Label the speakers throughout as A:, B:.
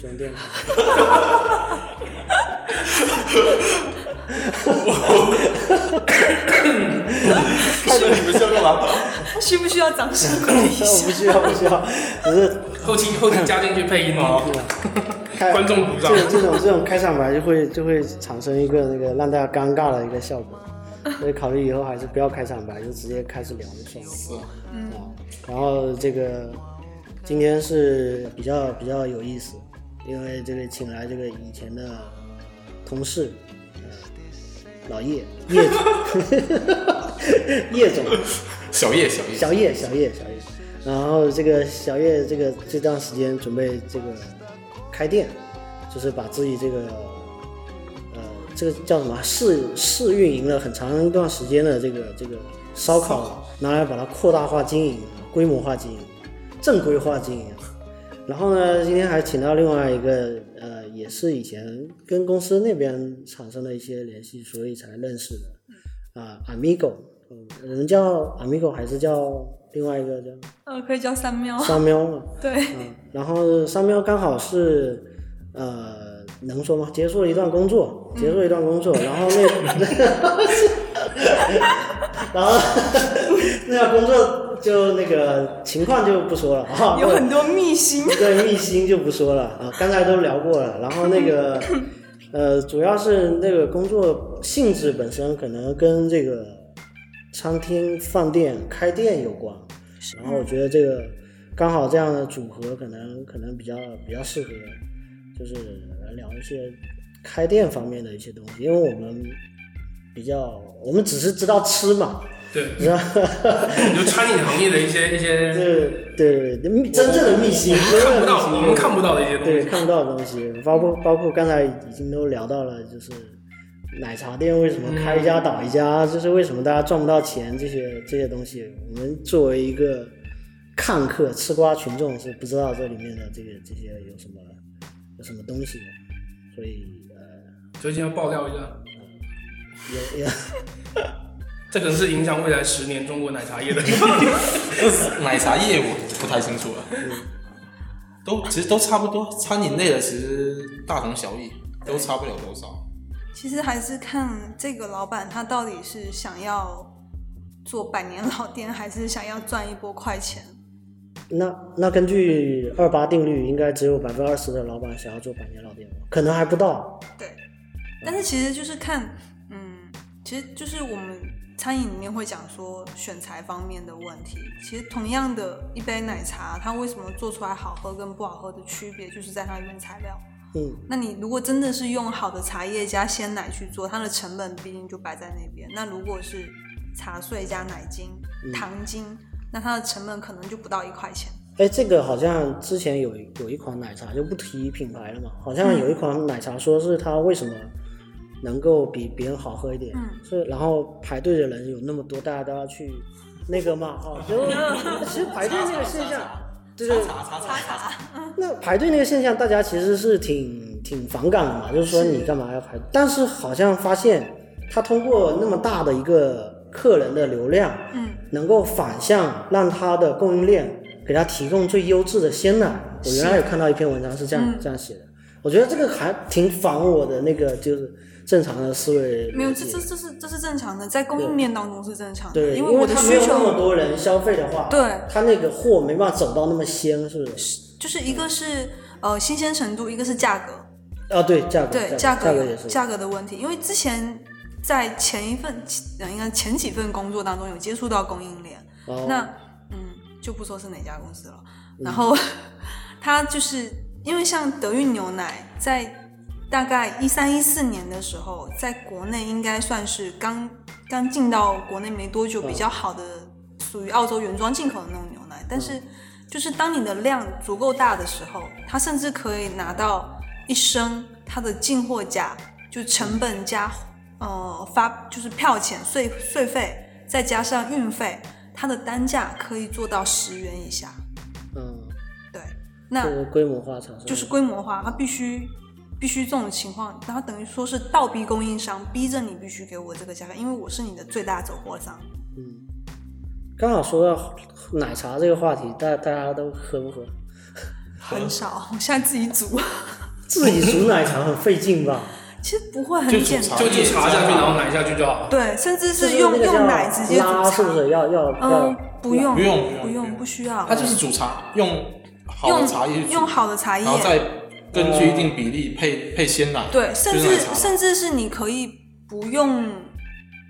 A: 熊电台。
B: 是你们需要干嘛？
C: 需不需要掌声鼓 励一
A: 我哦不
C: 下？
A: 需要，不需要，只是
D: 后期后期加进去配音哦，
A: 开
D: 观众鼓
A: 这
D: 掌。
A: 种这种这种开场白就会就会产生一个那个让大家尴尬的一个效 果，所以考虑以后还是不要开场白，就直接开始聊就算了。嗯，然后这个今天是比较比较有意思，因为这个请来这个以前的同事，呃、老叶叶 总，叶总。
B: 小叶，小叶，
A: 小叶，小叶，小叶。然后这个小叶，这个这段时间准备这个开店，就是把自己这个呃，这个叫什么试试运营了很长一段时间的这个这个烧烤，拿来把它扩大化经营、规模化经营、正规化经营。啊然后呢，今天还请到另外一个呃，也是以前跟公司那边产生了一些联系，所以才认识的。啊，Amigo，嗯，人叫 Amigo 还是叫另外一个叫
C: 嗯，可以叫三喵。
A: 三喵嘛？
C: 对，
A: 嗯，然后三喵刚好是呃，能说吗？结束了一段工作，
C: 嗯
A: 结束了一段 工作，然后那， 然后 那段工作就那个情况就不说了啊，
C: 有很多秘辛。
A: 对密星就不说了啊，刚才都聊过了。然后那个，呃，主要是那个工作性质本身可能跟这个餐厅、饭店、开店有关。然后我觉得这个刚好这样的组合可能可能比较比较适合，就是来聊一些开店方面的一些东西，因为我们比较我们只是知道吃嘛，
D: 对，
A: 你知道。
D: 你就餐饮行业的一些一 些
A: 对对对，密真正的密信，真正的
D: 看不
A: 密
D: 到，
A: 信
D: 我们看不到的一些东
A: 对
D: 西。
A: 看不到的东西，包括包括刚才已经都聊到了，就是奶茶店为什么开一家倒一家，就是为什么大家赚不到钱这些这些东西，我们作为一个看客、吃瓜群众是不知道这里面的这个这些有什么有什么东西的，所以呃
D: 究竟要爆料一下，
A: 也 也。
D: 这可能是影响未来十年中国奶茶业的。
B: 奶茶业我不太清楚了，都其实都差不多，餐饮类的其实大同小异，都差不了多少。
C: 其实还是看这个老板他到底是想要做百年老店，还是想要赚一波快钱。
A: 那那根据二八定律，应该只有百分之二十的老板想要做百年老店吧？可能还不到。
C: 对，但是其实就是看，嗯，其实就是我们餐饮里面会讲说选材方面的问题。其实同样的一杯奶茶，它为什么做出来好喝跟不好喝的区别，就是在它原材料。
A: 嗯，
C: 那你如果真的是用好的茶叶加鲜奶去做，它的成本毕竟就摆在那边。那如果是茶碎加奶精、
A: 嗯
C: 糖精，那它的成本可能就不到一块钱。
A: 哎，这个好像之前有一有一款奶茶就不提品牌了嘛，好像有一款奶茶说是它为什么能够比别人好喝一点，
C: 嗯
A: 是然后排队的人有那么多，大家都要去那个嘛，哦，就其实排队那个现象，就是
B: 茶茶茶茶，
A: 那排队那个现象，大家其实是挺挺反感的嘛，就是说你干嘛要排？但是好像发现他通过那么大的一个客人的流量，
C: 嗯，
A: 能够反向让他的供应链给他提供最优质的鲜奶。我原来有看到一篇文章是这样、这样写的，我觉得这个还挺反我的那个就是正常的思维
C: 没有，
A: 逻
C: 这
A: 辑
C: 这。这是这是正常的，在供应链当中是正常的，
A: 对，
C: 因
A: 因
C: 为我的
A: 他没有
C: 需
A: 那么
C: 求
A: 多人消费的话，
C: 对
A: 他那个货没办法走到那么鲜，是不是？
C: 就是一个是呃新鲜程度，一个是价格，
A: 啊，对，价格，
C: 对
A: 价
C: 价
A: 格
C: 格
A: 也
C: 有
A: 是，
C: 价格的问题，因为之前在前一份呃应该前几份工作当中有接触到供应链，
A: 哦
C: 那嗯就不说是哪家公司了，然后它就是因为像德运牛奶在大概一三一四年的时候，在国内应该算是刚刚进到国内没多久比较好的，属于澳洲原装进口的那种牛奶，但是。就是当你的量足够大的时候，它甚至可以拿到一升它的进货价，就成本加呃发就是票钱税税费，再加上运费，它的单价可以做到十元以下。
A: 嗯。
C: 对，那
A: 这个规模化产生，
C: 就是规模化，它必须必须这种情况，然后等于说是倒逼供应商，逼着你必须给我这个价格，因为我是你的最大走货商。
A: 嗯，刚好说到奶茶这个话题，大大家都喝不喝？
C: 很少，我现在自己煮，
A: 自己煮奶茶很费劲吧？
C: 其实不会很
B: 就煮
C: 简
B: 茶
C: 单，
D: 就就茶下去，然后奶下去就好了。
C: 对，甚至
A: 就是
C: 用
A: 那个叫
C: 用奶直接煮
A: 拉
C: 茶，
A: 是不是要要要呃
C: 嗯？，不用
B: 不用不
C: 不
B: 用
C: 用不需要，
B: 它就是煮茶，用好的
C: 用
B: 茶叶去煮
C: 用，好的茶叶
B: 然，后再根据一定比例配配鲜奶，
C: 对，甚
B: 就是
C: 至
B: 奶茶
C: 甚至是你可以不用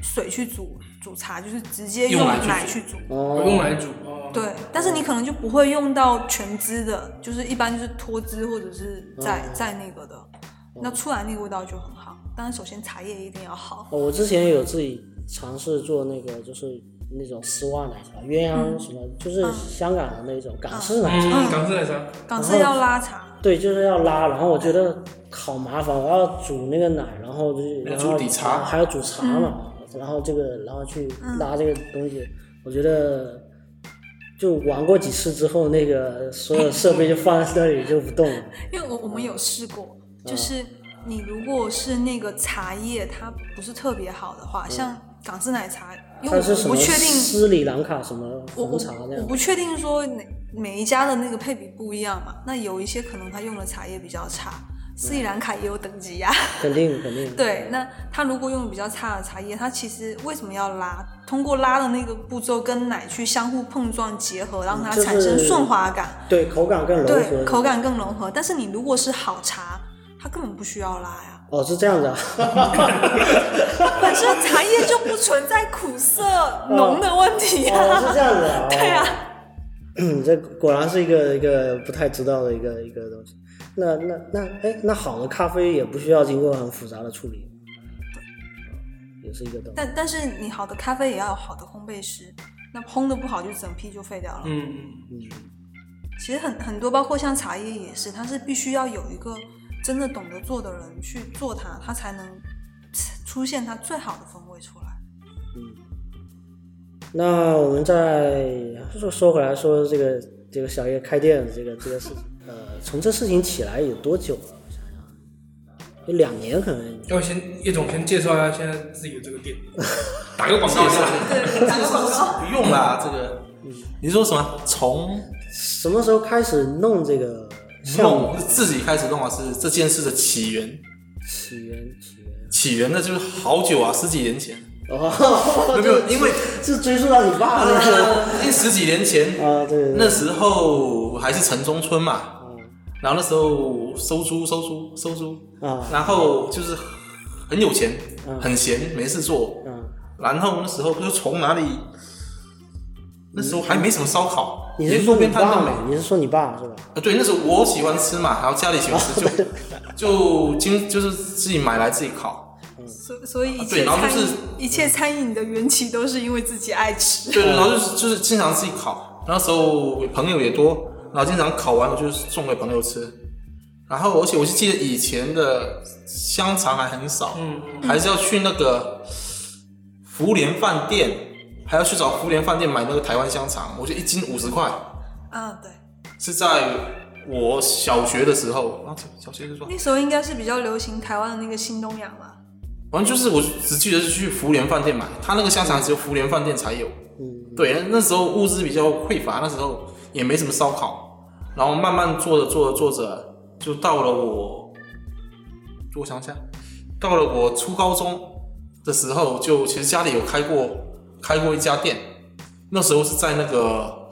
C: 水去煮煮茶，就是直接
B: 用
C: 用
B: 奶去
C: 奶
B: 煮
C: 去煮。
A: 哦
D: 我用来煮。哦，
C: 对，但是你可能就不会用到全汁的，就是一般就是脱汁或者是在、
A: 哦
C: 在那个的，那出来那个味道就很好。当然，首先茶叶一定要好，
A: 哦我之前有自己尝试做那个，就是那种丝袜奶茶，鸳
C: 嗯
A: 鸯什么，就是香港的那种港式奶茶。
D: 嗯，港式奶茶，
C: 港
A: 然
C: 式
A: 后
C: 要拉茶，
A: 对，就是要拉，然后我觉得好麻烦，我要煮那个奶，然后就是
B: 要
A: 然
B: 煮
A: 后
B: 底茶
A: 还要煮茶嘛，
C: 嗯
A: 然后这个然后去拉这个东西，我觉得就玩过几次之后，那个所有设备就放在那里就不动了。
C: 因为我我们有试过，
A: 嗯
C: 就是你如果是那个茶叶它不是特别好的话，像港式奶茶， 因
A: 嗯它
C: 为我
A: 是
C: 我
A: 什
C: 不
A: 么
C: 确定
A: 斯里兰卡什么
C: 我
A: 红
C: 我
A: 茶那
C: 我
A: 样？
C: 不确定说哪每一家的那个配比不一样嘛，那有一些可能他用的茶叶比较差，斯里兰卡也有等级呀、
A: 肯定肯定。
C: 对，那他如果用的比较差的茶叶，他其实为什么要拉？通过拉的那个步骤跟奶去相互碰撞结合，让它
A: 嗯就是
C: 产生顺滑感，
A: 对，口感更柔
C: 对，
A: 和。
C: 口感更融合。但是你如果是好茶，它根本不需要拉呀，
A: 哦，是这样 的啊。
C: 本身茶叶就不存在苦 涩浓的问题呀、
A: 哦，是这样子啊。哦
C: 对呀、
A: 嗯，这果然是一个一个不太知道的一个一个东西。那那那，哎，那好的咖啡也不需要经过很复杂的处理，也是一个道理。
C: 但但是你好的咖啡也要有好的烘焙师，那烘的不好就整批就废掉了。
D: 嗯，
C: 其实很很多，包括像茶叶也是，它是必须要有一个真的懂得做的人去做它，它才能出现它最好的风味出来。
A: 那我们再说说回来说这个这个小叶开店的这个这个 事情，呃，从这事情起来有多久了？我想想，有两年可能。
D: 要先叶总先介绍一下现在自己的这个 店，打个广告一下。
C: 对，打个广告。
B: 不用啦，这个。你说什么？从
A: 什么时候开始弄这个项目
B: 弄？自己开始弄啊，是这件事的起源。
A: 起源起源。
B: 起源那就是好久啊，十几年前。
A: 哦，
B: 没有，因为
A: 是追溯到你爸那个
B: 因为十几年前
A: 啊，对对对。
B: 那时候还是城中村嘛，
A: 嗯
B: 然后那时候收租收租收租，
A: 啊
B: 然后就是很有钱，
A: 嗯
B: 很闲，没事做。
A: 嗯，
B: 然后那时候不就从哪里，那时候还没什么烧烤，
A: 你是
B: 连
A: 说
B: 路
A: 你
B: 边摊
A: 爸
B: 都没。
A: 吗？你是说你爸是吧？
B: 啊，对，那时候我喜欢吃嘛，然后家里喜欢吃，就 就经就是自己买来自己烤。
D: 嗯
C: 所所
D: 啊
C: 以一
B: 对
C: 切
B: 然后
C: 餐
B: 就是
C: 饮，一切餐饮的缘起都是因为自己爱吃。
B: 对，然后就是就是经常自己烤，那时候朋友也多，然后经常烤完我就送给朋友吃。然后而且我是记得以前的香肠还很少，嗯，还是要去那个福联饭店，还要去找福联饭店买那个台湾香肠，我觉得一斤五十块，
C: 啊，对，
B: 是在我小学的时候，啊，小学就说，
C: 那时候应该是比较流行台湾的那个新东阳嘛。
B: 反正就是我只记得是去福联饭店买，他那个香肠只有福联饭店才有。
A: 嗯，
B: 对，那时候物资比较匮乏，那时候也没什么烧烤，然后慢慢做着做着做着，就到了我，我想想，到了我初高中的时候，就其实家里有开过开过一家店，那时候是在那个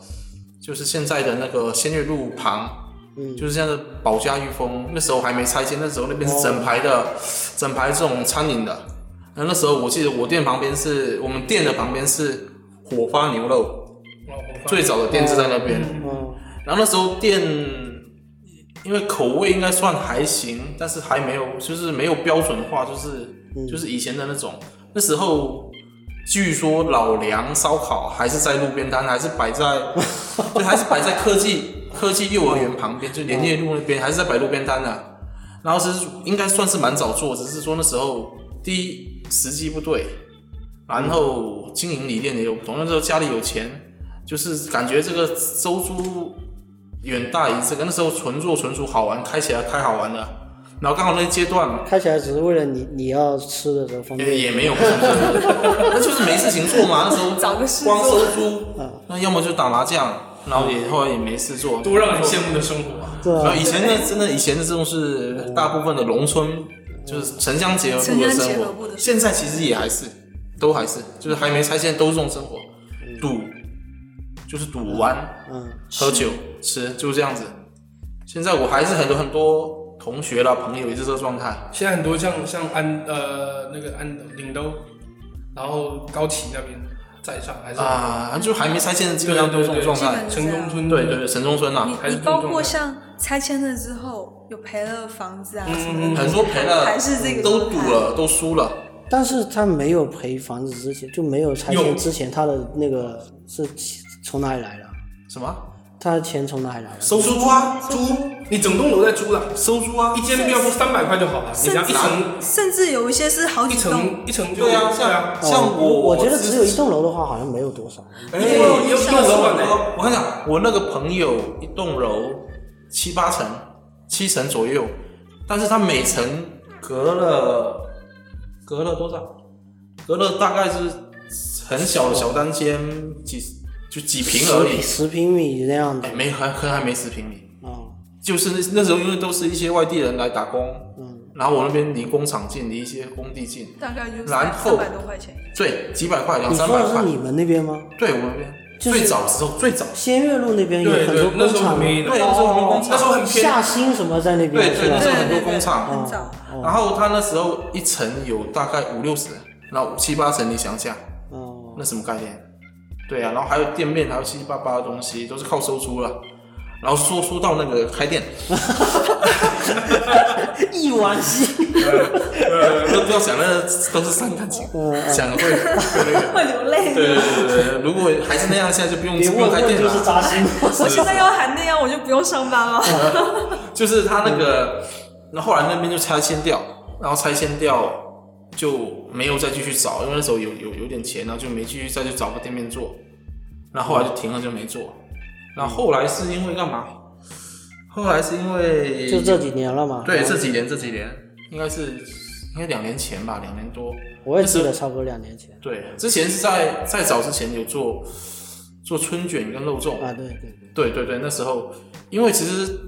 B: 就是现在的那个仙岳路旁，
A: 嗯
B: 就是现在的保家御风，那时候还没拆迁，那时候那边是整排的、整排这种餐饮的。那那时候我记得我店旁边是我们店的旁边是火花牛肉，
D: 哦我发
B: 最早的店是在那边。
A: 哦，
B: 然后那时候店因为口味应该算还行，但是还没有就是没有标准化，就是、就是以前的那种。那时候据说老梁烧烤还是在路边摊，还是摆在就还是摆在科技科技幼儿园旁边，就连夜路那边还是在摆路边摊的、啊然后是应该算是蛮早做，只是说那时候第一时机不对，然后经营理念也有不同。那时候家里有钱，就是感觉这个收租远大于这个。那时候纯做纯属好玩，开起来开好玩的。然后刚好那阶段
A: 开起来只是为了你你要吃的时候方
B: 也
A: 便。
B: 也没有，不是 不是那就是没事情做嘛。那时候
C: 找个事做
B: 光收租，那要么就打麻将，然后也后来也没事做，
D: 多让人羡慕的生活啊！
A: 对
B: 然后
A: 啊，
B: 以前的真的以前的这种是大部分的农村，就是城乡结合部
C: 城
B: 的
C: 乡结
B: 生
C: 合部
B: 活，
C: 的
B: 现在其实也还是都还是，就是还没拆迁都是这种生活，赌就是赌玩、
A: 嗯
B: 喝酒、吃，就是这样子。现在我还是很多很多同学啦朋友也是这个状态，
D: 现在很多像像安呃那个安岭州，然后高崎那边在上还是
B: 啊，就还没拆迁的基本上都是这种状
C: 对对
B: 态
C: 对。
D: 城中村
B: 对对，对，城中村呐，
D: 啊还
C: 你
D: 是
C: 你
D: 注
C: 包
D: 重
C: 括
D: 的
C: 像拆迁了之后有赔了房子啊什么
D: 嗯
C: 的，
B: 很多赔了
C: 还是这个
B: 都赌了，都输了。
A: 但是他没有赔房子之前，就没有拆
D: 有
A: 迁之前，他的那个是从哪里来的？
B: 什么
A: 他的钱从哪里来的？
B: 收租啊，
D: 租，你整栋楼在租啦，
B: 收租啊
D: 一，间不要付三百块就好了，你
C: 甚
D: 只要
C: 至
D: 一层
C: 甚至有一些是好
D: 嗯一
C: 几栋，
D: 层一层就
B: 对啊，
D: 对啊
B: 像，像
A: 哦我，
B: 我
A: 觉得只有一
B: 是
A: 栋楼的话，好像没有多少。
B: 哎，
D: 因为
B: 有
D: 有有老板呢
B: 我跟你讲，我那个朋友一栋楼七八层，七层左右，但是他每层隔了隔了多少？隔了大概是很小的小单间，几就几平而已，
A: 十平米那样的
B: 哎，没还可能还没十平米。
A: 啊，
B: 就是那那时候，因为都是一些外地人来打工，
A: 嗯，
B: 然后我那边离工厂近，离一些工地近，
C: 大概就三
B: 然后
C: 三百多块钱。
B: 对，几百块，两
A: 你
B: 三
A: 说
B: 百
A: 的
B: 块
A: 是。你们那边吗？
B: 对，我那边
A: 就是
B: 最早时候，最早
A: 仙岳路那边有
D: 对
A: 很多
D: 对，那时
A: 工
D: 候
A: 厂
D: 很
A: 吗，
D: 便宜的，
B: 对那时候很多工厂
D: 那时候很便宜，
A: 夏新什么在那边
B: 对
A: 是
B: 对，
A: 吧
B: 那？时
C: 对
B: 候很多
C: 对
B: 工厂，
C: 很早，
A: 哦
B: 然后他那时候一层有大概五六十，然后七八层你想想，
A: 哦，
B: 那什么概念？对啊，然后还有店面，还有七七八八的东西，都是靠收租了。然后说说到那个开店，
A: 一碗稀，
B: 都不要想那都是伤感情，
A: 嗯
B: 想会会那个。
C: 嗯会流泪。
B: 对对对对对，如果还是那样，现在就不用
A: 别
B: 不
A: 问
B: 用开
A: 问
B: 店
A: 就是
B: 了。
A: 扎心。
C: 我现在要喊那样，我就不用上班了。
B: 嗯就是他那个，那后来那边就拆迁掉，然后拆迁掉就没有再继续找，因为那时候有有有点钱，然后就没继续再去找个店面做，然后后来就停了就没做，
A: 嗯
B: 然后后来是因为干嘛？后来是因 为
A: 就这几嗯年了嘛，
B: 对这几年这几年应该是应该两年前吧，两年多，
A: 我也记
B: 那
A: 得
B: 时
A: 差不多两年前
B: 对，之前是在在早之前有做做春卷跟肉粽，
A: 啊，对对对，
B: 对对对，那时候因为其实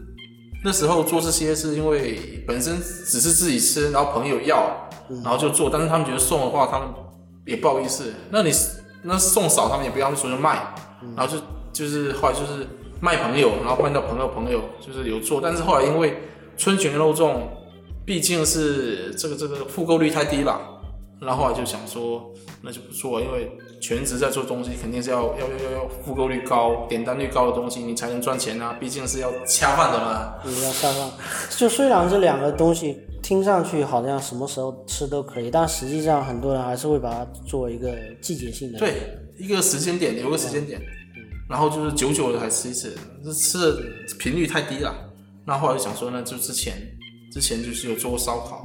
B: 那时候做这些是因为本身只是自己吃，然后朋友要，然后就做，但是他们觉得送的话，他们也不好意思。那你那送少，他们也不要，他们说就卖，然后就就是后来就是卖朋友，然后卖到朋友朋友就是有做，但是后来因为春卷肉粽毕竟是这个这个复购率太低了。然后后来就想说，那就不做，因为全职在做东西，肯定是要要要要要复购率高、点单率高的东西，你才能赚钱啊！毕竟是要恰饭的嘛。
A: 你要上上，就虽然这两个东西听上去好像什么时候吃都可以，但实际上很多人还是会把它作为一个季节性的。嗯
B: 对，一个时间点有个时间点，然后就是久久的才吃一次，这吃的频率太低了。那后来就想说呢，就之前之前就是有做过烧烤，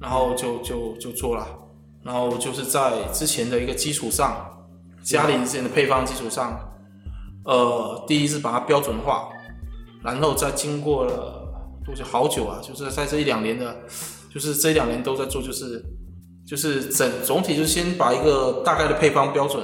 B: 然后就就就做了，然后就是在之前的一个基础上，家里之前的配方基础上，呃，第一是把它标准化，然后再经过了多久好久啊，就是在这一两年的，就是这一两年都在做，就是就是整总体就是先把一个大概的配方标准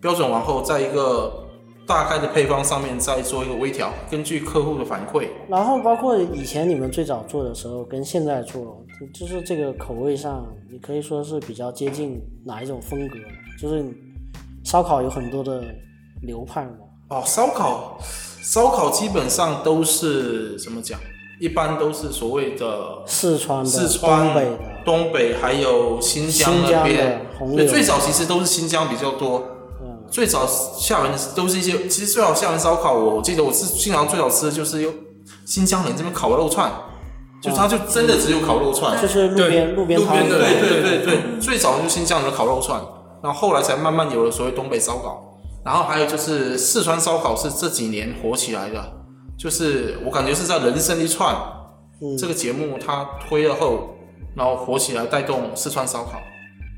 B: 标准完后，在一个大概的配方上面再做一个微调，根据客户的反馈，
A: 然后包括以前你们最早做的时候跟现在做，就就是这个口味上，你可以说是比较接近哪一种风格？就是烧烤有很多的流派嘛，
B: 哦，烧烤，烧烤基本上都是怎么讲？一般都是所谓的
A: 四川的、
B: 四川、
A: 东北的，
B: 东北还有新疆
A: 新
B: 那
A: 疆的
B: 边，
A: 红
B: 对，
A: 柳
B: 最早其实都是新疆比较多。
A: 嗯，
B: 最早厦门都是一些，其实最早厦门烧烤，我我记得我是经常最早吃的就是有新疆人这边烤肉串，就是它就真的只有烤肉串，
A: 就是路边路边
D: 路
A: 摊
D: 边的
B: 对对对对，最早就是新疆的烤肉串，然后后来才慢慢有了所谓东北烧烤，然后还有就是四川烧烤是这几年火起来的，就是我感觉是在《人生一串》这个节目它推了后，然后火起来带动四川烧烤，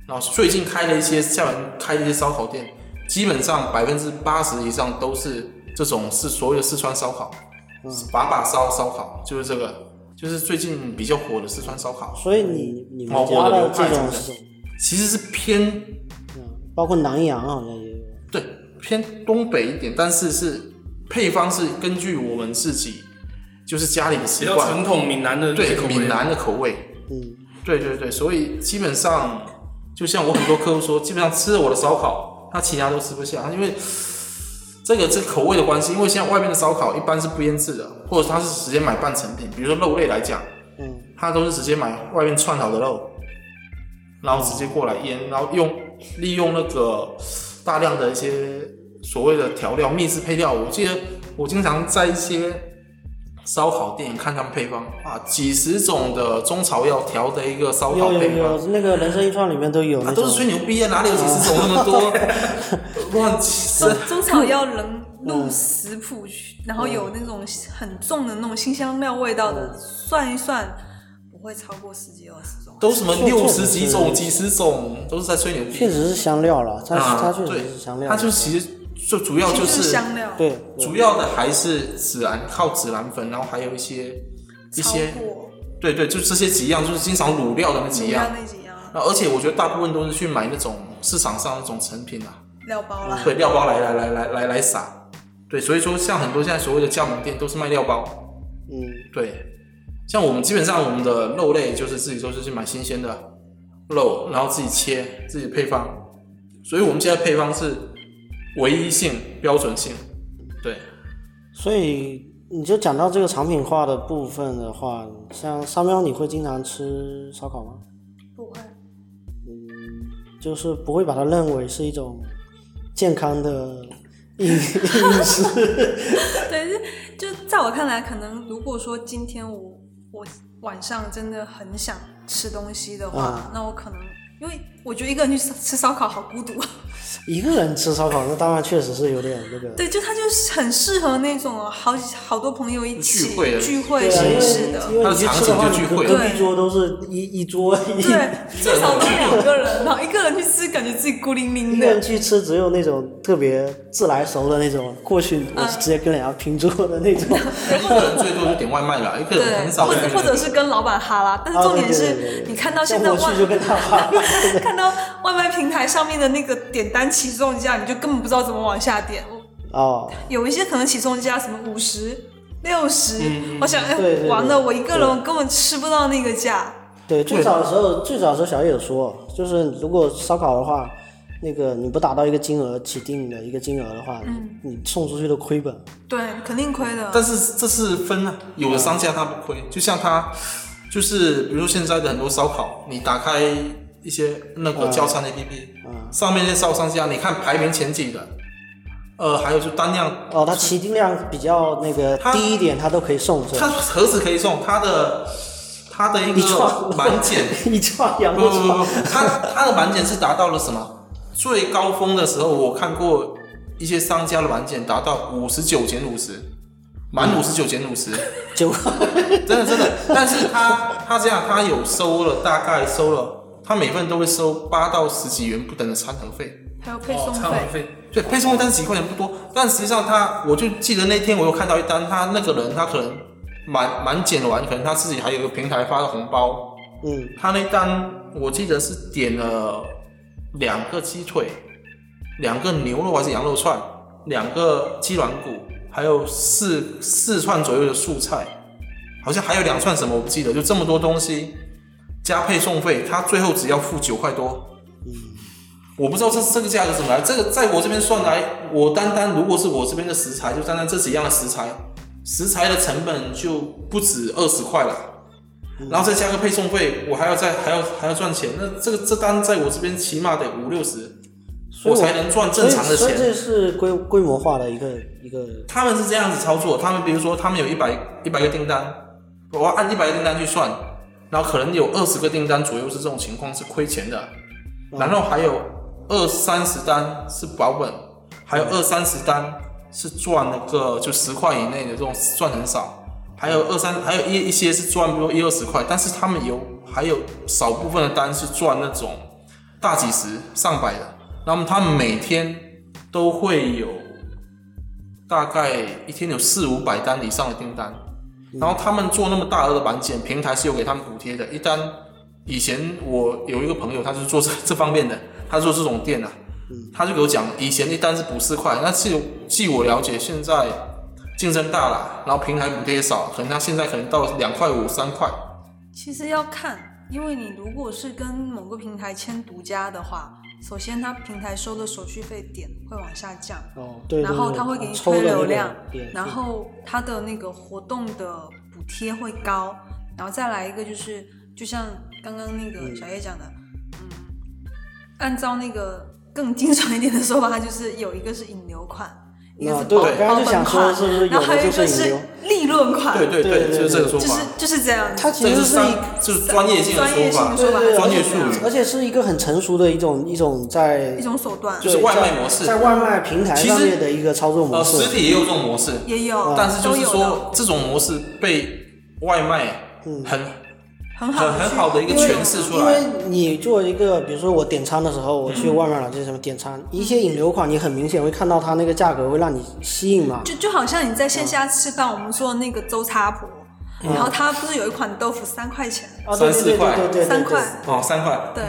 B: 然后最近开了一些厦门开了一些烧烤店，基本上百分之八十以上都是这种是所谓的四川烧烤，把把烧烧烤就是这个。就是最近比较火的四川烧烤，
A: 所以你你
B: 哦
A: 们
B: 我
A: 家
B: 的
A: 的
B: 流派
A: 这
B: 是
A: 种
B: 不是
A: 是，
B: 其实是偏
A: 嗯，包括南阳好像也有，
B: 对偏东北一点，但是是配方是根据我们自己就是家里的
D: 比
B: 习
D: 较
B: 惯，
D: 传统闽南的
B: 对
D: 口味
B: 闽南的口味，
A: 嗯，
B: 对对对，所以基本上就像我很多客户说，基本上吃了我的烧烤，他其他都吃不下，因为这个这个口味的关系。因为现在外面的烧烤一般是不腌制的，或者他是直接买半成品，比如说肉类来讲，
A: 嗯，
B: 他都是直接买外面串好的肉，然后直接过来腌，然后用利用那个大量的一些所谓的调料、秘制配料。我记得我经常在一些烧烤店看他们配方啊，几十种的中草药调的一个烧烤
A: 有有
B: 配方。
A: 有，那个人参一串里面都有
B: 啊
A: 那，种
B: 都是吹牛逼啊！哪里有几十种那么多？ 乱吃
C: 中中草药能
B: 嗯
C: 入食谱去，然后有那种很重的那种辛香料味道
B: 嗯
C: 的，算一算不会超过十几二十种。
B: 都什么六十几种、
A: 嗯
B: 几十种，都是在吹牛逼。
A: 确实是香料了，它
B: 啊，
A: 它确
B: 对
A: 实是香料，
B: 它就其实就主要就
C: 就是
B: 是
C: 香料，
A: 对，对
B: 主要的还是孜然，靠孜然粉，然后还有一些一
C: 超
B: 些，
C: 过
B: 对对，就这些几样，就是经常卤料的那几
C: 你要
B: 样。嗯
C: 那几样
B: 那而且我觉得大部分都是去买那种市场上那种成品啊，
C: 料包啦，
B: 对，料包来来来来来来撒。对，所以说像很多现在所谓的加盟店都是卖料包，
A: 嗯，
B: 对。像我们基本上我们的肉类就是自己都是去买新鲜的肉，然后自己切自己配方，所以我们现在配方是唯一性、标准性，对。
A: 所以你就讲到这个产品化的部分的话，像沙喵，你会经常吃烧烤吗？
C: 不会。
A: 就是不会把它认为是一种健康的饮饮食，
C: 对，就就在我看来，可能如果说今天我我晚上真的很想吃东西的话，
A: 啊
C: 那我可能因为我觉得一个人去吃吃烧烤好孤独，啊
A: 一个人吃烧烤，那当然确实是有点那个。
C: 对，就它就是很适合那种好几好多朋友一起
B: 聚会的
C: 聚
A: 对
C: 会
A: 啊，因
C: 形
A: 为
C: 式的，
A: 因为你去吃的话，
B: 它的场景就聚
A: 你
B: 会
A: 隔壁桌都是一一桌一
C: 对，最少都两个人，然后一个人去吃，感觉自己孤零零
A: 一个人
C: 的。
A: 去吃，只有那种特别自来熟的那种，过去我是直接跟人家拼桌的那种。
B: 一个人最多就点外卖了，一个人
C: 对，
B: 很少
C: 或
B: 去。
C: 者或者是跟老板哈拉，但是重点
A: 啊对对对对
C: 是
A: 对
C: 你看到现在
A: 像
C: 外
A: 我去就跟他玩。
C: 看到外卖平台上面的那个点单起送价，你就根本不知道怎么往下点。我
A: 哦，
C: 有一些可能起送价什么五十、六十，我想哎
A: 嗯对对对
C: 完了，我一个人我根本吃不到那个价。
A: 对，最早的时候，最早的时候小叶有说，就是如果烧烤的话，那个你不达到一个金额起定的一个金额的话，你送出去都亏本。
C: 对，肯定亏的。
B: 但是这是分啊，有的商家他不亏，就像他就是比如说现在的很多烧烤，你打开一些那
C: 嗯
B: 个叫餐 APP，、上面那些烧商家，你看排名前几的，呃，还有就单量，
A: 哦，它起订量比较那个
B: 它
A: 低一点，它都可以送这
B: 它何止可以送，它的它的一
A: 一串
B: 个 满减，
A: 一串羊
B: 不
A: 肉
B: 不不
A: 串
B: 不，它它的满减是达到了什么？最高峰的时候，我看过一些商家的满减达到五十九减五十，满五十九减五十。
A: 九，
B: 真的真的，但是他他这样，他有收了，大概收了，他每份都会收八到十几元不等的餐盒费，
C: 还有配
D: 哦
C: 送，
D: 餐
C: 费
D: 碗，费
B: 对，配送单几块钱不多，但实际上他，我就记得那天我有看到一单，他那个人他可能满满减完，可能他自己还有一个平台发的红包，
A: 嗯，
B: 他那单我记得是点了两个鸡腿，两个牛肉还是羊肉串，两个鸡软骨，还有四四串左右的素菜，好像还有两串什么我不记得，就这么多东西加配送费，他最后只要付九块多。我不知道这这个价格怎么来，这个在我这边算来，我单单如果是我这边的食材，就单单这几样的食材，食材的成本就不止二十块了。然后再加个配送费，我还要再还要还要赚钱，那这个这单在我这边起码得五六十，
A: 所以
B: 才能赚正常
A: 所以
B: 的
A: 所以
B: 钱。
A: 这是规规模化的一个一个，
B: 他们是这样子操作，他们比如说他们有一百一百个订单，我要按一百个订单去算，然后可能有二十个订单左右是这种情况是亏钱的，然后还有二三十单是保本，还有二三十单是赚那个就十块以内的这种赚很少，还有二三还有一一些是赚比如一二十块，但是他们有还有少部分的单是赚那种大几十上百的，那么他们每天都会有大概一天有四五百单以上的订单，然后他们做那么大额的版检，平台是有给他们补贴的。一单，以前我有一个朋友，他是做这 这方面的，他做这种店的、啊，他就给我讲，以前一单是补四块，那据据我了解，现在竞争大了，然后平台补贴也少，可能它现在可能到两块五、三块。
C: 其实要看，因为你如果是跟某个平台签独家的话，首先它平台收的手续费点会往下降，
A: 哦，对对对，
C: 然后它会给你
A: 抽的
C: 推
A: 那
C: 流
A: 个
C: 量
A: 点，
C: 然后它的那个活动的补贴会高，然后再来一个就是，就像刚刚那个小叶讲的，嗯，按照那个更精准一点的说法，它就是有一个是引流款，一个
A: 那
C: 是
A: 啊对
C: 保
A: 我刚刚
C: 保
A: 就想
C: 本
A: 说，
C: 款，
A: 是不是
C: 然
A: 有
C: 后还
A: 的
C: 有一个
A: 是引
C: 是
A: 流？
C: 利润款，
B: 对对
A: 对对
B: 就是这个说
C: 就
B: 法
C: 是，就是这样子，
A: 它其实
B: 这
A: 是
B: 商
A: 一
B: 就是专业性的
C: 专业
B: 说
C: 性
B: 法
C: 的，说法
A: 对对对
B: 专业术语
A: 而且是一个很成熟的一种一种在
C: 一种手段，
B: 就是
A: 对
B: 外卖
A: 在
B: 模式
A: 在外卖平台
B: 其实
A: 上面的一个操作模
B: 呃，实
A: 式。
B: 体也有这种模式，
C: 也
A: 嗯
C: 有，
B: 但是就
C: 都
B: 是
C: 有的
B: 说这种模式被外卖
A: 嗯
B: 很
C: 很好
B: 很很好的一个
A: 因为
B: 诠释出
A: 因
B: 来。
A: 为你作为一个，比如说我点餐的时候，我去外卖软件什么点餐，一些引流款，你很明显会看到它那个价格会让你吸引嘛。
C: 就就好像你在线下吃饭，我们说那个周叉婆，
A: 嗯
C: 然后它不是有一款豆腐三块钱，
A: 啊，对对对
B: 三四块
A: 对对对，
C: 三
A: 对
C: 块，
B: 哦，三块，
C: 对，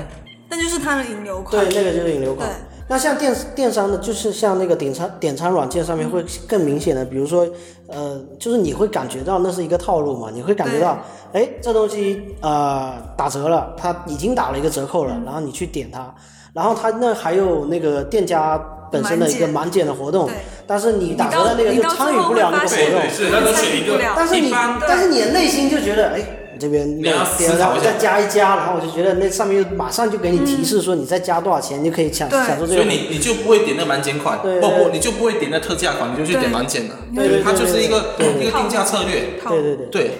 C: 那就是它的引流款
A: 对，，那个就是引流款
C: 对。
A: 那像电电商的，就是像那个点餐点餐软件上
C: 嗯
A: 面会更明显的，比如说，呃，就是你会感觉到那是一个套路嘛，你会感觉到，哎，这东西呃打折了，它已经打了一个折扣
C: 嗯
A: 了，然后你去点它，然后它那还有那个店家本身的一个
C: 满
A: 满减的活动
C: 对，
A: 但是你
C: 你
A: 打折
C: 到
A: 的那个
C: 你
A: 就
C: 到
A: 参
C: 最
A: 与
C: 后
A: 不
C: 会
A: 了那
C: 发
A: 个活
C: 现
B: 对
A: 动
B: 对，是那
C: 参
B: 你选
C: 与
B: 一
C: 不
B: 个
C: 了
A: 但是
B: 一
A: 你
B: 般
A: 但是你的内心就觉得，哎，你这边
B: 你要思
A: 点
B: 考
A: 了
B: 一下
A: 再加一加，然后我就觉得那上面就马上就给你提示说你再加多少钱，你就可以享
C: 对
A: 享受这
B: 嗯所以
A: 个。
B: 你你就不会点那满减款，
A: 对
B: 不
A: 对
B: 不，你就不会点那特价款，你就去点满减的。
A: 对对对
B: 它就是一个
A: 对对对
B: 一个定价策略，
C: 套
A: 对对对，
B: 对，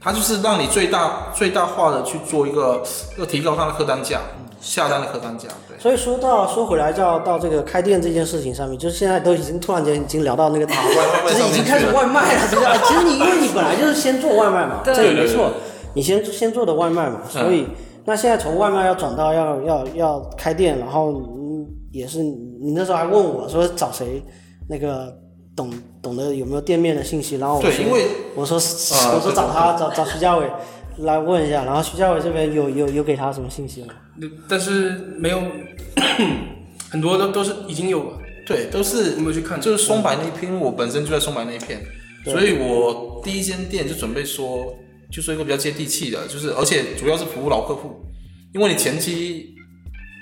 B: 它就是让你最大最大化的去做一个要提高它的客单价，
A: 嗯
B: 下单的客单价，对。
A: 所以说到说回来到到这个开店这件事情上面，就是现在都已经突然间已经聊到那个打
B: 外卖
A: 就是已经开始外卖了，这个其实你因为你本来就是先做外卖嘛，
C: 对
A: 这也
B: 对嗯
A: 没
B: 对
A: 错，你先先做的外卖嘛，所以那现在从外卖要转到要要要开店，然后你也是你那时候还问我说找谁那个懂懂得有没有店面的信息，然后我
B: 对
A: 说
B: 因为
A: 我说
B: 啊
A: 我说
B: 对
A: 找
B: 对
A: 他找找徐家伟来问一下，然后徐家伟这边有有有给他什么信息吗？
D: 但是没有很多都都是已经有了，
B: 对，都是
D: 有没有去看
B: 就是松柏那一片，因为我本身就在松柏那一片，
A: 对
B: 所以我第一间店就准备说，就说一个比较接地气的，就是而且主要是服务老客户，因为你前期，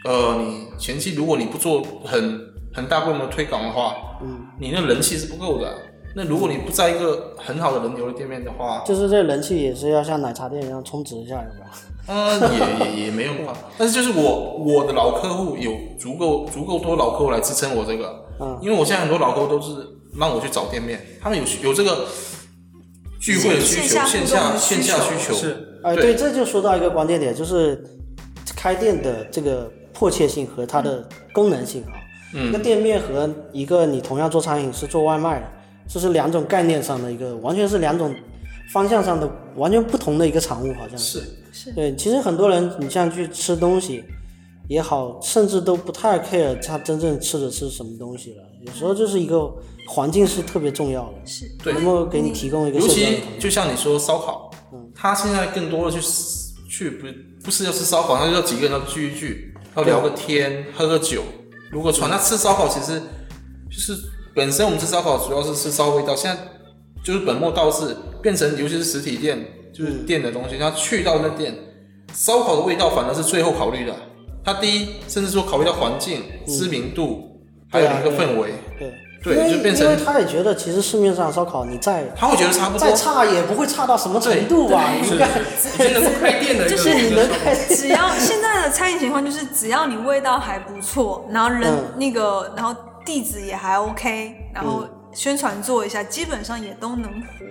B: 呃，你前期如果你不做很很大规模推广的话，嗯，你那人气是不够的。啊那如果你不在一个很好的人流的店面的话，
A: 就是这人气也是要像奶茶店一样充值一下，有吧？
B: 嗯，也也也没用吧。但是就是我我的老客户有足够足够多老客户来支撑我这个，
A: 嗯
B: 因为我现在很多老客户都是让我去找店面，他们有需有这个聚会的需求，
C: 线
B: 线
C: 下互动
B: 下
C: 的需求
B: 线下需求
D: 是
A: 哎，
B: 对
A: 对，这就说到一个关键点，就是开店的这个迫切性和它的功能性啊。
B: 嗯
A: 一个店面和一个你同样做餐饮是做外卖的，这是两种概念上的一个，完全是两种方向上的完全不同的一个产物，好像
B: 是
C: 是
A: 对，其实很多人，你像去吃东西也好，甚至都不太 care 他真正吃的是什么东西了。有时候就是一个环境是特别重要的，
C: 是，
B: 对
A: 能
C: 因为
A: 够给你提供一个
B: 尤
A: 社交的嗯
B: 其
A: 环境。
B: 就像你说烧烤，他现在更多的去去不不是要吃烧烤，他就要几个人要聚一聚，要聊个天，喝个酒。如果传他吃烧烤，其实就是本身我们吃烧烤主要是吃烧味道，现在就是本末倒置，变成尤其是实体店，就是
A: 嗯
B: 店的东西，他去到那店，烧烤的味道反而是最后考虑的。他第一，甚至说考虑到环境、知名度，还有
A: 嗯对啊
B: 一个
A: 对
B: 氛围，
A: 对，
B: 对
A: 因为
B: 就变
A: 因
B: 成
A: 为他也觉得其实市面上烧烤你再
B: 他会觉得差不多
A: 再。差也不会差到什么程度吧，
C: 对
A: 应该
D: 真 的是开店的一个，
C: 就是
A: 你能开。
C: 只要现在的餐饮情况就是，只要你味道还不错，然后人、
A: 嗯
C: 那个，然后地址也还 OK，然后宣传做一下，基本上也都能活。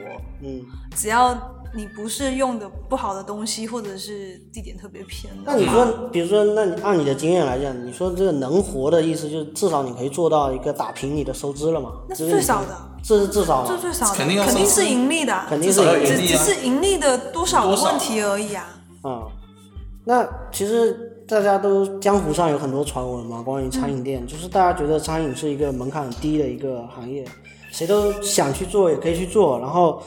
A: 嗯，
C: 只要你不是用的不好的东西，或者是地点特别偏的
A: 那你说，比如说，那你按你的经验来讲，你说这个能活的意思，就是至少你可以做到一个打平你的收支了嘛？
C: 那
A: 就是是
C: 最
A: 你
C: 少的，
A: 这是至少
C: 这是最少的，
B: 肯定要上
C: 是盈利的啊，
A: 肯定
C: 只
A: 是有盈
B: 利
C: 只
B: 啊
C: 只是盈利的多少
B: 多
C: 的
B: 少
C: 问题而已啊。
A: 啊、那其实大家都江湖上有很多传闻嘛，关于餐
C: 嗯
A: 饮店，就是大家觉得餐饮是一个门槛很低的一个行业，谁都想去做也可以去做。然后，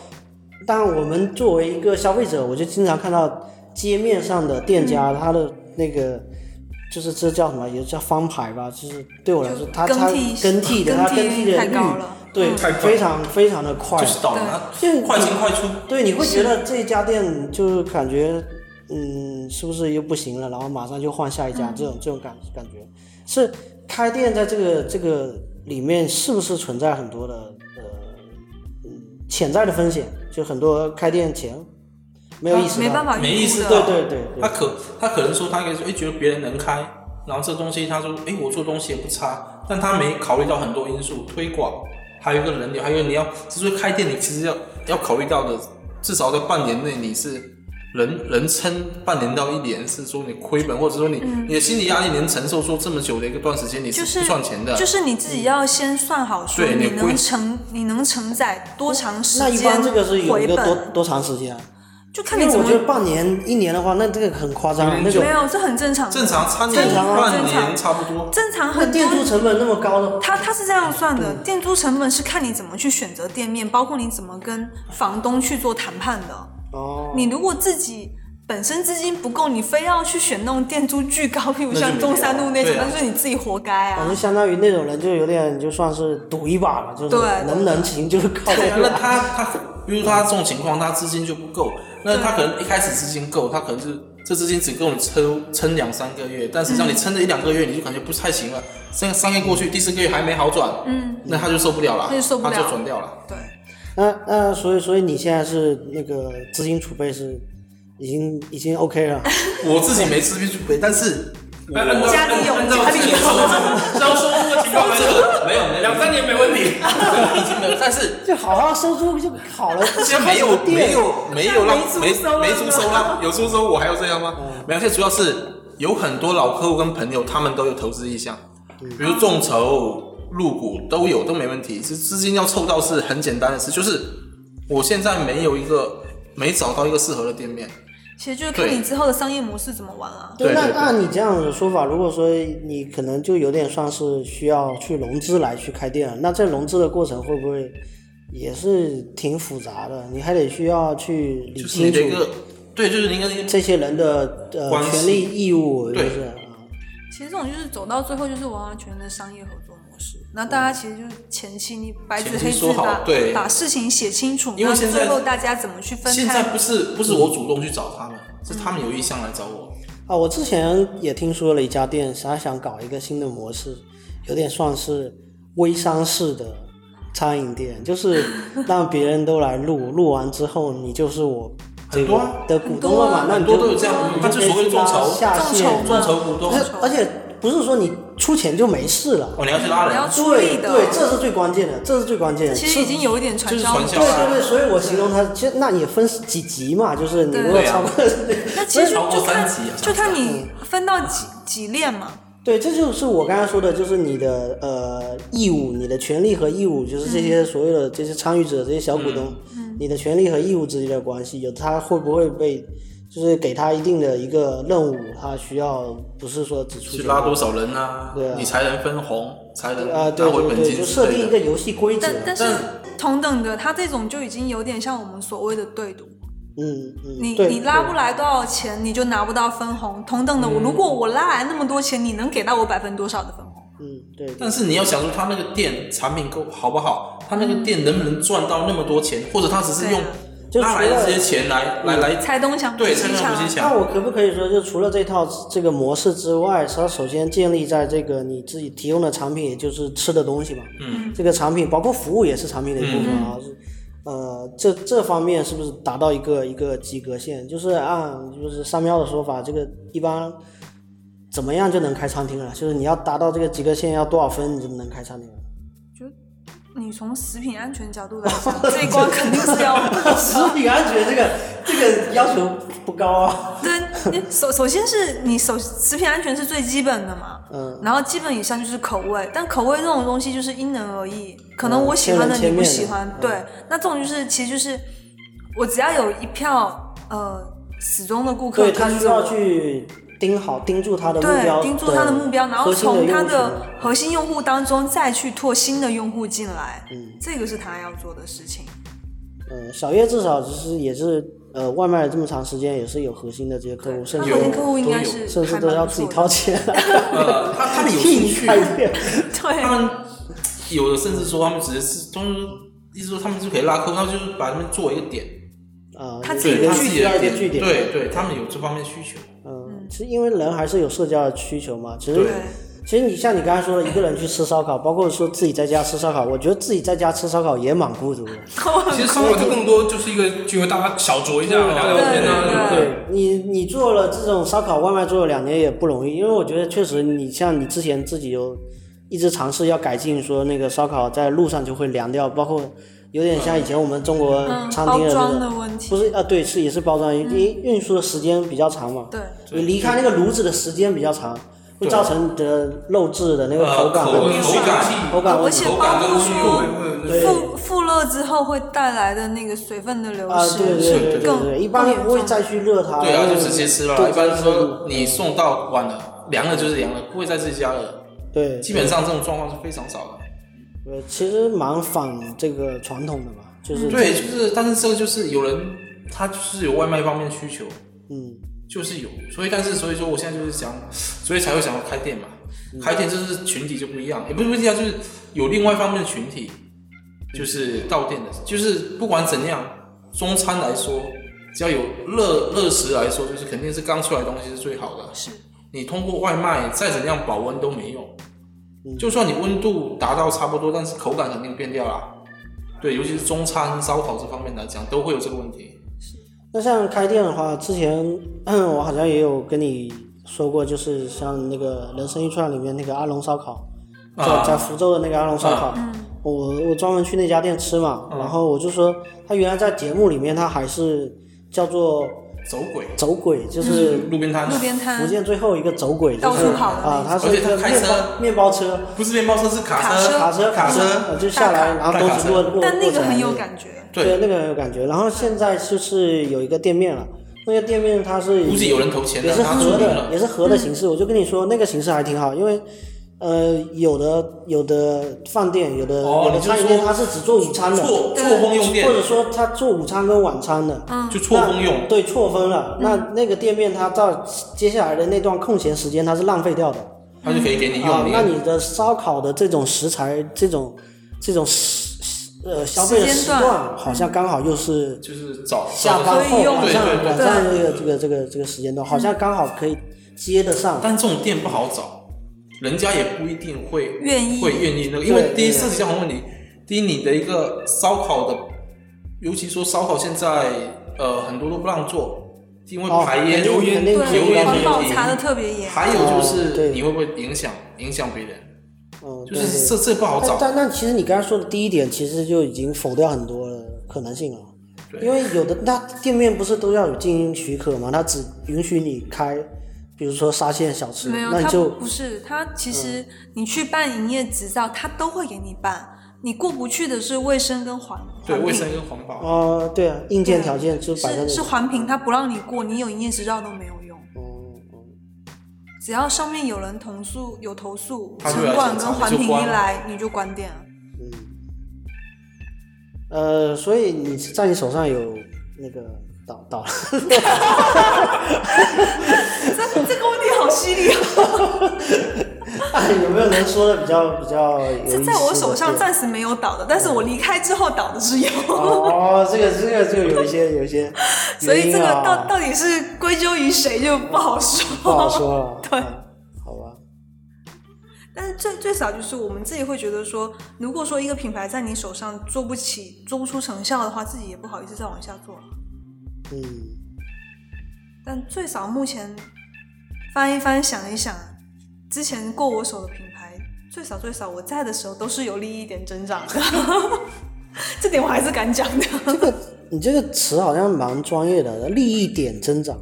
A: 但我们作为
C: 嗯
A: 一个消费者，我就经常看到街面上的店家，他的那个就是这叫什么？也叫方牌吧，就是对我来说，它
C: 更
A: 它
C: 替
A: 更替的，它
C: 更替
A: 更替的
C: 太
A: 率
C: 高了，嗯
A: 对，
D: 太快
A: 非常非常的快，
B: 就是倒了，
A: 对
B: 快进快出。
A: 对，你会觉得这家店就是感觉，嗯，是不是又不行了？然后马上就换下一家，这
C: 嗯
A: 种这种感感觉是开店在这个这个里面是不是存在很多的呃嗯潜在的风险？就很多开店前没有意啊识到，
C: 啊没办法预估的，啊
B: 没意识
A: 对对对
B: 他
A: 对，
B: 可他可能说他可能说，哎，觉得别人能开，然后这东西他说，哎，我做东西也不差，但他没考虑到很多因素，推广，还有一个人流，还有你要，就是说开店，你其实要要考虑到的，至少在半年内你是人人撑半年到一年，是说你亏本，或者说你、你的心理压力能承受说这么久的一个段时间你
C: 嗯就是是
B: 不赚钱的，嗯
C: 就是你自己要先算好，说
B: 对
C: 你
B: 你
C: 能
B: 规
C: 承你能承载多长时
A: 那一
C: 间
A: 般这个是有一
C: 回
A: 个多
C: 本，
A: 多长时间啊？
C: 就看
A: 因
C: 你
A: 为
C: 怎
A: 我觉
C: 么
A: 得半年一年的话，那这个很夸张，那种
C: 没有，这很正常的，
B: 正常餐饮
C: 正常啊
B: 半
C: 正常
B: 年差不多，
C: 正常
A: 那
C: 很
A: 店租
C: 多。
A: 成嗯本那么高的，
C: 他他是这样算的，店租成本是看你怎么去选择店面，包括你怎么跟房东去做谈判的。
A: 哦，
C: 你如果自己本身资金不够，你非要去选那种店租巨高，比如
B: 那就
C: 像
B: 没
C: 中山
B: 必要
C: 路那种，
B: 对啊
C: 那就是你自己活该
A: 反
C: 啊
A: 正。相当于那种人就有点就算是赌一把了，就是
C: 对对
A: 能不能行就是靠
B: 对啊，
A: 这
B: 那
A: 个。
B: 他他，比如说他这种情况，他资金就不够，那他可能一开始资金够，他可能是这资金只够你撑撑两三个月，但实际上你
C: 嗯
B: 撑了一两个月，你就感觉不太行了，三三个月过去，第四个月还没好转，嗯，那他就受不了了，
C: 那就受不了
B: 他就转掉了。
C: 对，
A: 那那所以所以你现在是那个资金储备是已经已经 OK 了，
B: 我自己没资金去赔，但是我
D: 按照
C: 家里有
D: 按照
C: 家
D: 自
C: 里
D: 己
C: 有
D: 的收 入，招收入的情况来说，
B: 没有没有
D: 两三年没问题。
B: 已经没有，但是
A: 就好好收租就好了。不
B: 现
A: 是
B: 在没
A: 开什
B: 有
A: 么店
B: 没有没有让
C: 没
B: 没
C: 租收了
B: 没租收了，有租收我还要这样吗？没有，现在主要是有很多老客户跟朋友，他们都有投资意向，比如众筹、入股都有，都没问题。是资金要凑到是很简单的事，就是我现在没有一个没找到一个适合的店面，
C: 其实就是看
B: 对
C: 你之后的商业模式怎么玩啊。
A: 对，
B: 对
A: 那
B: 对对
A: 按你这样的说法，如果说你可能就有点算是需要去融资来去开店了，那这融资的过程会不会也是挺复杂的？你还得需要去理
B: 就是你
A: 清楚
B: 的一个对，就是你跟那个
A: 这些人的呃
B: 关系
A: 权利义务，就
B: 对
A: 是啊。
C: 其实这种就是走到最后就是完完全全的商业合作模式。那大家其实就是前期你白纸
B: 前期
C: 黑字
B: 说好
C: 把
B: 对
C: 把事情写清楚，
B: 因为
C: 那
B: 现在
C: 最后大家怎么去分
B: 现在
C: 开？
B: 不是不是我主动去找他们，是他们有意向来找我。
A: 啊，我之前也听说了一家店，他想搞一个新的模式，有点算是微商式的餐饮店，就是让别人都来录，录完之后你就是我这
B: 很多
A: 个
B: 啊
A: 的股东了嘛，那
B: 很
A: 你
B: 多
A: 就
B: 都有这样
A: 你，
B: 他
A: 就
B: 就
A: 可以
B: 所谓的
A: 去
B: 众
A: 拉
B: 筹，
A: 下
C: 众
A: 线
C: 筹，嘛
B: 众筹股东
A: 而，且而且不是说你出钱就没事了，
B: 哦，你要去拉
C: 你
B: 人
C: 要，出
A: 对
C: 力的，
A: 对，这是最关键的，这是最关键的，
C: 其实
A: 是
C: 已经有一点传
B: 就是
C: 销模
B: 传
C: 式
B: 销
A: 对
B: 啊
A: 对对，所以我形容它，其实那也分几级嘛，就是你如果
B: 对啊
A: 超过
C: 那其实
B: 超
C: 就
B: 过
C: 就看
B: 三级啊
C: 就看你分到几几练嘛。
A: 对，这就是我刚才说的，就是你的呃义务，你的权利和义务，就是这
C: 嗯
A: 些所有的这些参与者、这些小股东，你的权利和义务之间的关系，有他会不会被，就是给他一定的一个任务，他需要不是说只出
B: 去
A: 钱
B: 拉多少人啊
A: 对啊？
B: 你才能分红，才能
A: 啊、
B: 拿
A: 对
B: 回
A: 对
B: 本
A: 对，
B: 金
A: 就
B: 之
A: 设定
B: 类
A: 一个
B: 的。
A: 游戏规则
C: 但，但是同等的，他这种就已经有点像我们所谓的对赌，
A: 嗯嗯，
C: 你
A: 对
C: 你拉
A: 对
C: 不来多少钱，你就拿不到分红。同等
B: 嗯
C: 的，我如果我拉来那么多钱，你能给到我百分多少的分红？
A: 嗯对，对
B: 但是你要想说，他那个店产品够好不好？他那个店能不能赚到那么多钱？或者他只是用
A: 对啊
B: 拉来的这些钱来来来
C: 拆东墙补
B: 呃对
C: 西
B: 参加补
C: 墙
B: 习，
A: 那
B: 墙？
A: 我可不可以说，就除了这套这个模式之外，它首先建立在这个你自己提供的产品，也就是吃的东西嘛。嗯，这个产品包括服务也是产品的一部分啊。是呃，这这方面是不是达到一个一个及格线？就是按就是三喵的说法，这个一般怎么样就能开餐厅了？就是你要达到这个及格线要多少分，你就能开餐 厅了？
C: 你从食品安全角度来讲，这一关肯定是要过 的
A: 食品安全这个这个要求不高啊。
C: 对，你首首先是你首食品安全是最基本的嘛，
A: 嗯，
C: 然后基本以上就是口味，但口味这种东西就是因人而异，可能
A: 嗯
C: 我喜欢的
A: 千人千
C: 你
A: 面
C: 不
A: 的
C: 喜欢，对，那这种就是其实就是我只要有一票呃死忠的顾客
A: 对他
C: 跟
A: 需
C: 着
A: 要
C: 我，
A: 去盯好、盯住他的目标，
C: 对，盯住他的目标，然后
A: 核心的
C: 从他
A: 用户
C: 的核心用户当中再去拓新的用户
A: 嗯
C: 进来，这个是他要做的事情。
A: 嗯，小月至少就是也是呃外卖了这么长时间，也是有核心的这些客户，甚
C: 那
A: 至
C: 核
B: 有
C: 心客户应该
B: 都有
C: 是
A: 甚至
C: 还
A: 都
C: 蛮
A: 要
C: 不
A: 自己
C: 错
A: 掏
C: 的
A: 钱了，
B: 呃，他他们有 兴趣，
A: 开店。
C: 对，
A: 啊
B: 他们有的甚至说他们直接是，他们意思说他们就可以拉客户，他们就是把他们做一个点，
A: 啊，
C: 他
A: 有
C: 自己
B: 对
C: 的
A: 有
B: 他自
A: 需
B: 己
A: 要
B: 的
A: 的据点，
B: 对对，他们有这方面需求，
A: 嗯，其实因为人还是有社交的需求嘛。其实
B: 对
C: 对
A: 其实你像你刚才说的，一个人去吃烧烤，包括说自己在家吃烧烤，我觉得自己在家吃烧烤也蛮孤独的。
C: 哦
D: 其实烧烤就更多就是一个聚会，大家小酌一下，聊聊天啊，
C: 对
D: 对
A: 你你做了这种烧烤外卖做了两年也不容易，因为我觉得确实你像你之前自己有一直尝试要改进，说那个烧烤在路上就会凉掉，包括有点像以前我们中国
C: 嗯，
A: 餐厅
C: 包
A: 的这
C: 装
A: 个，
C: 的问题，嗯
A: 不是啊，对，是也是包装，因为运输的时间比较长嘛，
C: 对，
A: 你离开那个炉子的时间比较长，会
B: 对
A: 造成你的肉质的那个
B: 呃
A: 口感
B: 口
A: 问题、
B: 口感
A: 口感
C: 而
A: 问题
C: 且
B: 口
C: 包括
B: 感跟嗯温度
C: 说
D: 会有那
A: 对
C: 复复热之后会带来的那个水分的流
A: 啊，
C: 失，
A: 对对
B: 是
A: 对对
C: 更
A: 对，一般
C: 更
A: 不会
C: 严重
A: 再去热它，
B: 对
A: 因
B: 啊，
A: 为
B: 就直接吃
A: 对
B: 了。一般说
A: 对
B: 你送到晚了，凉了就是凉了，不会再自己加了。
A: 对，
B: 基本上这种状况是非常少的。
A: 呃，其实蛮反这个传统的嘛，就是
B: 对，就是，但是这个就是有人他就是有外卖方面需求，
A: 嗯，
B: 就是有，所以但是所以说我现在就是想，所以才会想要开店嘛。
C: 嗯
B: 开店就是群体就不一样，也不是不一样，就是有另外一方面的群体，就是到店的，就是不管怎样，中餐来说，只要有热热食来说，就是肯定是刚出来的东西是最好的。
C: 是
B: 你通过外卖再怎样保温都没用，
C: 嗯
B: 就算你温度达到差不多，但是口感肯定变掉了。对，尤其是中餐、烧烤这方面来讲，都会有这个问题。
A: 那像开店的话，之前 我好像也有跟你说过，就是像那个《人生一串》里面那个阿龙烧烤，在
B: 啊
A: 在福州的那个阿龙烧烤，我我专门去那家店吃嘛，然后我就说他原来在节目里面他还是叫做
B: 走鬼，
A: 走鬼，就是
B: 路边摊，
C: 路边
A: 福
C: 摊
A: 建最后一个走鬼，就
C: 到
A: 是
C: 处跑的那
A: 啊，
C: 种
A: 他是一个
B: 而且他开
A: 面
B: 车
A: 包面包车。
B: 不是面包车，是卡
C: 卡车
A: 卡车，卡车
B: 卡，
A: 呃就下来，然后
B: 大
A: 都
B: 卡
A: 是
B: 车
A: 过过。
C: 但那
A: 过
C: 个
A: 程
C: 很有
A: 的
C: 感觉，
A: 对，
B: 对，
A: 那个很有感觉。然后现在就是有一个店面了，那个店面它是
B: 估计有人投钱
A: 也
B: 的，
A: 是
B: 他出
A: 合
B: 名
A: 的，
B: 了。
A: 也是合的形式。我就跟你说，那个形式还挺好，因为呃，有的有的饭店，有的
B: 哦
A: 有的
B: 你就
A: 餐饮
B: 说
A: 店，它是只做午餐的，
B: 错
C: 对
B: 错峰用
A: 或
B: 店
A: 者说嗯它做午餐跟晚餐的。
B: 就错峰
A: 那
B: 用，
A: 对，错峰了。那那个店面，它到接下来的那段空闲时间，它是浪费掉的。
B: 他就可以给你
A: 啊
B: 用。，
A: 那你的烧烤的这种食材，这种这种食呃消费的
C: 时间
A: 时
C: 段
A: 段，好像刚好又是
B: 就是早
A: 下班
C: 可以
A: 后
C: 用
A: 晚上
B: 对对对
A: 晚上这个这个这个这个时间段，好像刚好可以接得上。
B: 但这种店不好找，人家也不一定会
C: 愿意
B: 会愿意那个，因为第一涉及到问题，第一你的一个烧烤的，尤其说烧烤现在呃很多都不让做，因为
A: 哦
B: 排
A: 肯
B: 烟、
A: 定
B: 油烟、
A: 肯定
B: 油
A: 有
C: 对，
B: 烟
A: 感
B: 问
A: 觉
C: 环保
B: 题，
C: 查的特别严，
B: 还有就
A: 哦对
B: 是你会不会影响影响别人，
A: 嗯，
B: 就
A: 对
B: 是这
A: 对。
B: 这不好
A: 但
B: 找。
A: 但那其实你刚才说的第一点，其实就已经否掉很多的可能性了。
B: 对
A: 因为有的那店面不是都要有经营许可嘛，它只允许你开，比如说沙县小吃，
C: 没有，
A: 那你
C: 他
A: 就嗯
C: 不是他，其实你去办营业执照，他都会给你办。你过不去的是卫生跟环
B: 对
C: 环
B: 卫
C: 评
B: 生跟环保，
A: 哦、对啊，硬件条件就摆在那
C: 是
A: 里。
C: 是环评，他不让你过，你有营业执照都没有用。
A: 嗯嗯
C: 只要上面有人投诉，有投诉，
B: 他就来
C: 城管跟
B: 检查
C: 环
B: 就
C: 评
B: 关
C: 一
B: 了
C: 来，你就关店了。
A: 呃，所以你在你手上有那个倒倒了，
C: 这这个问题好犀利 哦，
A: 有没有能说的比较比较有意思
C: 这
A: 的
C: 在我手上
A: 点
C: 暂时没有倒的，但是我离开之后倒的 是有，
A: 哦，这个这个这个有一些有一些
C: 所以
A: 原
C: 这个
A: 因啊
C: 到到底是归咎于谁就不好
A: 不好
C: 说。
A: 说了。
C: 对
A: 嗯好吧，
C: 但是最最少就是我们自己会觉得说，如果说一个品牌在你手上做不起、做不出成效的话，自己也不好意思再往下做了。
A: 嗯，
C: 但最少目前翻一翻、想一想，之前过我手的品牌，最少最少我在的时候都是有利益点增长的， 这点我还是敢讲的。
A: 你这个词好像蛮专业的，利益点增长，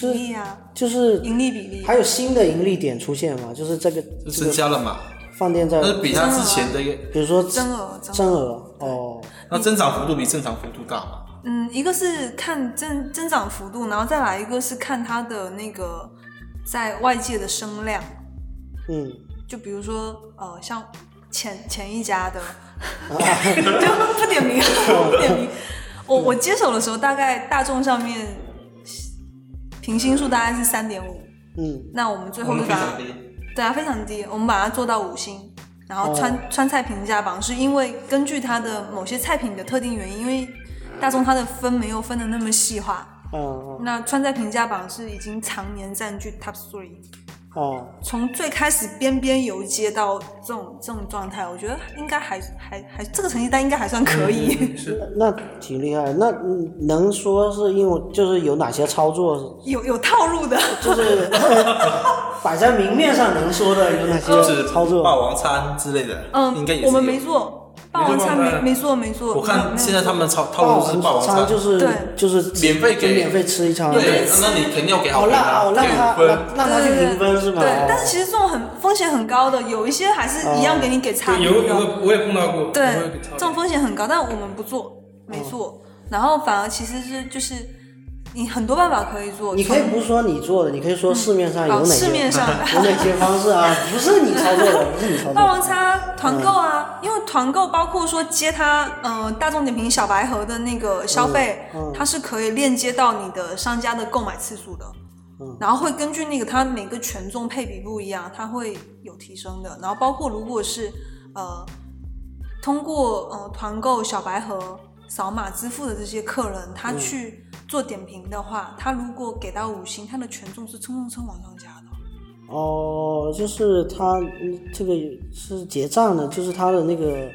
C: 利益啊，
A: 就是
C: 盈利比例
A: 还有新的盈利点出现嘛？就是这个
B: 就
A: 这
B: 增
A: 个
B: 加了嘛，
A: 饭店在
B: 但，是比他之前的一个，
A: 比如说
C: 增额增额
A: 增额哦，
B: 那增长幅度比正常幅度大嘛？
C: 嗯，一个是看增增长幅度，然后再来一个是看它的那个在外界的声量，
A: 嗯，
C: 就比如说呃，像前前一家的，就不点名了，不点名。我我接手的时候，大概大众上面平心数大概是三点五，
A: 嗯，
C: 那我们最
B: 我
C: 后就
B: 们哦非
C: 把
B: 常
C: 它
B: 低。
C: 对啊非常低，我们把它做到五星。然后川、
A: 哦
C: 川菜评价榜是因为根据它的某些菜品的特定原因，因为大众它的分没有分的那么细化，
A: 哦
C: 那川菜评价榜是已经常年占据 top three。
A: 哦哦，
C: 从最开始边边游街到这种这种状态，我觉得应该还还还这个成绩单应该还算可
B: 嗯
C: 以。
D: 是
A: 那挺厉害。那嗯能说是因为就是有哪些操作，
C: 有有套路 的，
A: 就是 摆在明面上能说的有哪
B: 就是
A: 些操
B: 霸
A: 作？
B: 王餐之类的，
C: 嗯，
B: 应该也是
C: 我们
B: 有
C: 没。做，嗯霸
D: 没
C: 王
D: 做
C: 餐
D: 霸王
C: 没
D: 餐
C: 没做没做。
B: 我
C: 没有
B: 看现在他们套套路是霸王
A: 餐
B: 餐，
A: 就是
C: 对
A: 就是
B: 免费
A: 就
B: 给
A: 免费吃一餐，
B: 对，那你肯定要给好
A: 哦
B: 评
A: 让
B: 啊，
A: 哦让
B: 给
A: 他
B: 五分。
A: 让让他去
C: 对对
A: 评分是吗？
C: 对，但是其实这种很风险很高的，有一些还是
A: 哦
C: 一样给你给差
D: 对
C: 评
D: 有有
C: 的。
D: 个我也碰到过，
C: 对
D: 我也给，
C: 这
D: 超
C: 种风险很高，但我们不做，
A: 哦
C: 没做。然后反而其实是就是你很多办法可以做，
A: 你可以
C: 从
A: 不说你做的，你可以说市面上有
C: 哦
A: 哪些、
C: 市面上
A: 有哪些方式啊？不是你操作的，不是你操作
C: 霸
A: 的。
C: 王餐啊团购啊，
A: 嗯
C: 因为团购包括说接它，嗯、大众点评小白盒的那个消费，
A: 嗯嗯
C: 它是可以链接到你的商家的购买次数的，
A: 嗯
C: 然后会根据那个它每个权重配比不一样，它会有提升的。然后包括如果是呃通过呃团购小白盒扫码支付的这些客人，
A: 嗯
C: 他去做点评的话，他如果给到五星，他的权重是蹭蹭蹭往上加的。
A: 哦，就是他嗯这个是结账的，就是他的那个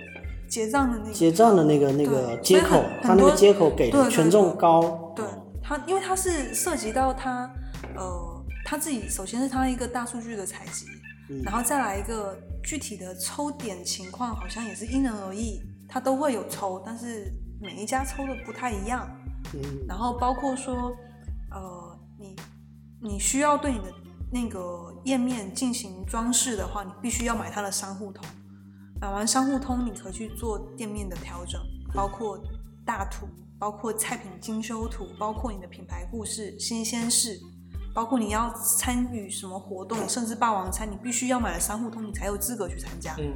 C: 结账的那个
A: 结账的那个那
C: 嗯对
A: 个
C: 所以
A: 接口
C: 很，
A: 他那个
C: 很多
A: 接口给
C: 对
A: 的
C: 对
A: 权重高。
C: 对它，因为它是涉及到它，呃，它自己首先是它一个大数据的采集，然后再来一个具体的抽点情况，好像也是因人而异，它都会有抽，但是每一家抽的不太一样。
A: 嗯，
C: 然后包括说，呃，你你需要对你的那个页面进行装饰的话，你必须要买它的商户通。买完商户通，你可以去做店面的调整，包括大图，包括菜品精修图，包括你的品牌故事、新鲜事，包括你要参与什么活动，甚至霸王餐，你必须要买了商户通，你才有资格去参加，
D: 嗯，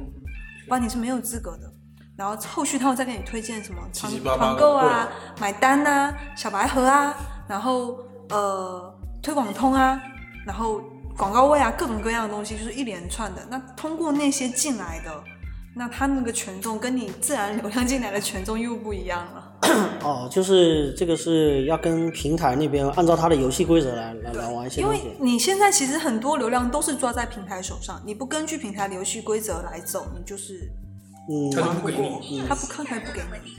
C: 不然你是没有资格的。然后后续他会再给你推荐什么
B: 七
C: 团
B: 七八八
C: 团
B: 个
C: 购
B: 过
C: 啊
B: 来、
C: 买单啊、小白盒啊，然后呃推广通啊，然后广告位啊，各种各样的东西，就是一连串的。那通过那些进来的，那它那个权重跟你自然流量进来的权重又不一样了。
A: 哦，就是这个是要跟平台那边按照他的游戏规则来来来玩一些
C: 因
A: 东
C: 为
A: 西。
C: 你现在其实很多流量都是抓在平台手上，你不根据平台的游戏规则来走，你就是
A: 嗯，
D: 他就不给你，
C: 他不看，他也不给你。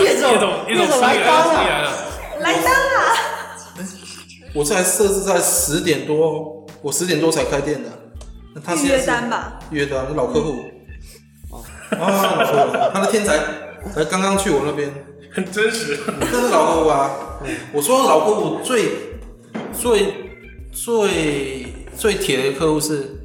A: 叶总
D: 叶总，叶总
A: 总
D: 上
A: 来
D: 来
A: 刚
D: 了，上
A: 了。
D: 来了，
B: 我这还设置在十点多哦，我十点多才开店的。那他现在
C: 预
B: 是
C: 约单吧，
B: 预约单老客户。
A: 嗯
B: 啊，老客户，他的天才才刚刚去我那边，
D: 很真实。
B: 这是老客户啊。我说老客户最最最最铁的客户是，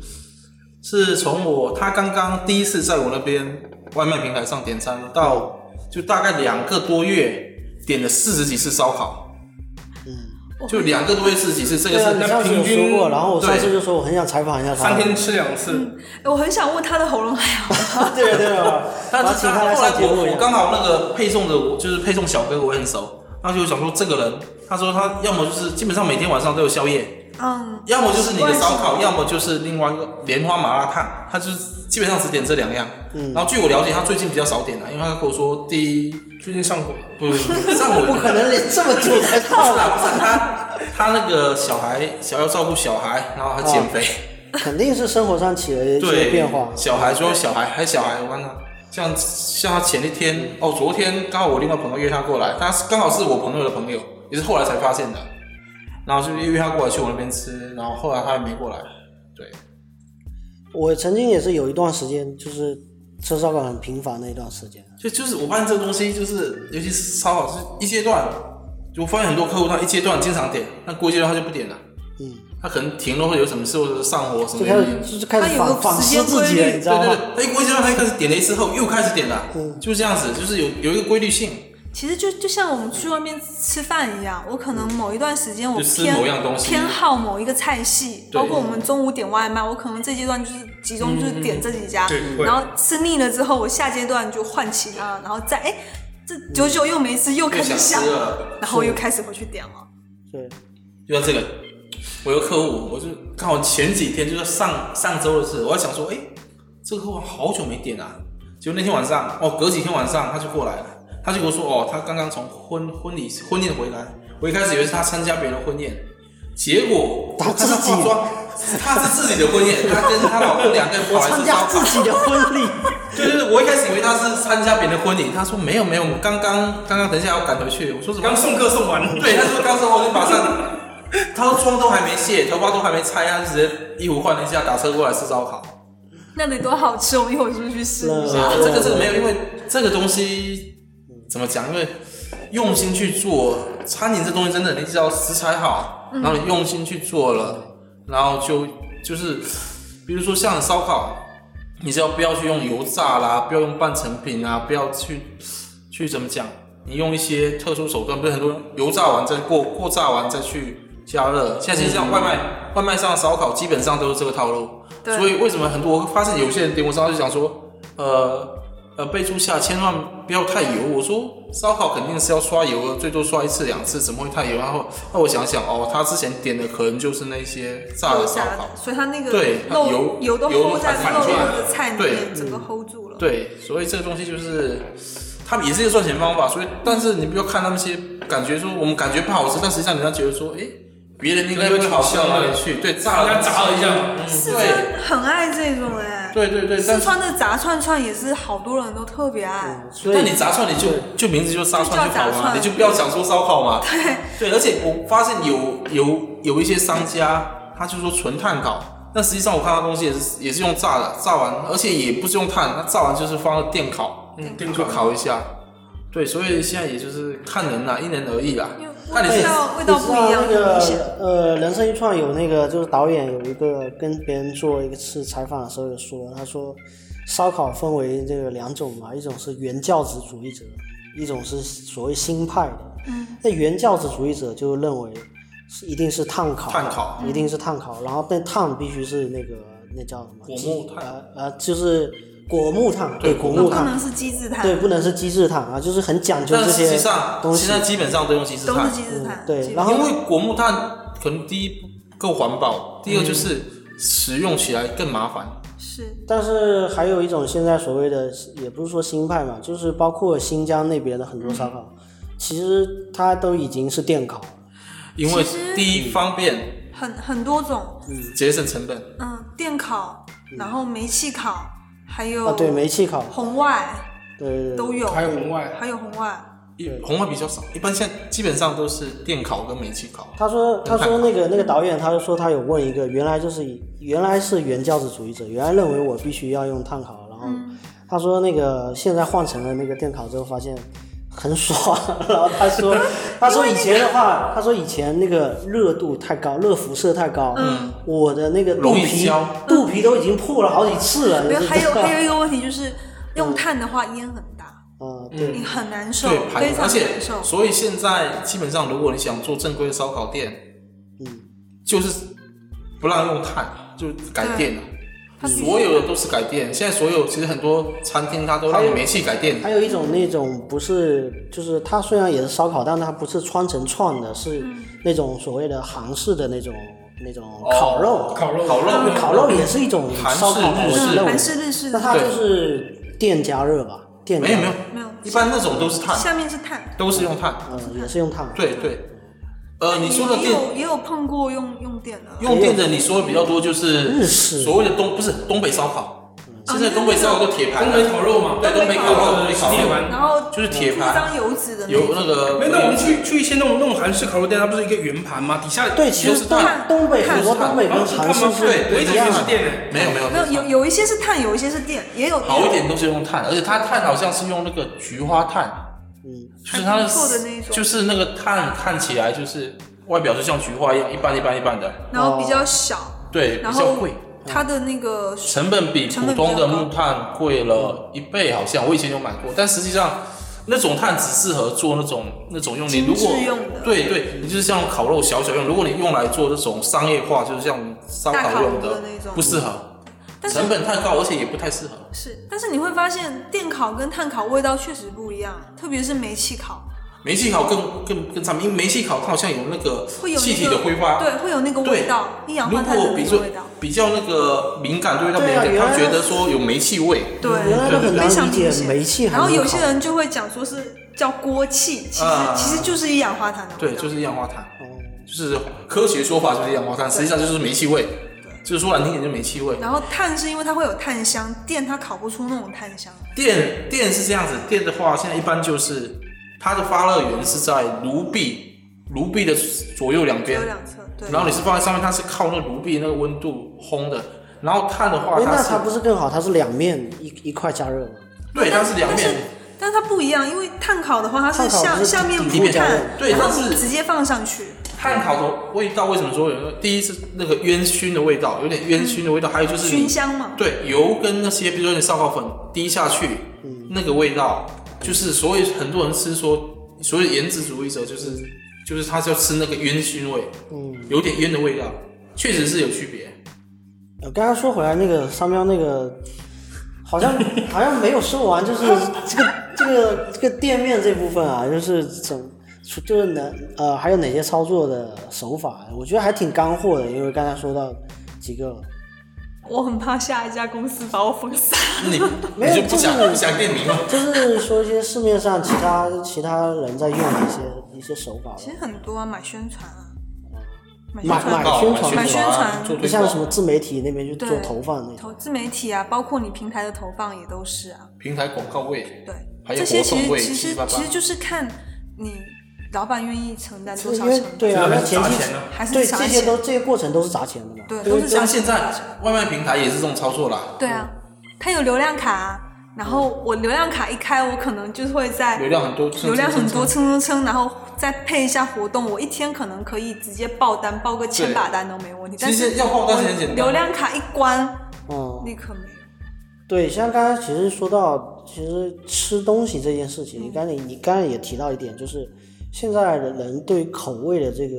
B: 是从我他刚刚第一次在我那边外卖平台上点餐到，就大概两个多月点了四十几次烧烤，就两个多月四十几次，这个
A: 嗯对啊，
B: 是
A: 你上次有说过，然后我上次就说我很想采访一下他。
D: 三天吃两次，
C: 哎我很想问他的喉咙还好吗？
A: 对了对了，
B: 但
A: 我要
B: 是
A: 请
B: 他
A: 他
B: 后来
A: 来上节目一
B: 我
A: 样
B: 我刚好那个配送的我就是配送小哥我也很熟，然后就想说这个人，他说他要么就是基本上每天晚上都有宵夜，
C: 嗯，
B: 要么就是你的烧
C: 习惯
B: 烤，
C: 性
B: 要么就是另外一个莲花麻辣烫，他就是基本上只点这两样。
A: 嗯
B: 然后据我了解，他最近比较少点了，因为他跟我说第一
D: 最近上火，
B: 不不不 上回
A: 不可能连这么久才
B: 不
A: 到
B: 是，啊啦不是他他那个小孩想要照顾小孩，然后还减肥。
A: 肯定是生活上起了一些
B: 对，
A: 哦变化。
B: 小孩说小孩还小孩，我看他像像他前一天哦，昨天刚好我另外朋友约他过来，他是刚好是我朋友的朋友，也是后来才发现的，然后就约他过来去我那边吃，然后后来他也没过来，对，
A: 我曾经也是有一段时间，就是吃烧烤很频繁的一段时间。
B: 就就是我发现这个东西就是，尤其是烧烤是一阶段，就我发现很多客户他一阶段经常点，那过一阶段他就不点了，
A: 嗯，
B: 他可能停了或者有什么事或者是上火什么
A: 就
B: 原
A: 开
B: 因
A: 始，就是开始
C: 它嗯有
A: 反
C: 个
A: 反
C: 时
A: 思
C: 间
A: 自己
C: 规
A: 了，
C: 律
A: 你知
B: 对
A: 道吗？嗯
B: 对对，他一过一阶段他一开始点了一次后又开始点了，就是这样子，就是有有一个规律性。
C: 其实就就像我们去外面吃饭一样，我可能某一段时间我
B: 就吃
C: 偏
B: 某样东西
C: 偏好某一个菜系，
B: 对
C: 包括我们中午点外卖，我可能这阶段就是集中就是点这几
B: 嗯
C: 家，
D: 对，会
C: 然后吃腻了之后，我下阶段就换其他，然后再哎这久久又没吃，又开
B: 又
C: 始
B: 想
C: 想
B: 吃，了，
C: 然后又开始回去点了。
A: 对，
B: 就像这个，我有个客户，我就刚好前几天就是上上周的事，我还想说，哎，这个客户好久没点了、结果那天晚上，哦，隔几天晚上他就过来了，他就跟我说，哦，他刚刚从婚婚礼婚宴回来，我一开始以为是他参加别人的婚宴，结果
A: 他自己
B: 看化妆，他是自己的婚 宴，他跟他老公两个人跑
A: 我
B: 来吃
A: 参加
B: 烧
A: 自
B: 烤。
A: 己的婚 礼，
B: 对对对，我一开始以为他是参加别人的婚礼，他说没有没有，我刚刚刚刚等一下要赶回去，我说什么
D: 刚？送客送完，
B: 对，他说刚生活就马上，他说妆都还没卸，头发都还没拆，他就直接衣服换了一下，打车过来吃烧烤。
C: 那得多好吃，我们一会儿是不是去试一下？
A: 嗯
B: 啊，这个这个没有，因为这个东西怎么讲？因为用心去做餐饮这东西，真的你只要食材好，然后你用心去做了，然后就就是，比如说像烧烤，你只要不要去用油炸啦，不要用半成品啊，不要去去怎么讲？你用一些特殊手段，不是很多人油炸完再过过炸完再去加热。现在其实像外卖、外卖上的烧烤，基本上都是这个套路。
C: 对
B: 所以为什么很多我发现有些人点我烧就讲说，呃呃，备注下千万不要太油。我说烧烤肯定是要刷油的，最多刷一次两次，怎么会太油？然后那我想想哦，他之前点的可能就是那些炸的
C: 肉
B: 烧
C: 夹
B: 烤，
C: 所以它那个
B: 对
C: 肉
B: 油
C: 油都
B: 油
C: hold 在
B: 反
C: 肉
B: 出来
C: 的菜里
B: 对嗯
C: 面，整个 hold 住了。
B: 对，所以这个东西就是，它也是一个赚钱方法。所以，但是你不要看他们些感觉说我们感觉不好吃，但实际上人家觉得说，哎，别人应该不会好吃到哪里去。对，炸
D: 大家
B: 了，
D: 砸了一下，
C: 四
B: 对
C: 川很爱这种哎、
B: 对对对，
C: 四
B: 但
C: 川的炸串串也是好多人都特别爱。
A: 所
B: 那
A: 以
B: 你炸串，你就就名字就炸串就好
C: 就叫炸
B: 了嘛，
C: 串
B: 你就不要讲说烧烤嘛。对，而且我发现有有有一些商家，他就说纯碳烤，但实际上我看他东西也是也是用炸的，炸完而且也不是用碳，它炸完就是放到电烤，
D: 嗯，
B: 电
D: 定住，
B: 烤烤一下。对，所以现在也就是看人啦，因人而异啦
C: 因为。
B: 看你
C: 味
B: 是
C: 道味道不一样，
A: 你知
C: 很
A: 道
C: 明
A: 那
C: 显。
A: 个呃，人生一串有那个就是导演有一个跟别人做一个次采访的时候有说，他说烧烤分为这个两种嘛，一种是原教旨主义者，一种是所谓新派的。嗯，那原教旨主义者就认为是一定是碳烤，
B: 碳烤
A: 一定是碳烤，然后但碳必须是那个那叫什么
B: 果木炭
A: 呃呃，就是果木炭，对果
C: 都
A: 木
C: 不能
A: 炭，
C: 是机制碳，
A: 对，不能是机制碳啊，就是很讲究
B: 但
A: 这
B: 实际
A: 些
B: 上
A: 东西
B: 现。在基本上都用稀释
C: 都
B: 碳
C: 是，机制碳
A: 嗯。对
C: 基本
A: 然后
B: 因为果木炭可能第一不够环保，第二就是使用起来更麻烦。
C: 是
A: 但是还有一种现在所谓的，也不是说新派嘛，就是包括新疆那边的很多烧烤，其实它都已经是电烤了。
B: 因为
C: 其实
B: 第一方便
C: 很很多种，
B: 节省成本，
C: 嗯，电烤，然后煤气烤，还有
A: 啊，对，煤气烤，
C: 红外
A: 对对对，
C: 都有，
D: 还有红外，
C: 还有红外，
B: 一红外比较少，一般现在基本上都是电烤跟煤气烤。
A: 他说，
C: 嗯
A: 他
B: 很
A: 说那个那个导演，他就说他有问一个，原来就是以原来是原教旨主义者，原来认为我必须要用碳烤，然后
C: 嗯
A: 他说那个现在换成了那个电烤之后，发现很爽。然后他 说，他说以前的话，他说以前那个热度太高，热辐射太高，嗯，我的那个肚
B: 容易
A: 皮
B: 焦
A: 肚皮都已经破了好几次了。
C: 嗯没有，
A: 你
C: 还
A: 知
C: 有
A: 道吗
C: 还有 一个问题
B: 嗯
C: 就是，用碳的话烟很大，
A: 啊，对，
C: 你很难受，
B: 对，排
C: 非
B: 骨
C: 常
B: 而且
C: 难受。
B: 所以现在基本上，如果你想做正规的烧烤店，嗯，就是不让用碳，就改电了。
C: 它其实
B: 所有的都是改电，现在所有其实很多餐厅它都让你煤气改电，
A: 还有一种那种不是，就是它虽然也是烧烤，但它不是穿成串的，是
C: 嗯
A: 那种所谓的韩式的那种那种哦烤肉。
D: 烤肉，
B: 哦烤肉
A: 烤肉也是一种烧烤吧，我
B: 韩式日式
A: 是
C: 嗯，
A: 认为
C: 韩。式日式
A: 那它
C: 的
B: 对
A: 就是电加热吧？电加
B: 没
A: 热
B: 有没有，
C: 没有，
B: 一般那种都是碳，
C: 下面是碳。
B: 都是用碳。
A: 嗯，也是用碳。
B: 对对，呃，你说的
C: 也
B: 电
C: 有也有碰过用用电的啦，
B: 用电的你说的比较多，就是
A: 日式
B: 所谓的东不是东北烧烤，现在东北烧烤都铁盘
D: 东
B: 了，
D: 北烤肉嘛，
B: 对东北烤肉，东北烤
D: 铁
B: 肉
D: 盘
C: 然后
B: 就是铁
C: 铺
B: 盘
C: 张油脂的那
B: 有
C: 种。
B: 那个
D: 没有，那我们去去一些那种那种韩式烤肉店，它不是一个圆盘吗？底下
A: 对，其
D: 都
A: 实
D: 是
A: 东
D: 蛋，
C: 碳
A: 东北
C: 碳
A: 很多东北
B: 啊
A: 跟韩式是
B: 对，
D: 我
A: 不
D: 一
B: 对
D: 直
A: 一
D: 以
A: 样
D: 为
A: 的
D: 是。电的，
B: 没有没有
C: 没有有有一些是碳，有一些是电，也有
B: 好一点都是用碳，而且它碳好像是用那个菊花碳，
A: 嗯，
B: 就是它
C: 还不错的那一种
B: 就是那个碳看起来就是外表就像菊花一样一般一般一般的，
C: 然后比较小，
B: 对，比
C: 然
B: 较
C: 后
B: 贵。嗯
C: 它的那个
B: 成本比普通的木炭贵了一倍，好像我以前有买过，但实际上那种炭只适合做那种那种用，你如果
C: 精致用的
B: 对对，你就是像烤肉小小用，如果你用来做这种商业化，就是像烧
C: 大
B: 烤
C: 烤
B: 用
C: 炉的那种
B: 不适合，
C: 但是
B: 成本太高，而且也不太适合。
C: 是，但是你会发现电烤跟炭烤味道确实不一样，特别是煤气烤
B: 煤气烤更更更差，因为煤气烤它好像有那个
C: 会有
B: 气体
C: 那个
B: 的挥发，
C: 对，会有那个味道，一氧
B: 如
C: 化碳
B: 果
C: 的
B: 比
C: 那
B: 较
C: 个味道。
B: 比较那个敏感对味道
A: 对
B: 敏
A: 啊
B: 感，
A: 原来
B: 他觉得说有煤气味，
C: 对，
A: 嗯原来都很难
C: 非常
A: 理解
C: 明显
A: 煤气还
C: 然后
A: 能
C: 有些
A: 烤
C: 人就会讲说是叫锅气，其实、
B: 啊
C: 其实就是一氧化碳的味
B: 对，
C: 道。
B: 就是一氧化碳，就是科学说法就是一氧化碳，实际上就是煤气味，就是说难听点就煤气味。
C: 然后碳是因为它会有碳香，电它烤不出那种碳香。
B: 电电是这样子，电的话现在一般就是它的发热源是在炉壁炉壁的左右两
C: 只
B: 边
C: 有，两侧，对。
B: 然后你是放在上面，它是靠那炉壁那个温度烘的，然后碳的话
A: 哎，那
B: 是
A: 它不是更好？它是两面一一块加热吗？
B: 对它是两
C: 但
B: 面
C: 是。但是它不一样，因为碳烤的话，它
A: 碳
C: 是
A: 烤
C: 下
A: 不是
C: 下面
A: 底
B: 底
C: 铺
B: 面
C: 碳，
B: 对
C: 然
B: 它
C: 后
B: 是
C: 你直接放上去。
B: 炭烤的味道为什么说有那个？第一是那个烟熏的味道，有点烟熏的味道，还有就是你
C: 熏香嘛，
B: 对油跟那些，比如说你烧烤粉滴下去，
C: 嗯
B: 那个味道，就是所以很多人吃说，所谓颜值主义者就是就是他就吃那个烟熏味，
A: 嗯，
B: 有点烟的味道，确实是有区别。
A: 呃，刚刚说回来那个商标那个，好 像好像没有说完，就是这个这个这个店面这部分啊，就是整就是能呃还有哪些操作的手法，我觉得还挺干货的，因为刚才说到几个了。
C: 我很怕下一家公司把我封杀。
B: 那 你
A: 没
B: 你
A: 有
B: 就不想
A: 就是
B: 不想店名了？
A: 就是说一些市面上其他其他人在用的一些一些手法吧，
C: 其实很多啊，买宣传啊，买宣
A: 买
C: 传
A: 买
B: 告
A: 宣传啊
C: 买宣传
B: 做推
A: 就像什
B: 广，
A: 么自媒体那边去做
C: 对
A: 投放那种。
C: 投自媒体啊，包括你平台的投放也都是啊。
B: 平台广告位，
C: 对，
B: 还有
C: 这些
B: 活动
C: 其实
B: 会
C: 其
B: 七七
C: 实
B: 八八
C: 其实就是看你老板愿意承担多
A: 因
C: 少
A: 为
C: 成本，
A: 对啊，那
D: 这
A: 前
D: 还
A: 期
D: 是砸钱呢
C: 还是
A: 对
C: 砸
A: 这些
C: 钱
A: 都这些过程都是砸钱的嘛。
C: 对，
B: 因
C: 都
B: 为
C: 是
B: 像
C: 砸
B: 现
C: 钱。
B: 在外卖平台也是这种操作啦，
C: 对啊，它有流量卡啊，然后我流量卡一开，我可能就是会在
B: 流量很多，
C: 流量很多，蹭蹭蹭，然后再配一下活动，我一天可能可以直接爆单，爆个千把单都没问题。但
B: 其
C: 是
B: 实要爆单是很简单，哦
C: 流量卡一关，
A: 嗯，
C: 立刻没有。
A: 对，像刚才其实说到，其实吃东西这件事情，刚才你你刚才也提到一点，就是现在的人对口味的这个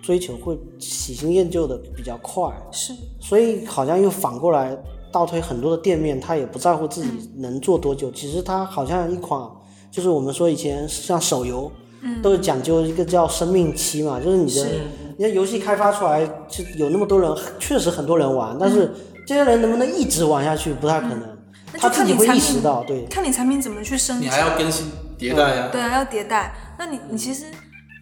A: 追求会喜新厌旧的比较快，
C: 是，
A: 所以好像又反过来倒推很多的店面，他也不在乎自己
C: 嗯
A: 能做多久，其实他好像一款就是我们说以前像手游，都是讲究一个叫生命期嘛，就是你的
C: 嗯是
A: 你的游戏开发出来就有那么多人，确实很多人玩，但是这些人能不能一直玩下去不太可能，
C: 嗯那
A: 他
C: 就
A: 自
C: 看
A: 己
C: 你
A: 会
C: 产
A: 意识
C: 品
A: 到，对，
C: 看你产品怎么去升级
B: 你。还要更新迭代啊。
C: 对啊，要迭代。那你你其实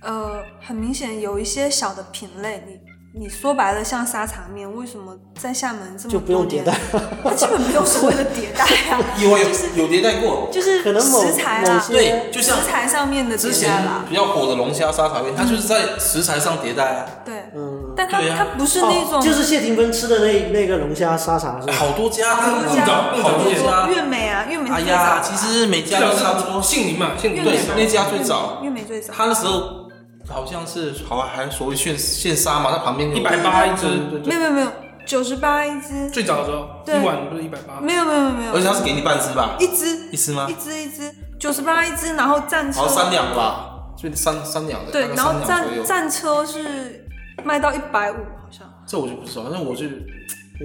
C: 呃，很明显有一些小的品类，你你说白了，像沙茶面，为什么在厦门这么
A: 就不用
C: 多
A: 迭
C: 年
A: 代，
C: 它基本没有所谓的迭代啊，
B: 有啊有有迭代过，
C: 就是
A: 可能某
C: 食材
A: 某
C: 啊，
A: 些
B: 对，就
C: 食
B: 像
C: 材上面的
B: 之
C: 迭代
B: 前
C: 啦，
B: 比较火的龙虾沙茶面，它就是在食材上迭代啊，
C: 对，
A: 嗯，
C: 但它
B: 对啊
C: 它不是那种
A: 哦就是谢霆锋吃的那那个龙虾沙茶是吧？
B: 好多家，它
C: 多家
B: 好多家。
C: 月美啊，月美
B: 哎
C: 最早
B: 呀，，其实每家
D: 最
B: 都
D: 早
B: 差不
D: 是
B: 多。
D: 姓林嘛，姓林
C: 月
B: 对
C: 美嘛
B: 那家最早
C: 月美最早，
B: 他那时候好像是好像还所谓现现杀嘛，它旁边有
D: 180一只
B: 对对
C: 没
B: 对，
C: 有没有没有九十八一只，
D: 最早的时候，
C: 对
D: 一碗不是一百八，
C: 没有没有没有
B: 而
C: 没
B: 且
C: 有，
B: 它是给你半只吧，
C: 一只
B: 一只吗
C: 一？只啊一只九十八一只，然后战车
B: 好像三两吧，就三三两的，
C: 对
B: 大，概
C: 然后
B: 三两左
C: 战
B: 右。
C: 战车是卖到一百五好像
B: 这我就不知道，反正我就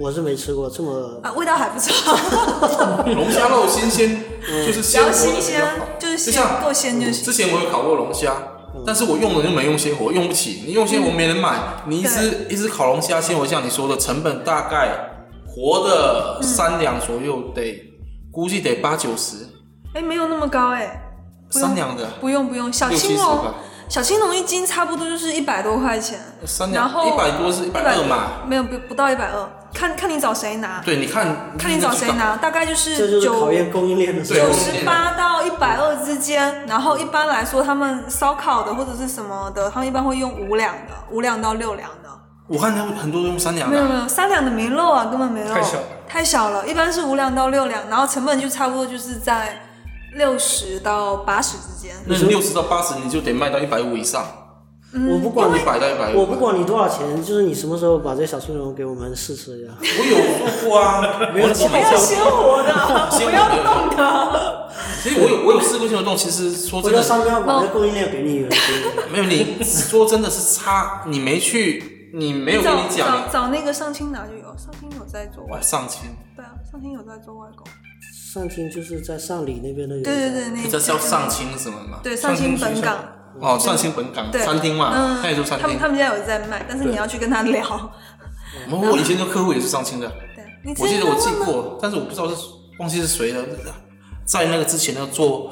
A: 我是没吃过这么
C: 啊，味道还不错，
B: 龙虾肉新鲜，就是
C: 只
B: 鲜
C: 要
B: 活的
C: 新
B: 比较
C: 鲜
B: 好。嗯
C: 就是鲜
B: 就像
C: 够鲜就
B: 之
C: 行。
B: 前我有烤过龙虾，但是我用的就没用鲜活，用不起。你用鲜活没人买，你一只一只烤龙虾鲜活，像你说的成本大概活的三两左右，得估计得八九十，
C: 哎，没有那么高哎，不用
B: 三两的
C: 不用不用，小
B: 六七
C: 青
B: 十
C: 龙
B: 吧，
C: 小青龙一斤差不多就是一百多块钱，
B: 三
C: 然
B: 两
C: 后
B: 一百多是一百二嘛。
C: 100，没有不不到一百二，看看你找谁拿，
B: 对，你看
C: 看你找谁拿，大概就
A: 这就是是
C: 九
A: 考验供应链的时
B: 对
A: 候
C: 九。十八到一百二之间，然后一般来说，他们烧烤的或者是什么的，他们一般会用五两的，五两到六两的，
B: 我看他们很多用三两
C: 没有
B: 的，啊
C: 没有三两的没肉啊，根本没肉，
D: 太小了
C: 太小了，一般是五两到六两，然后成本就差不多就是在六十到八十之间，
B: 那你六十到八十你就得卖到一百五以上，
C: 嗯
A: 我不管
B: 一
A: 你，
B: 百到一百五。
A: 我不管你多少钱，就是你什么时候把这小青龙给我们试吃一下。
B: 我有做过啊，我几
C: 还
B: 年
C: 要
B: 前
C: 鲜活的，
B: 鲜
C: 不
B: 活的
C: 要冻的，
B: 其实我有我有试过新手洞，其实说
A: 回
B: 真
A: 头
B: 的，
A: 商标把那供应链给 你，给
B: 没有你说真的是差，你没去，你没有跟
C: 找
B: 你
C: 找
B: 讲，
C: 找那个上清拿就有，上清有在做外
B: 哇，，上千，
C: 对啊，上清有在做外公，
A: 上清就是在上里那边的。
C: 对对对，那
B: 这叫上清什么嘛？
C: 对上清本港，
B: 哦，上清本港
C: 对
B: 餐厅嘛，
C: 嗯，
B: 他也做餐
C: 他
B: 厅
C: 们。他们家有在卖，但是你
B: 对
C: 要去跟他聊，
B: 我们我哦以前的客户也是上清的，
C: 对，你之
B: 我记
C: 前
B: 得我
C: 跟
B: 记
C: 问吗
B: 过，但是我不知道是忘记是谁了。在那个之前那个做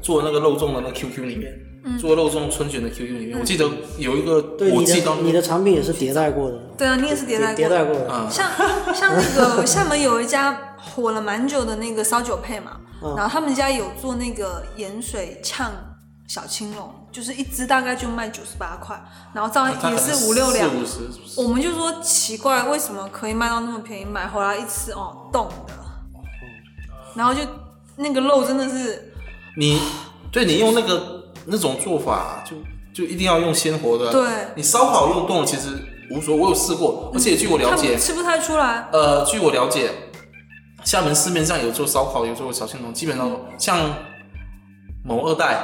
B: 做那个肉粽的那个 QQ 里面，
C: 嗯
B: 做肉粽春卷的 QQ 里面，我记得有一个
A: 对
B: 我
A: 你
B: 记到
A: 的你的产品也是迭代过的，
C: 对啊，你也是迭代
A: 迭代过的。
B: 啊，
C: 像像那个厦门有一家火了蛮久的那个烧酒配嘛，
B: 嗯
C: 然后他们家有做那个盐水呛小青龙，就是一只大概就卖九十八块，然后照
B: 它
C: 样也
B: 可能
C: 是五六两
B: 啊四。五十，
C: 我们就说奇怪，为什么可以卖到那么便宜？买回来一吃哦，冻的，然后就那个肉真的是
B: 你对你用那个那种做法，就就一定要用鲜活的。
C: 对嗯
B: 你烧烤用冻其实无所谓，我有试过，而且据我了
C: 看不
B: 解，
C: 吃不太出来。
B: 呃，据我了解，厦门市面上有做烧烤，有做小青龙，基本上像某二代、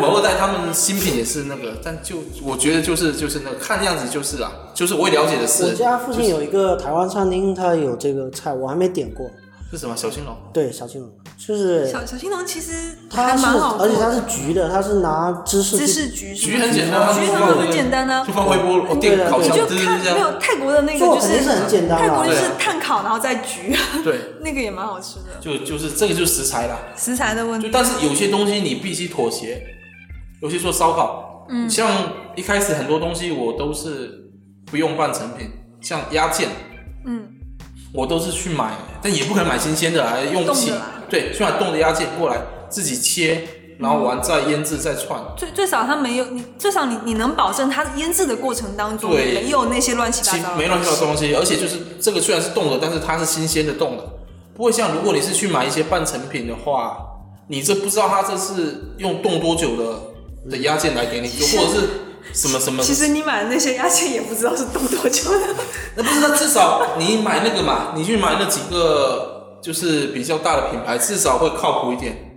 B: 某二代他们新品也是那个，但就我觉得就是就是那个看样子就是啊，就是我也了解的
A: 我
B: 是
A: 家附近有一个台湾餐厅，它有这个菜，我还没点过。
B: 是什么小青龙，
A: 对，小青龙就是
C: 小小青龙其实还
A: 它是
C: 蛮好，做
A: 而且它
C: 的，
A: 是焗的，它是拿芝士
C: 芝
A: 去
C: 士局是
B: 局
C: 吗
B: 很简
A: 嗯
B: 单，
C: 局
B: 他
C: 他
B: 们
C: 们
B: 就
C: 很简单啊
B: 就。放微波炉、哦、
A: 对
B: 电
A: 的
B: 烤
A: 对
B: 箱，
A: 的
C: 你就
B: 对对
C: 看
B: 对，这
C: 没
B: 样
C: 有泰国的那个
A: 做
C: 就
A: 肯定是很简单啊
C: 泰国就
B: 对
C: 是
B: 啊
C: 碳烤，然后再焗，
B: 对，
C: 那个也蛮好吃的。
B: 就就是这个就是食材啦。
C: 食材的问
B: 就
C: 题，
B: 但是有些东西你必须妥协，尤其做烧烤，嗯，像一开始很多东西我都是不用半成品，像鸭腱，
C: 嗯，
B: 我都是去买，但也不可能买新鲜的来用
C: 冻的
B: 起
C: 啦，
B: 对，去买冻的鸭腱过来自己切，然后完再腌制再串，
C: 最最少它没有你，最少你你能保证它腌制的过程当中
B: 对
C: 没有那些乱七八糟
B: 其
C: 的东西，
B: 没乱七八糟的东西，而且就是这个虽然是冻的，但是它是新鲜的冻的，不会像如果你是去买一些半成品的话，你这不知道它这是用冻多久的的鸭腱来给你，
C: 实
B: 或者是什么什么，
C: 其实你买的那些鸭血也不知道是冻多久的，
B: 那不是，那至少你买那个嘛，你去买那几个就是比较大的品牌，至少会靠谱一点。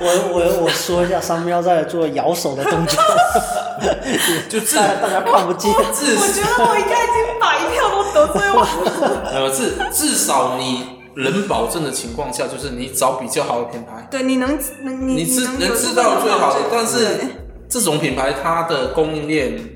A: 我我我说一下，商标在做摇手的动 作，
B: 就至
A: 大家大家看不见。
B: 至
C: 我觉得我应该已经把一票都得罪完 了。
B: 呃至至少你能保证的情况下，就是你找比较好的品牌，
C: 对，你能能你
B: 你知
C: 能
B: 能
C: 有
B: 知道最好的
C: 对。
B: 但是
C: 对
B: 这种品牌它的供应链，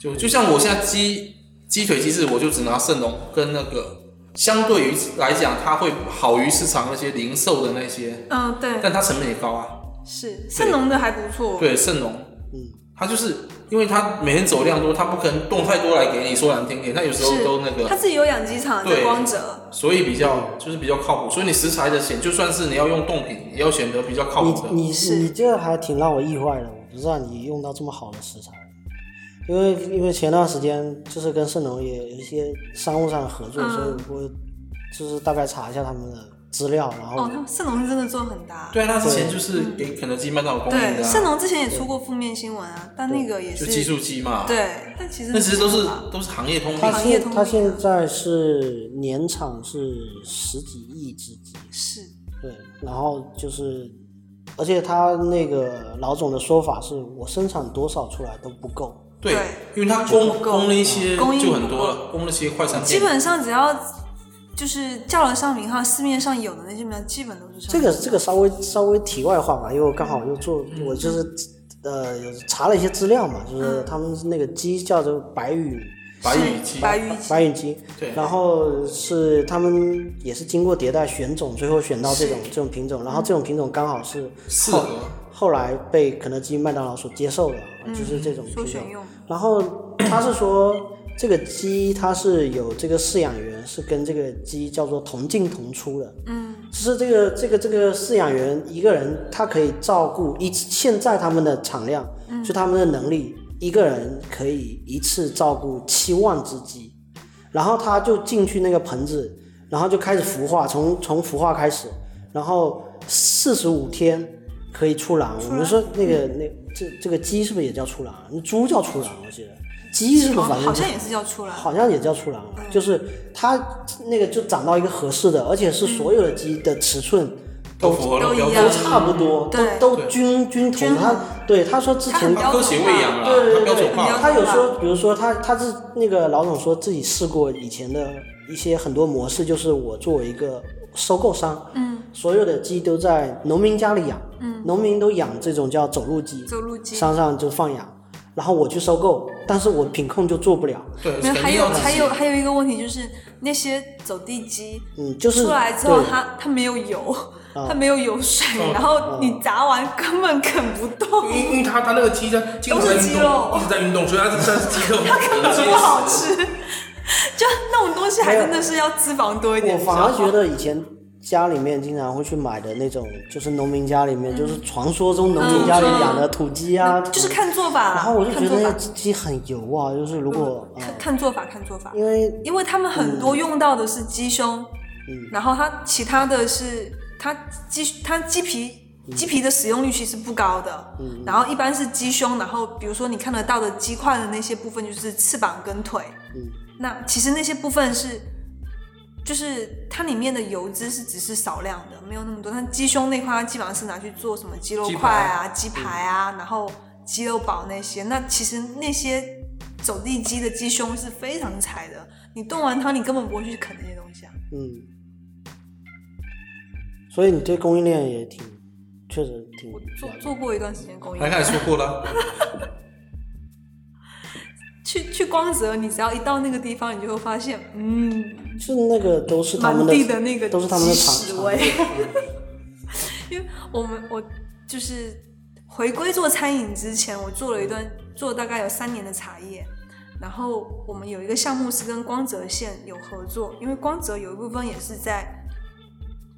B: 就就像我现在鸡鸡腿鸡翅，我就只拿圣龙跟那个，相对于来讲，它会好于市场那些零售的那些，
C: 嗯，对，
B: 但它成本也高啊。
C: 是圣农的还不错，
B: 对，圣农，嗯，他就是因为他每天走量多，他不可能动太多来给你，说难听点，他有时候
C: 是
B: 都那
C: 他
B: 个，
C: 自己有养鸡场
B: 对
C: 在光泽，
B: 所以比较就是比较靠谱。所以你食材的选，就算是你要用冻品，也要选择比较靠谱的。
A: 你你你这个还挺让我意外的，我不知道你用到这么好的食材，因为因为前段时间就是跟盛农也有一些商务上的合作，
C: 嗯
A: 所以我就是大概查一下他们的资料，然后
C: 哦，他圣农真的做得很大。
B: 对啊，他之前就是给肯德基、麦当劳供应
C: 对，
B: 的、
C: 圣
B: 啊，
C: 农之前也出过负面新闻啊，但那个也
B: 就是技术鸡嘛，，
C: 对，但其实
B: 那其实都是
C: 没办法
B: 都是行业通病
A: 他
C: 它。行业
A: 现
C: 通
A: 他
C: 病啊
A: 现在是年产是十几亿只鸡，
C: 是
A: 对，然后就是，而且他那个老总的说法是我生产多少出来都不够，
B: 对
C: 对，
B: 因为他供
C: 不够嗯
B: 供那些
C: 供应
B: 就很
C: 不
B: 多了，供那些快餐
C: 基
B: 店。
C: 本上只要就是叫得上名号，市面上有的那些名基本都是上
A: 这个这个稍微稍微题外话吧，因为我刚好又做，我就是呃有查了一些资料嘛，就是他们那个鸡叫做白羽
B: 白羽
C: 是
B: 鸡，
C: 白羽鸡，
A: 白羽鸡，
B: 对
A: 然后是他们也是经过迭代选种，最后选到这种这种品种，然后这种品种刚好是
B: 适
A: 后
B: 合
A: 后来被肯德基、麦当劳所接受的，就是这种
C: 说
A: 品种
C: 嗯选。用
A: 然后他是说，这个鸡它是有这个饲养员是跟这个鸡叫做同进同出的，嗯，就是这个这个这个饲养员一个人他可以照顾一现在他们的产量，
C: 嗯
A: 就他们的能力，一个人可以一次照顾七万只鸡，然后他就进去那个盆子，然后就开始孵化，从从孵化开始，然后四十五天可以出栏。
C: 出
A: 我
C: 栏嗯
A: 们说那个那这这个鸡是不是也叫出栏？那猪叫出栏，我记得鸡是不
C: 哦
A: 是反正
C: 好
A: 就
C: 像也是叫出来，
A: 好像也叫出栏，就是它那个就长到一个合适的，而且是所有的鸡的尺寸
B: 都
A: 都
B: 符合了标
C: 都
A: 都
C: 一样
B: 准，
A: 差不多，
C: 对
A: 都都
B: 对
A: 均均同。
C: 均衡
A: 他对他说之
C: 它很
A: 前
C: 标
B: 科学喂养了，
A: 对对
B: 它
A: 对
B: 标
A: 对
B: 准，化了。
A: 他有说，比如说他他是那个老总说自己试过以前的一些很多模式，就是我作为一个收购商，
C: 嗯，
A: 所有的鸡都在农民家里养，
C: 嗯，
A: 农民都养这种叫走路鸡，
C: 走路鸡。
A: 山上就放养，然后我去收购，但是我品控就做不了，
B: 对，
C: 没有，
B: 肯
C: 还
B: 定
C: 有
B: 要
C: 还有还有一个问题就是那些走地鸡
A: 嗯，就是
C: 出来之后
A: 对
C: 它它没有油，
A: 啊
C: 它没有油水，
B: 哦
D: 嗯
C: 然后你砸完根本啃不动，
D: 因因为它它那个鸡它经常在
C: 都是
D: 运
C: 肌肉
D: 动，一直在运动，所以它是它是肌肉，它
C: 根本不好吃。 就那种东西还真的是要脂肪多一点
A: 我
C: 比较
A: 反
C: 好。
A: 而觉得以前家里面经常会去买的那种，就是农民家里面，就是传说中农民家里养的土鸡啊，土
C: 嗯就是看做法啦，
A: 然后我就
C: 看
A: 觉得
C: 做
A: 那
C: 法嗯
A: 个，鸡很油啊，就是如果啊、
C: 看看做法，看做法，
A: 因为
C: 因为他们很多用到的是鸡胸，
A: 嗯
C: 然后它其他的是它鸡它鸡皮。
A: 嗯
C: 鸡皮的使用率其实不高的，然后一般是鸡胸，然后比如说你看得到的鸡块的那些部分就是翅膀跟腿，那其实那些部分是，就是它里面的油脂是只是少量的，没有那么多。但鸡胸那块它基本上是拿去做什么鸡肉块啊、鸡排啊，然后鸡肉堡那些。那其实那些走地鸡的鸡胸是非常柴的，你炖完汤你根本不会去啃那些东西啊。
A: 嗯，所以你对供应链也挺，确实挺
C: 我做做过一段时间供应
B: 来
C: 链，
B: 刚才说过了，
C: 去去光泽，你只要一到那个地方，你就会发现，嗯，
A: 是那个都是他
C: 满
A: 们
C: 地的那个
A: 都是他们的
C: 鸡
A: 厂
C: 屎
A: 厂
C: 味。 因为我们我就是回归做餐饮之前，我做了一段做大概有三年的茶叶，然后我们有一个项目是跟光泽县有合作，因为光泽有一部分也是在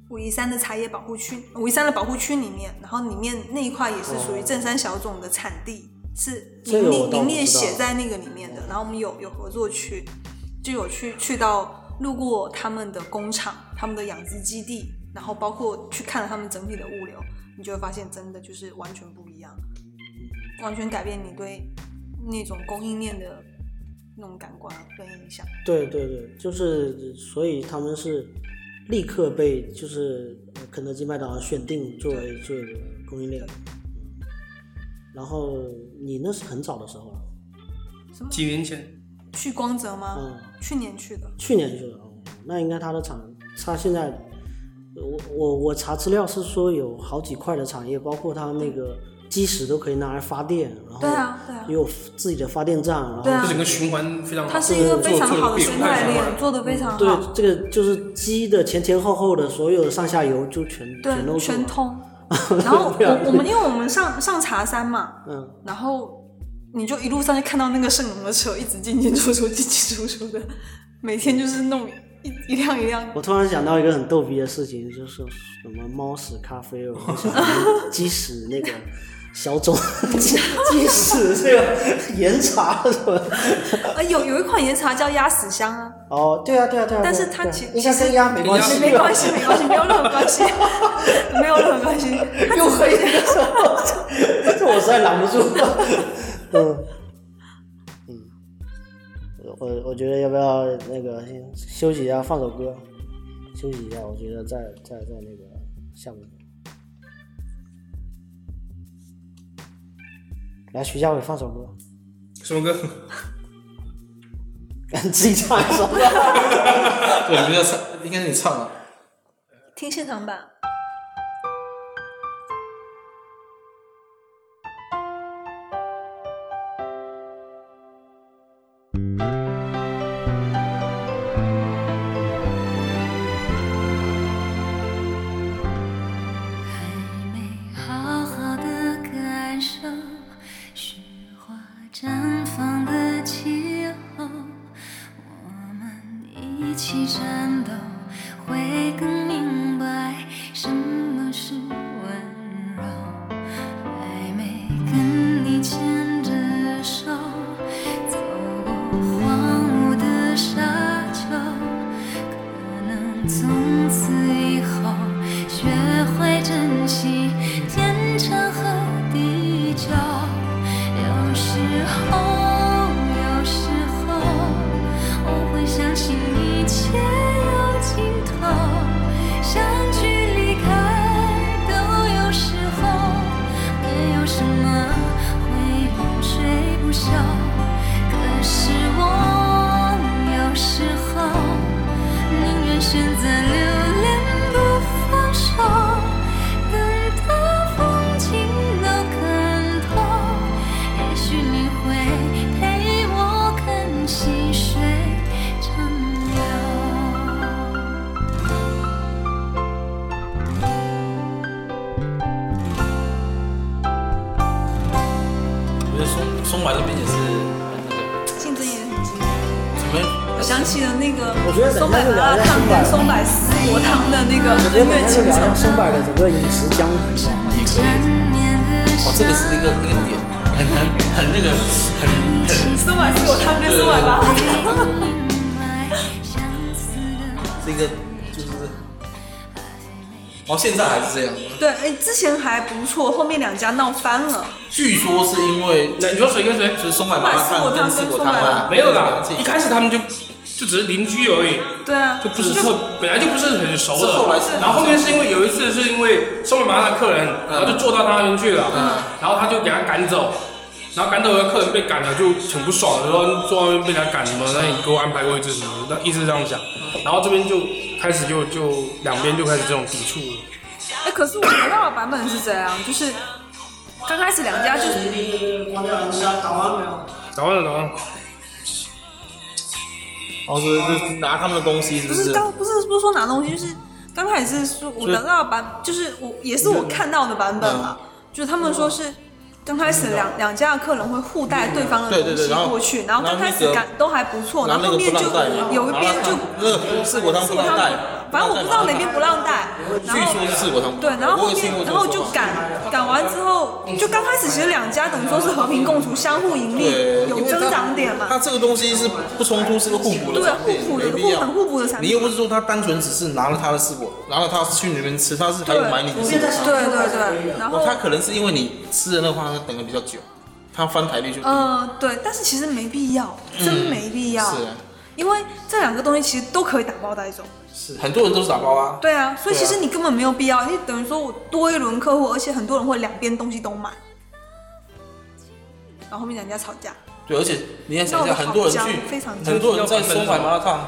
C: 武夷山的茶叶保护区，武夷山的保护区里面，然后里面那一块也是属于正山小种的产地，是
A: 哦这个
C: 名
A: 我
C: 列
A: 倒
C: 名
A: 不
C: 列
A: 知道
C: 写在那个里面的，然后我们有有合作区，就有去去到路过他们的工厂、他们的养殖基地，然后包括去看了他们整体的物流，你就会发现真的就是完全不一样，完全改变你对那种供应链的那种感官跟印象。
A: 对对对，就是所以他们是立刻被就是呃肯德基、麦当劳选定作为作为供应链。嗯然后你那是很早的时候了，
D: 几年前
C: 去光泽吗？
A: 嗯
C: 去年去的，
A: 去年去了，哦那应该他的厂，他现在我我我查资料是说有好几块的产业，包括他那个基石都可以拿来发电，然
C: 对
A: 后
C: 啊，对啊
A: 也，有自己的发电站，然后
C: 对啊
D: 就整个循环非常好，
C: 它是一个非常
D: 做
C: 好的
D: 变
C: 生
D: 态
C: 态
D: 循
C: 链，
D: 环
C: 做的非常
A: 对
C: 好，
A: 这个就是鸡的前前后后的所有的上下游就全全
C: 对，
A: 都做
C: 全
A: 了，
C: 通。然后我我们因为我们上上茶山嘛，
A: 嗯，
C: 然后你就一路上就看到那个圣龙的车一直进进出出、进进出出的， 每天就是弄一一 辆一辆。
A: 我突然想到一个很逗逼的事情，就是什么猫屎咖啡，我想到鸡屎那个小种，鸡鸡屎这个 岩茶什么。
C: 呃，有有一款岩茶叫鸭屎香啊，
A: 哦，对啊，对啊，对啊。
C: 但是
A: 对啊
C: 它
A: 对啊
C: 其
A: 应该
C: 其实
A: 跟鸭没关系，
C: 没关系，没关系，没有任何关系，没有任何关系。又黑
A: 这我实在拦不住。 嗯嗯，我我觉得要不要那个先休息一下，放首歌，休息一下，我觉得再再再那个下面。来，徐家伟放首歌，
D: 什么歌？
A: 自己唱一首。
B: 对，你们要唱，应该是你唱啊。
C: 听现场版。
E: 还没好好的感受雪花绽放的气候，我们一起战斗，会更明白什么是温柔。还没跟你牵着手，走过荒芜的沙丘。可能从此以后，学会珍惜天长手，可是我有时候宁愿选择留恋不放手，等到风景都看透，也许你会陪我看细水长流。
B: 我觉得松松柏这边也是很那个，
C: 竞争也很激烈。
B: 怎么
C: 我想起了那个
A: 我觉得
C: 松
A: 等
C: 柏
A: 一下就聊
C: 麻辣
A: 聊
C: 烫
A: 松 柏
C: 跟松柏丝果汤的那个
A: 我觉得
C: 恩
A: 每
C: 怨
A: 天
C: 情
A: 都聊聊。
C: 仇
A: 松柏的整个饮食江湖，
B: 也可以？哦，这个是一个那个点，很很很那个很很
C: 松柏丝果汤跟松柏麻辣烫。
B: 是一个就是，哦，现在还是这样。
C: 对，哎，之前还不错，后面两家闹翻了。
B: 据说是因为
D: 那你说谁跟谁
B: 就是松柏麻辣烫跟四果汤啊，
D: 没有啦，一开始他们就就只是邻居而已，
C: 对啊
D: 就，不是特本来就不是很熟
B: 是
D: 的。
B: 后来是嗯
D: 然后后面是因为有一次是因为送了麻辣客人，然后就坐到他那边去了，然后他就给他赶走。然后赶走的客人被赶了，就挺不爽的，说坐外面被他赶什么，那你给我安排位置什么的，那一直这样讲。
B: 嗯
D: 然后这边就开始就就两边就开始这种抵触了。
C: 哎，可是我得到的版本是这样，就是刚开始两家就是
D: 打完了，打完了。
B: 哦是就是拿他们的东西是
C: 不
B: 不
C: 是
B: 是？
C: 刚不是不是说拿东西，就是刚开始是说我得到的版，就是我也是我看到的版本嘛，
B: 嗯
C: 就是他们说是刚开始两两家的客人会互带对方的
B: 对
C: 东
B: 对对
C: 西
B: 然后
C: 过去，然后
B: 然后
C: 刚开
B: 那
C: 始
B: 个
C: 感都还不错，然后
B: 拿
C: 后
B: 那个
C: 面
B: 不
C: 就
B: 让带嘛，
C: 有一边就
B: 麻辣烫那个四果汤
C: 四
B: 不
C: 果
B: 让
C: 汤
B: 带，，
C: 反正我不知道哪边不让带，然
B: 据
C: 后
B: 说是四果汤不让带，
C: 对，然后后
B: 我也
C: 面
B: 听过这
C: 然
B: 种
C: 后
B: 说
C: 就
B: 法
C: 赶赶完之后，就刚开始其实两家等于说是和平共处，相互盈
B: 对
C: 利，有增长点嘛
B: 它。这个东西是不冲突，是个互补的
C: 对
B: 产品，
C: 互补的
B: 没必要
C: 互很互补的产品
B: 你又不是说他单纯只是拿了他的试果，拿了他去那边吃，他是还
C: 对
B: 有买你的试
C: 对
B: 果。
C: 对对，然后
B: 哦，他可能是因为你吃的那话，他等的比较久，他翻台率就低。
C: 嗯，对，但是其实没必要，真没必要，
B: 嗯是啊
C: 因为这两个东西其实都可以打包带走。
B: 是很多人都是打包啊。
C: 对啊，所以
B: 对啊
C: 其实你根本没有必要，因为等于说我多一轮客户，而且很多人会两边东西都买。然后后面两家吵架，
B: 对，而且你也想一下，
C: 闹得
B: 很多人
C: 好僵
B: 去
C: 非常，僵
B: 很多人在松柏
D: 哦
B: 麻辣烫，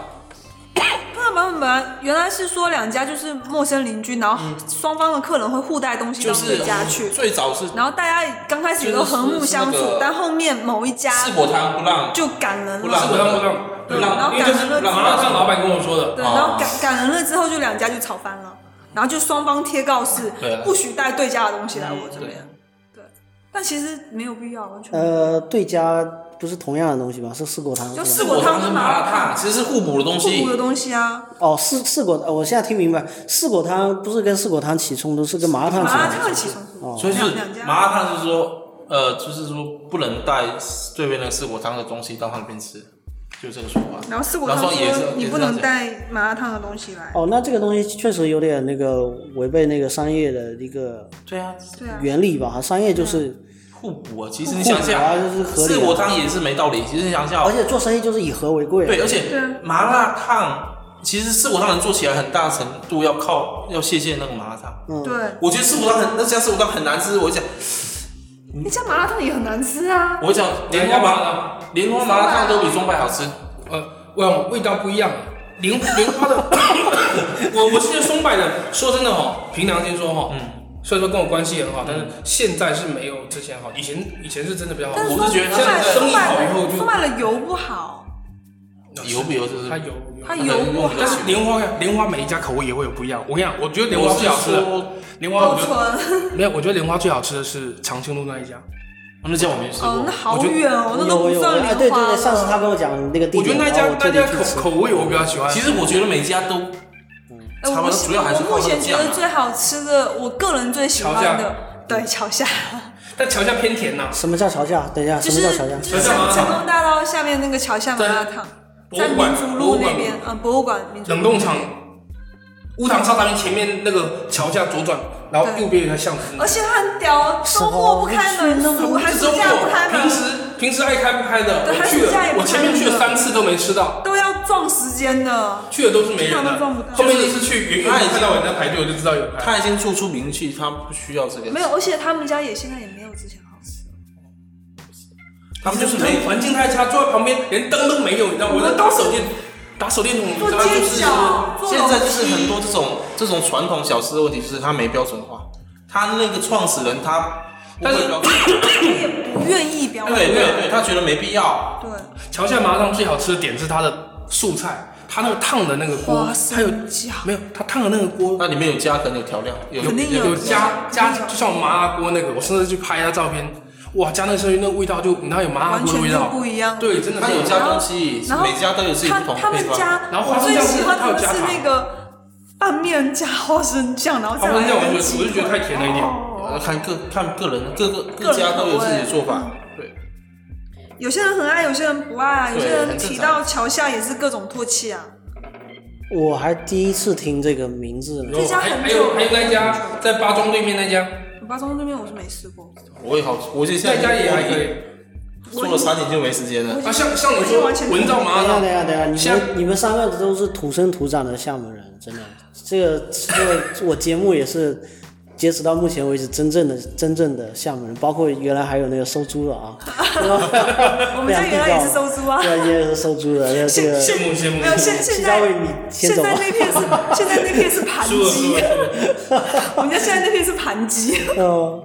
C: 不然版本本来原来是说两家就是陌生邻居，然后双方的客人会互带东西
B: 嗯就
C: 到
B: 是
C: 自己家去，
B: 最早是
C: 然后大家刚开始也都和睦相处，
B: 就是那个
C: 但后面某一家
B: 四果汤不让，
C: 就赶人
B: 不
C: 了
B: 让。
D: 不让不让，
B: 对然
C: 后
D: 因为这是
C: 赶了那
D: 麻辣烫老板跟我说的。
C: 对，
B: 哦
C: 然后赶赶人了之后，就两家就吵翻了，然后就双方贴告示
B: 对啊，
C: 不许带对家的东西来
A: 嗯
C: 我这边。对，但其实没有必要，完全没有。
A: 呃，对家不是同样的东西吗？是四果汤。
C: 就是
A: 吧
C: 四果汤
B: 跟
C: 跟
B: 麻
C: 麻
B: 辣
C: 辣
B: 烫
C: 烫
B: 其实是互补的东
C: 互
B: 西
C: 补。的东西啊，
A: 哦，四四果，呃我现在听明白，四果汤不是跟四果汤起冲突，是跟麻辣烫起
C: 麻辣
A: 冲
C: 烫起冲
A: 哦
C: 突，
B: 所以就是
C: 两两家
B: 麻辣烫，就是说，呃，就是说不能带对面那个四果汤的东西到他那边吃，就这个说法。
C: 然后四果
B: 然
C: 汤
B: 后也是
C: 说你不
B: 也
C: 能
B: 是这样
C: 带麻辣烫的东西来。
A: 突。哦，那这个东西确实有点那个违背那个商业的一个
B: 讲对啊，
C: 对啊，
A: 原理吧？商业就是，
B: 互补啊。其实你想想，
A: 互补啊就是合理啊
B: 四果汤也是没道理。其实你想想
A: 而，且做生意就是以和为贵。嗯
B: 对，而且
C: 啊对啊
B: 麻辣烫其实四果汤能做起来，很大程度要靠要谢谢那个麻辣烫。
A: 嗯，
C: 对，啊
B: 我觉得四果汤很那家四果汤很难吃，我讲
C: 你家麻辣烫也很难吃啊。
B: 我讲莲花麻莲花麻辣烫都比中派好吃。
D: 呃，我味道不一样，莲莲花的， 我我是觉得松柏的，说真的哈、凭良心说哈、
B: 嗯
D: 虽然说跟我关系很好，但是现在是没有之前好，以前以前是真的比较好，
C: 但是
B: 我
C: 说
B: 是觉得现在
D: 生意好以后
C: 了，
D: 就
C: 说白了油不好，
B: 油不油就是
D: 它油，
C: 它油不好。
D: 但是莲花莲花每一家口味也会有不一样。我跟你讲，我觉得莲花最好吃
B: 我是
D: 的
B: 说，
D: 莲花
C: 好
D: 我觉得
C: 纯，
D: 没有，我觉得莲花最好吃的是长庆路那一家，
B: 那家我没吃过。
C: 哦，那好
D: 我觉得
C: 远哦，那都
A: 有
C: 不
A: 有
C: 算
A: 有，哎，对
C: 莲
A: 对
C: 花
A: 对，上次
C: 了。
A: 他跟我讲那个地
D: 我觉
A: 点，
D: 得那
A: 然
D: 家
A: 后我特地
D: 那家
A: 去
D: 口
A: 吃。
D: 口味我比较喜欢。
B: 其实我觉得每家都
C: 哎我
B: 差不
C: 目
B: 多主要还是
C: 前我目前
B: 靠那
C: 觉得
B: 个酱啊
C: 最好吃的，我个人最喜
D: 桥下
C: 欢的，对，桥下，
D: 但桥下偏甜呐、
A: 什么叫桥下？等一下，
C: 就
A: 什么
C: 是
A: 叫
C: 就是
A: 桥下？
C: 成成功大道下面那个桥下麻辣烫，
D: 博
C: 在
D: 物馆
C: 民族路那
D: 博
C: 边
D: 物，
C: 嗯，博物馆民族
D: 冷冻厂、乌塘烧烤面前面那个桥下左转，然后
C: 对
D: 右边有一家巷子。
C: 而且它很屌哦，周末不开门，
A: 什么
C: 暑寒暑
D: 周末
C: 假不开
D: 平
C: 门，
D: 时平时爱开不开的，
C: 对
D: 我
C: 寒
D: 去
C: 暑假也
D: 了，
C: 不
D: 我前面
C: 开
D: 去了
C: 门
D: 三次都没吃到，
C: 都要撞时间的。
D: 去了都是没人
C: 基本上
D: 的
C: 都撞不到。
D: 后面一次去，远远
B: 他已经
D: 看到有人在排队，我就知道有开。
B: 他已经做出名气，他不需要这个。
C: 没有，而且他们家也现在也没有之前好吃了。
B: 他们就是没有
D: 环境太差，坐在旁边连灯都没有，你知道我在打手电，
B: 打手电筒，
C: 做
B: 他就
C: 街
B: 是
C: 角做
B: 现在就是
C: 楼梯
B: 很多这种这种传统小吃的问题，就是他没标准化。他那个创始人他不会
D: 但是
B: 标准 化，
C: 不愿意表
B: 对对
C: 演。
B: 对，他觉得没必要。
C: 对，
D: 桥下麻辣烫最好吃的点是它的素菜，它那个烫的那个锅
C: 花，生
D: 还有
C: 酱
D: 没有？它烫的那个锅
B: 那里面有加，可能有调料，有
C: 肯定有
D: 有加加，就像麻辣锅那个，我甚至去拍它照片，哇，加那个东西，那味道就你知道有麻辣
C: 完
D: 锅的
C: 全
D: 味
C: 就
D: 道，
C: 不一样。
D: 对，真的
B: 他
D: 是
B: 有加
C: 然后
B: 东西，
C: 然后
B: 每家都有自己
C: 他
B: 不同
C: 他
B: 配
C: 们
B: 方。
C: 家，
D: 然后
C: 我
D: 花生
C: 最
D: 酱
C: 喜欢他们
D: 是它有
C: 是
D: 加糖
C: 那个拌面加花生酱，然后再
D: 花生
C: 来
D: 酱，我觉得
C: 一根
D: 我
C: 鸡
D: 就觉得
C: 腿。
D: 太甜了一点。
B: 呃，看个看个人，各个
C: 个人
B: 各家都有自己的做法
C: 口。
B: 对，
C: 有些人很爱，有些人不爱啊。有
B: 对
C: 些人
B: 很正
C: 提
B: 常
C: 到桥下也是各种唾弃啊。
A: 我还第一次听这个名字呢。
C: 这家
D: 还
C: 很
D: 还有
C: 久
D: 还有那家在八中对面那家，
C: 我八中那边我是没试过，
B: 我也好，我就现
D: 那
B: 在
D: 家也还可以。
B: 做了三年就没时间了。
D: 啊，像像你说
C: 完全
D: 文照麻
A: 等一下，
D: 辣烫
A: 等，一下，等一下，你
D: 像
A: 们你们三个都是土生土长的厦门人，真的。这个这个，我节目也是截止到目前为止真正的真正的厦门人，包括原来还有那个收租的啊。我
C: 我们家原来也是收租啊。
A: 对，也是收租的。 要这
C: 现
A: 个
C: 现
D: 慕羡慕
C: 没有现
A: 戚
C: 现
A: 家
C: 在
A: 伟你先
C: 现
A: 走吧
C: 在那片是现在那 片是盘
D: 输了输
C: 鸡
D: 了，，
C: 我们家现在那片是盘鸡，
A: 呃，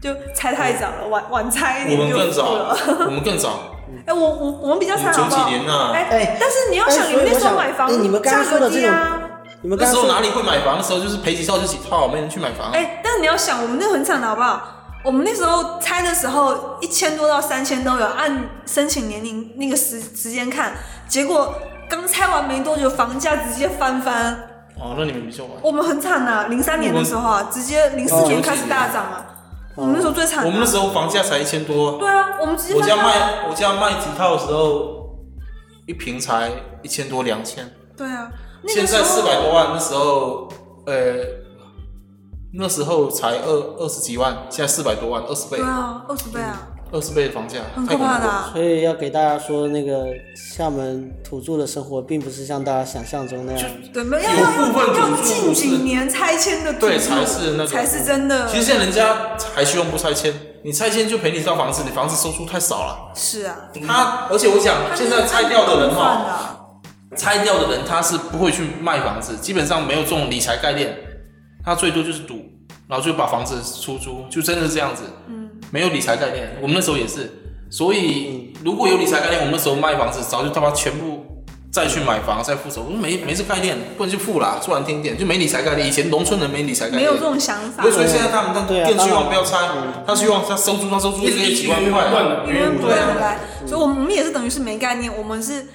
C: 就猜太早了，晚晚猜一
B: 我
C: 点
B: 们
C: 就
B: 更
C: 输
B: 早
C: 了。，
B: 我们 更早。
C: 哎，我我我们比较惨好不好？
B: 你九几年呐
A: 哎
C: 哎，但是你要想，
A: 哎
C: 你们那时
A: 所以
C: 候
A: 我想
C: 买房
A: 哎你们刚刚
C: 价
A: 说
C: 格
A: 的这
C: 低
A: 种
C: 啊。
A: 你们
B: 那
A: 刚
B: 时
A: 刚
B: 候
A: 说
B: 哪里会买房？那时候就是赔几套就几套，没人去买房。
C: 哎，但是你要想，我们那个很惨的好不好？我们那时候拆的时候，一千多到三千都有，按申请年龄那个时时间看，结果刚拆完没多久，房价直接翻番，
B: 哦，那你们比较晚。
C: 我们很惨呐、零三年的时候啊，直接零四年开始大涨啊，我们那时候最惨、啊。
B: 哦我们那时候房价才一千多，
C: 对啊，我们直接
B: 我
C: 翻
B: 家
C: 番啊
B: 卖我家卖几套的时候，一平才一千多两千，
C: 对啊，那
B: 现
C: 个时
B: 在
C: 候
B: 四百多万，那时候呃。那时候才二二十几万，现在四百多万，二十倍
C: 对，啊，二十倍啊，
B: 二十倍的房价，
C: 很
B: 太
C: 可
B: 恐怖
C: 怕的、
B: 了。
C: 啊。
A: 所以要给大家说，那个厦门土著的生活并不是像大家想象中那样。
C: 对，没有
B: 有部分
C: 要要
B: 土著
C: 近几
B: 是
C: 年拆迁的土
B: 对
C: 著
B: 才是那种
C: 才是真的，
B: 其实现在人家还希望不拆迁，你拆迁就赔你一套房子，你房子收租太少了。
C: 是啊。
B: 他，而且我讲
C: 他，
B: 现
C: 就是
B: 在拆掉的人
C: 按
B: 哦
C: 动
B: 哈，
C: 饭的
B: 拆掉的人他是不会去卖房子，基本上没有这种理财概念，他最多就是赌，然后就把房子出租，就真的是这样子，
C: 嗯，
B: 没有理财概念。我们那时候也是，所以如果有理财概念，我们那时候卖房子早就他妈全部再去买房再付首付，没没这概念，不然就付啦，说难听点就没理财概念。以前农村人没理财概念，
C: 没有这种想法
B: 所以。说现在他们他
A: 对啊
B: 更
A: 当
B: 希望
A: 然
B: 不要拆，他希望他收租，他收租一个月几万块，
C: 因为不
B: 对
C: 会
B: 啊
C: 回来，所以我们我们也是等于是没概念，我们是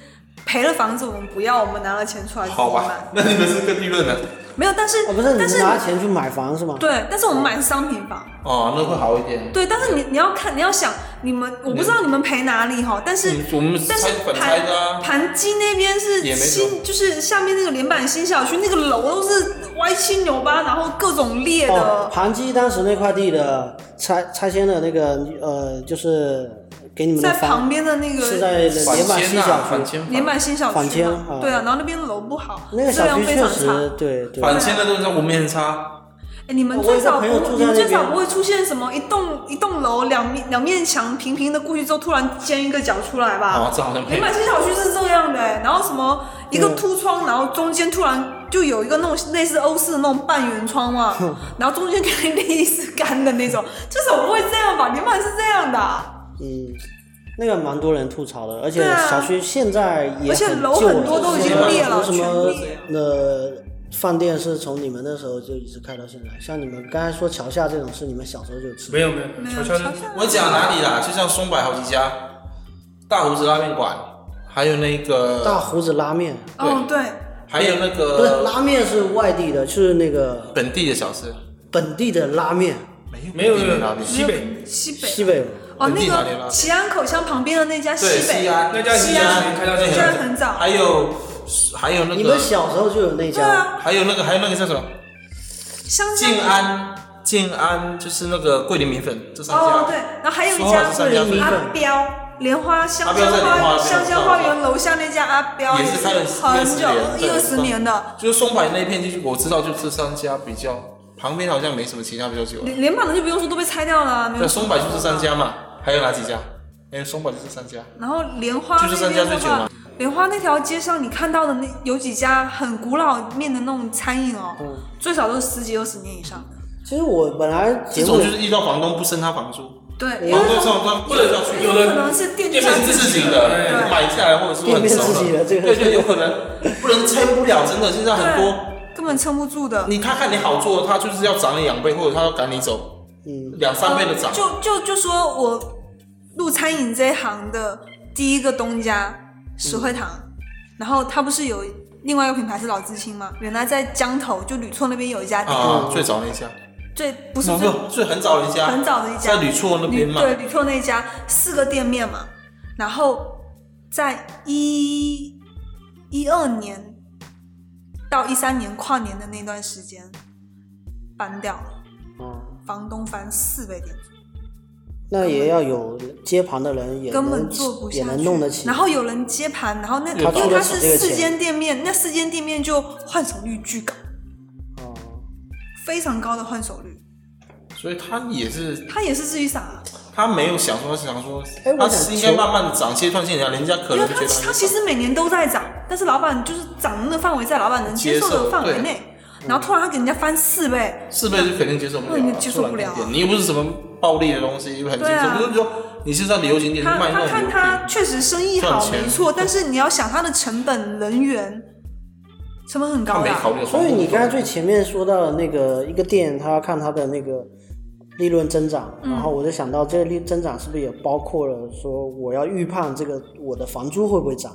C: 赔了房子，我们不要，我们拿了钱出来自己
B: 好
C: 买
B: 吧，？那你们是更利润啊的
C: 没有，但是
A: 哦，不是，你
C: 但
A: 们
C: 是
A: 拿钱去买房是吗？
C: 对，但是我们买的是商品房，
B: 哦，那会好一点。
C: 对，但是
B: 嗯
C: 你你要看，你要想，你们我不知道你们赔哪里哈，但是
B: 嗯我们
C: 但是
B: 拆反拆的
C: 盘
B: 啊，
C: 盘基那边是
B: 也没什
C: 新，就是下面那个连板新小区那个楼都是歪七扭八，然后各种裂
A: 哦
C: 的，，
A: 盘基当时那块地的拆拆迁的那个呃，就是给你们的
C: 在旁
A: 房
C: 边的那个
A: 是在
B: 反
A: 连板
B: 迁
A: 西
B: 呐、
A: 小
B: 反
A: 区，
B: 迁
C: 连
B: 房，
C: 板新小
A: 反
C: 区
A: 迁
C: 嘛
A: 啊，
C: 对啊，然后那边楼不好，
A: 那个
C: 质
A: 小
C: 量
A: 区
C: 非
A: 确
C: 常差
A: 实。对对。
B: 反迁的都让我们很差。
C: 哎，你们
A: 我有
C: 最
A: 一个
C: 少
A: 朋友
C: 不
A: 住在
C: 会，你
A: 那
C: 们最少
A: 边
C: 不会出现什么一栋一栋楼两面两面墙平平的过去之后，突然尖一个角出来
B: 哦
C: 吧？，
B: 这好像
C: 连
B: 配。
C: 板新小区是这样的、哎然后什么一个
A: 嗯
C: 凸窗，然后中间突然就有一个那种类似欧式的那种半圆窗嘛，然后中间给你立一丝杆的那种，至少不会这样吧？连板是这样的啊，
A: 嗯，那个蛮多人吐槽的，而且
C: 对啊
A: 小区现在也
C: 而且
A: 很
C: 楼
A: 旧
C: 很多
A: 了
C: 都
A: 就
C: 已
A: 是
C: 经裂了
A: 有什么
C: 全裂
A: 呃饭店是从你们那时候就一直开到现在，像你们刚才说桥下这种是你们小时候就吃
D: 没有没
C: 没
D: 有，
C: 有
D: 悄
C: 悄
D: 悄
C: 悄
B: 我讲哪里啦？就像松柏好几家，大胡子拉面馆，还有那
A: 大
B: 个，
A: 胡子拉面，
C: 哦对，
B: 还有那
A: 不是
B: 个
A: 拉面是外地的，是那个
B: 本地的小吃，
A: 本地的拉面，
D: 没有没
B: 拉
D: 有，
B: 面
D: 西北
C: 西北
A: 西北
C: 哦
B: 本地
C: 那
B: 哪里拉
C: 个
B: 的
C: 齐安口腔旁边的那家西
B: 对，
C: 北
B: 西安
D: 那家西安开到现
C: 虽
D: 在
C: 然很早，
B: 还有还有那
A: 你们
B: 个，
A: 小时候就有那
C: 对
A: 家，
C: 啊，
B: 还有那个，还有那个叫什么？
C: 香蕉
B: 静安，静安就是那个桂林米粉，这三家。
C: 哦，对，然后还有一
B: 说好
C: 家
B: 是三
A: 桂
B: 家
A: 林米
C: 阿
A: 粉
C: 标莲花香蕉
B: 阿标在莲花那
C: 花
B: 边
C: 香蕉花园楼下那家阿标
B: 也是
C: 是
B: 开了
C: 很久
B: 20年
C: 一
B: 对
C: 二十年的，
B: 就是松柏那片地区，我知道就这三家比较，旁边好像没什么其他比较久了。
C: 连连板的就不用说都被拆掉了啊，没有
B: 那松柏就这三家嘛，还有哪几家？
F: 哎，松柏就是三家，
C: 然后莲花
B: 就是
C: 那
B: 三家
C: 边的
B: 最久
C: 话
B: 嘛，
C: 莲花那条街上你看到的那有几家很古老面的那种餐饮哦，
B: 嗯
C: 最少都是十几二十年以上的。
A: 其实我本来节
B: 这
A: 目
B: 种就是遇到房东不升他房租，
C: 对，因
B: 房
C: 为
B: 东这种他不能上去，
D: 有
C: 可
D: 的
C: 能是店
D: 店
C: 家
D: 面
B: 是
D: 自
B: 自
D: 己
B: 己
D: 的，
B: 的买下来或者是
A: 店
B: 很
A: 面
B: 少
A: 自己的这个
B: 对对，有可能不能撑不了，真的现在
C: 对
B: 很多，
C: 根本撑不住的。
B: 你看看你好做，他就是要涨你两倍，或者他要赶你走，
A: 嗯，
B: 两三倍的涨，
C: 呃就就就说我入餐饮这一行的第一个东家石惠堂，
B: 嗯
C: 然后它不是有另外一个品牌是老知青吗？原来在江头就吕厝那边有一家店，
B: 啊，最早那一家，
C: 最不是
B: 不
C: 最
B: 是最很早的一家，
C: 很早的一家
B: 在吕厝那边
C: 吕
B: 嘛，
C: 对吕厝那一家四个店面嘛，然后在一一二年到一三年跨年的那段时间搬掉了，
A: 哦，
C: 房东翻四倍店租。
A: 那也要有接盘的人也
C: 根
A: 能
C: 本做不下去，
A: 也能弄得起，
C: 然后有人接盘，然后那
A: 他
C: 因为
A: 出得
C: 它
A: 起
C: 是
A: 这个
C: 四
A: 钱
C: 间店面，那四间店面就换手率巨高，
A: 哦，
C: 非常高的换手率。
B: 所以他也是
C: 他也是自己傻啊，
B: 他没有想说，想说
A: 哎我
B: 他
A: 想
B: 是应该
A: 求
B: 慢慢的涨阶段性涨，人家可
C: 因为
B: 能
C: 他
B: 觉得
C: 他其实每年都在涨，但是老板就是涨的那范围在老板能接受
B: 接
C: 的
B: 受
C: 范围
B: 对
C: 内，然后突然他给人家翻四倍，
B: 四倍是肯定接受不了
C: 那
B: 啊，
C: 你接受不了啊
B: 突然间你又不是什么暴利的东西，又很
C: 对
B: 轻
C: 啊
B: 松，就是说你是在旅游景点
C: 他
B: 嗯卖
C: 他
B: 那种
C: 看
B: 牛
C: 他
B: 皮
C: 确实生意
B: 赚
C: 好
B: 钱
C: 没错，但是你要想他的成本人员，成本很
B: 他
C: 高的
B: 没
C: 啊，
B: 考虑到
A: 所以
B: 房租
A: 你刚才最前面说到的那个一个店，他要看他的那个利润增长，
C: 嗯
A: 然后我就想到这个利增长是不是也包括了说我要预判这个我的房租会不会涨，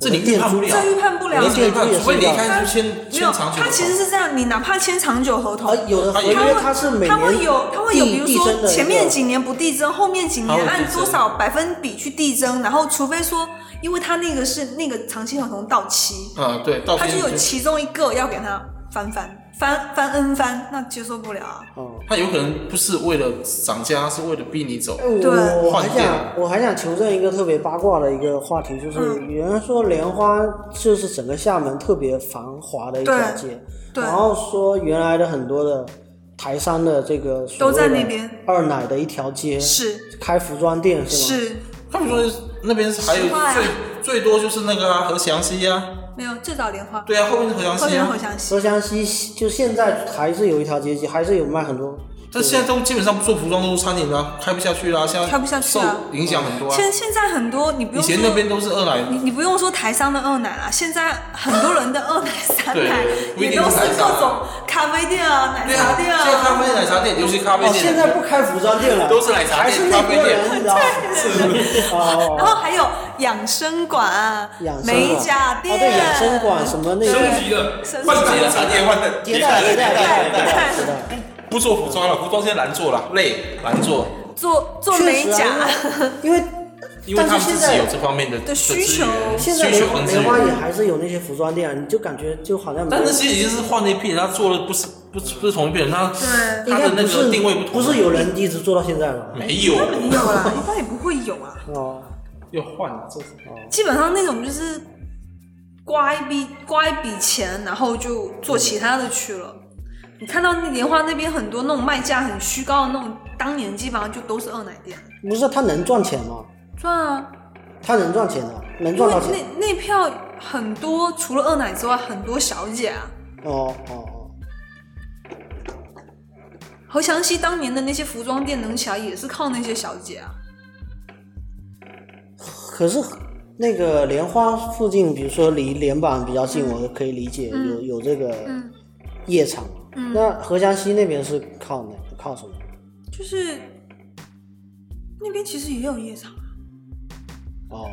B: 这你
A: 我的店
B: 预判
A: 租
B: 不了
C: 这预判不了
A: 我的
B: 你这
A: 店
B: 一
A: 租
B: 块，
A: 也
B: 除非
A: 是
B: 你
A: 一
B: 一
A: 样的。
C: 没
B: 开始签
C: 有，
B: 签长久的
C: 他
B: 合
C: 其
B: 同，
C: 实是这样，你哪怕签长久合同，
A: 而啊呃有的合
B: 因
A: 约
B: 为
A: 它是每
C: 他会
A: 年
C: 有，他会有，
A: 递
C: 比如
A: 递增
C: 说
A: 的
C: 前
A: 一个
C: 面几年不递增，后面几
B: 它会
C: 年
B: 递
C: 按
B: 增
C: 多少百分比去递增，然后除非说，因为他那个是那个长期合同到期，
B: 啊，对，到
C: 他
B: 现
C: 就
B: 在
C: 有其中一个要给他翻番翻翻 n 番，那接受不了啊。
A: 哦，
B: 他有可能不是为了涨价，是为了逼你走
A: 哎，。我
C: 对
A: 我还
B: 换店
A: 想我还想求证一个特别八卦的一个话题，就是
C: 嗯
A: 有人说莲花就是整个厦门特别繁华的一条
C: 对
A: 街，
C: 对
A: 然后说原来的很多的台商的这个所
C: 都
A: 谓
C: 在
A: 的
C: 那边
A: 二奶的一条街
C: 是
A: 开服装店是吗？
C: 是，
B: 他们说那边是还有
C: 十块啊
B: 最最多就是那个啊，何祥熙啊，
C: 没有最早莲花，
B: 对啊，后面是何祥
C: 后
B: 熙
C: 面
B: 啊
C: 好，像
A: 荷
C: 是
A: 香西就现在还是有一条街街，还是有卖很多。
B: 但现在都基本上做服装都是餐饮啦，开不下去啦，现在
C: 开不下去啊
B: 受影响很多啊。
C: 现现在很多你不
B: 以
C: 用
B: 前那
C: 说
B: 边都是二奶
C: 你你不用说台商的二奶啦，现在很多人的二奶、三
B: 对
C: 奶
B: 不一
C: 也
B: 定
C: 都是
B: 是台商啊
C: 各种咖啡店啊、奶
B: 对
C: 茶
B: 啊，
C: 店
B: 现在咖啡奶茶店，尤其咖啡
A: 哦，
B: 店，
A: 现在不开服装店了，
B: 都是奶茶店
A: 还是那波人，你知道吗？哦，
C: 然后还有养生馆啊、
A: 养生馆
C: 美甲
A: 哦
C: 店、
A: 对养生馆什么那
D: 升
A: 个
D: 级的，
C: 升级
F: 换几个产业换的
A: 迭代迭代迭代
C: 对
A: 迭代，
F: 不做服装了，服装现在难做了，
B: 累难做，
C: 做做
A: 确
C: 美
A: 实
C: 甲
A: 啊，因为因
B: 因
A: 为但
B: 为他
A: 是现
B: 们自己有
A: 在
B: 这方面的
C: 的需求
B: 资
A: 现
B: 源
A: 在
B: 需
A: 莲
B: 求
A: 花
B: 跟资
A: 莲花也
B: 源。
A: 还是有那些服装店，你就感觉就好像没
B: 啊但
A: 有
B: 那些已经是换了一批人，他做的不是不是不是同一批人，他
C: 对
A: 应
B: 他
A: 该
B: 的那
A: 不是
B: 个定位不同，
A: 不是有人一直做到现在吧？
B: 没有
C: 没有啦，一般也不会有啊。
A: 哦，
B: 要换了这
C: 基本上那种就是刮一笔刮一笔钱，然后就做其他的去了。你看到那莲花那边很多那种卖价很虚高的那种，当年基本上就都是二奶店
A: 不是他能赚钱吗？
C: 赚啊，
A: 他能赚钱的，能
C: 因
A: 赚
C: 为
A: 到钱。
C: 那那票很多，除了二奶之外，很多小姐啊。
A: 哦哦哦，
C: 何祥熙当年的那些服装店能起来，也是靠那些小姐啊。
A: 可是那个莲花附近，比如说离莲板比较近，我可以理解有有这个
C: 嗯
A: 夜场。那合江西那边是靠哪？靠什么？
C: 就是那边其实也有夜场，啊
A: 哦，